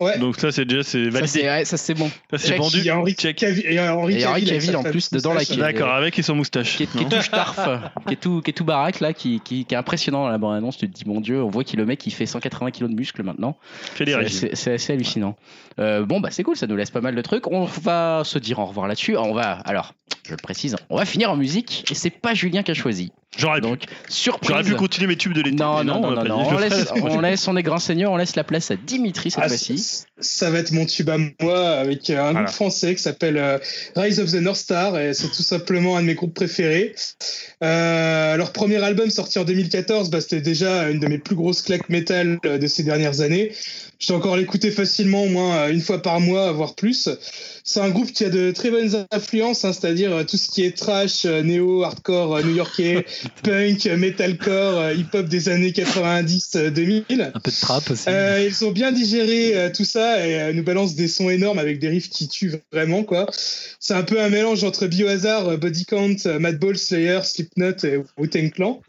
Ouais.
Donc là, c'est déjà c'est
Ça,
validé.
c'est ouais, ça, c'est bon.
Ça c'est
check.
vendu.
Il y a Henri
Check.
Cavill, et Henri
Et Henri
avec sa
Cavill, en
femme
plus, dedans, là,
moustache.
qui-
D'accord, avec et sans moustache.
euh, Qui est, qui est
non
tout starf, qui est tout, qui est tout baraque là, qui, qui, qui est impressionnant dans la bande annonce. Tu te dis, mon dieu, on voit que le mec il fait 180 kilos de muscles maintenant.
Fais des
C'est
régimes.
c'est- c'est assez hallucinant. Euh, bon, bah c'est cool, ça nous laisse pas mal de trucs. On va se dire au revoir là-dessus. Ah, On va, alors, je le précise, on va finir en musique et c'est pas Julien qui a choisi.
J'aurais pu.
Donc, surprise.
Ah, J'aurais pu continuer mes tubes de l'été.
Non,
mais
non, non, non,
on l'a pas
non,
dit, je
On,
le ferai
laisse,
la semaine
on
prochaine.
laisse, on est grand seigneur, on laisse la place à Dimitri cette
Ah,
fois-ci.
c- ça va être mon tube à moi avec euh, un
Voilà.
groupe français qui s'appelle euh, Rise of the North Star et c'est tout simplement un de mes groupes préférés. Euh, leur premier album sorti en 2014, bah, c'était déjà une de mes plus grosses claques métal euh, de ces dernières années. Je dois encore l'écouter facilement, au moins euh, une fois par mois, voire plus. C'est un groupe qui a de très bonnes influences, hein, c'est-à-dire euh, tout ce qui est trash, euh, néo, hardcore, euh, new-yorkais, punk, euh, metalcore, euh, hip-hop des années euh, 90-2000.
Un peu de trap aussi.
Euh, ils ont bien digéré euh, tout ça et euh, nous balancent des sons énormes avec des riffs qui tuent vraiment quoi. C'est un peu un mélange entre Biohazard, euh, Body Count, euh, Madball, Slayer, Slipknot et Wu-Tang Clan.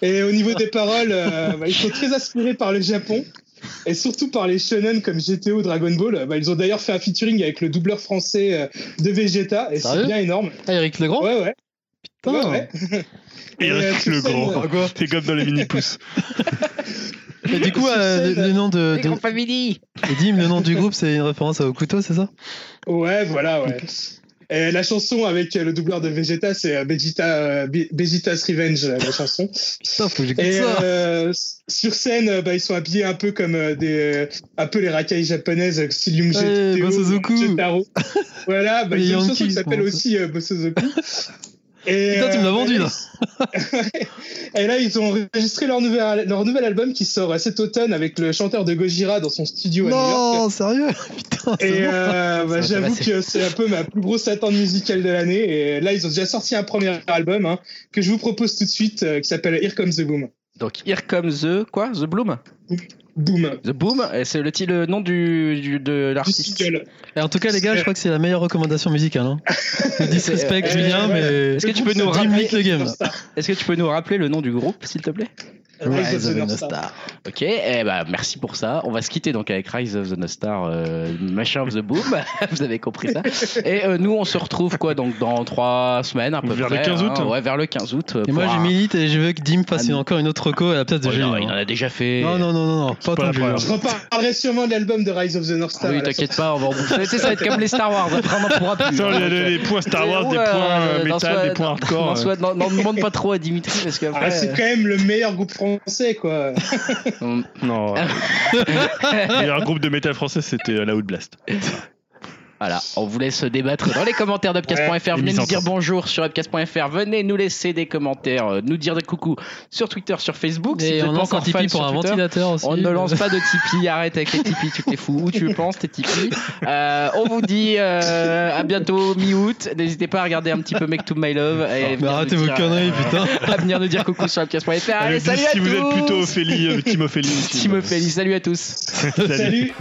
Et au niveau des paroles, euh, bah, ils sont très inspirés par le Japon et surtout par les shonen comme GTO, Dragon Ball. Bah, ils ont d'ailleurs fait un featuring avec le doubleur français euh, de Vegeta et c'est
Sérieux
bien énorme.
Ah, Eric Legrand
Ouais ouais.
Putain.
Ouais, ouais.
Oh. Et
euh,
Eric
sur
le
scène,
grand. C'est comme dans les mini-pouces.
Et du coup,
Sur
euh, le,
scène,
le nom de, de- et Dim, le nom du groupe, c'est une référence à Okuto, c'est ça
Ouais, voilà, ouais. Et la chanson avec euh, le doubleur de Vegeta, c'est euh, Vegeta, euh, Be- Vegeta's Revenge, la la chanson.
Putain, faut que j'écoute
Et
ça.
euh, s- sur scène, euh, bah, ils sont habillés un peu comme euh, des, un peu les racailles japonaises, euh, style Yung
Ouais,
Jet-
Bosozoku.
Jetaro. Voilà, bah,
Les
il y a une chanson
Yankees,
qui s'appelle
quoi.
aussi euh, Bosozoku. Et,
Putain, tu me l'as
euh,
vendu là.
et là, ils ont enregistré leur nouvel, leur nouvel album qui sort euh, cet automne avec le chanteur de Gojira dans son studio à New York.
Non, sérieux Putain,
Et
c'est bon.
euh, bah,
va
j'avoue
passer.
que c'est un peu ma plus grosse attente musicale de l'année. Et là, ils ont déjà sorti un premier album hein, que je vous propose tout de suite euh, qui s'appelle Here Comes the Boom.
Donc, Here Comes the, quoi, The Bloom?
Boom.
The Boom, et c'est le, ti- le nom du, du- de
Du
l'artiste.
single.
Et en tout cas, les gars, je crois que c'est la meilleure recommandation musicale. Hein. Je disrespect
euh,
Julien,
ouais.
mais.
Est-ce que tu peux
groupe
nous
s'appelle
Dream
rappeler
League le game.
North Star.
Est-ce que tu peux nous rappeler le nom du groupe, s'il te plaît
Rise of the North
North
Star.
Star.
Ok, eh ben, merci pour ça. On va se quitter donc avec Rise of the North Star, euh, Machin of the Boom. Vous avez compris ça. Et euh, nous, on se retrouve quoi donc dans trois semaines à peu
Vers le
près.
15 août.
hein. ouais, vers le 15 août. euh,
Et moi,
pour
je
un-
milite et je veux que Dim fasse
Ah, non.
encore une autre reco à la place de
Oh, il, en, il en
hein.
Julien.
a déjà fait.
Non, non, non, non, non, pas
pas la
autant que Julien.
première.
Je reparlerai sûrement de l'album de Rise of the North
Ah
Star.
oui,
à la
t'inquiète pas, on va en bouffer. Tu sais, ça va être comme les Star Wars. Après, on n'en pourra plus.
Putain,
hein,
les-
donc, euh,
les les points Star Wars, des
ouais,
points euh,
dans
métal,
soi-
des points
dans- dans
hardcore. euh.
soi- N'en n'en demande pas trop à Dimitri parce
sortie. Ah,
qu'après.
c'est quand même le meilleur groupe français, quoi.
euh,
Non. ouais. Le meilleur groupe de métal français, c'était euh, la Outblast.
Voilà, on vous laisse débattre dans les commentaires d'Upcast.fr.
et
Venez
mise
nous
en
dire
place.
bonjour sur Upcast.fr. Venez nous laisser des commentaires, euh, nous dire des coucou sur Twitter, sur Facebook. Si vous
Et
êtes
on
pas
lance un
encore fan
Tipeee
sur
pour un
Twitter,
ventilateur aussi.
On ne lance pas de Tipeee, arrête avec les Tipeee, tu t'es fou. Où tu le penses, tes Tipeee. Euh, on vous dit euh, à bientôt mi-août. N'hésitez pas à regarder un petit peu Make to My Love. Et
Ah,
à venir
Mais
nous
arrêtez vos
dire,
conneries,
euh,
putain.
À venir nous dire coucou sur Upcast.fr. Allez,
Avec
salut
dix,
à
si
tous.
vous êtes plutôt Ophélie, euh, Team Ophélie.
Timophélie, salut à tous.
Salut.
Salut.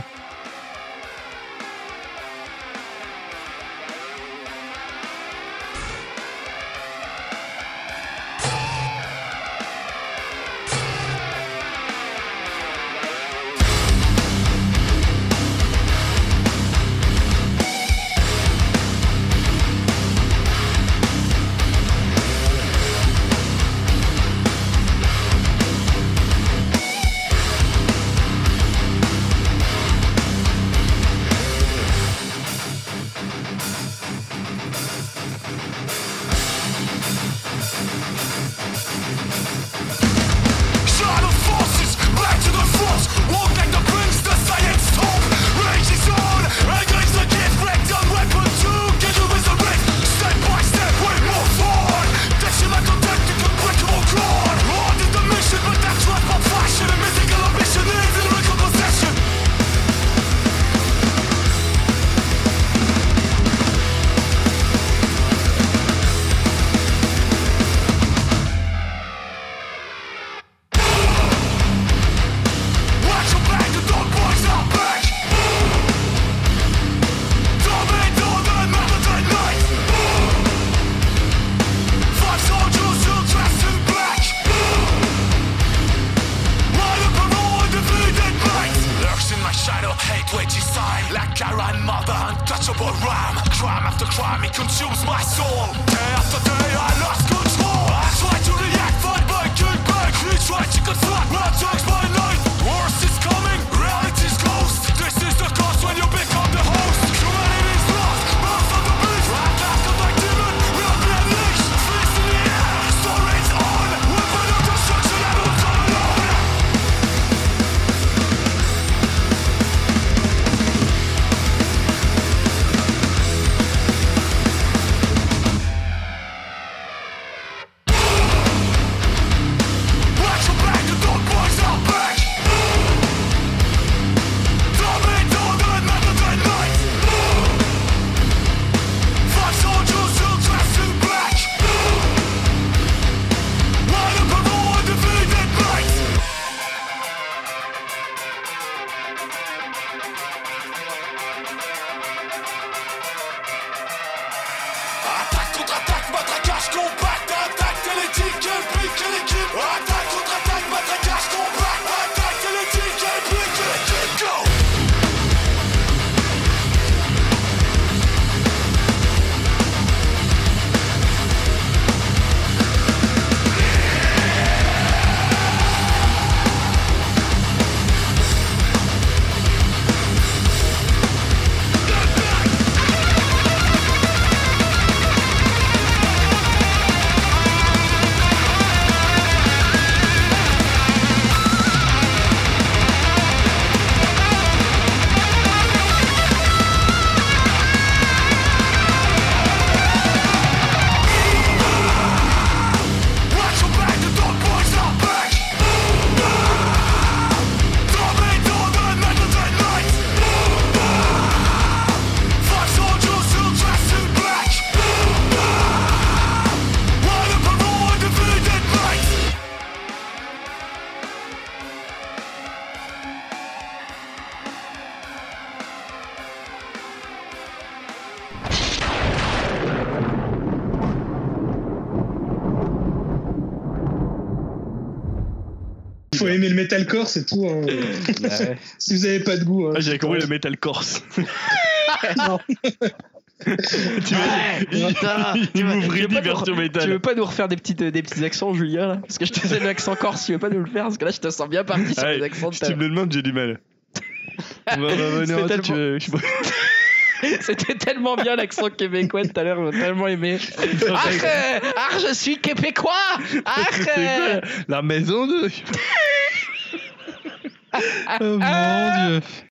hate wages sign Like Iron Mother, untouchable ram Crime after crime, it consumes my soul Day after day, I lost control I tried to react, fight back, kick back He tried to construct, attacks my life Worse is coming, reality's close This is the cost when you become the host Humanity's lost, mouth of the beast Right after the demon, will be unleashed Fist in the air, stories on Weapon of destruction, I will come alone Watch your back, the dog boys are back! Tell me, don't do it, matter than night! Five soldiers still dressed in black! Line up and roll and defeat that night! Attaque, contre-attaque, matraquage, combat Attaque, télétique, pique, l'équipe Attaque, contre-attaque, matraquage, combat Attaque, télétique, pique, l'équipe Go Watch your back, the dog boys are back Throw me door, the metal that night Five soldiers still dressed in black Line up and roll and defeat that night
Faut aimer le metalcore, c'est tout. hein. si vous avez pas de goût. hein.
Ah, J'avais compris le metal corse.
Non.
tu vas il m'ouvrit l'ouverture
Tu veux
métal.
pas nous refaire des, petites, euh, des petits accents, Julien là Parce que je te faisais l'accent corse, tu veux pas nous le faire Parce que là, je te sens bien parti sur
Ouais,
les accents de
Si
ta-
tu me le demandes, j'ai du mal. On va revenir en
C'est
tête, tu veux- je sais pas.
C'était tellement bien l'accent québécois tout à l'heure, j'ai tellement aimé. Ah, euh, ah, je suis québécois Ah,
C'est
euh,
quoi, La maison de.
ah.
mon Oh, dieu.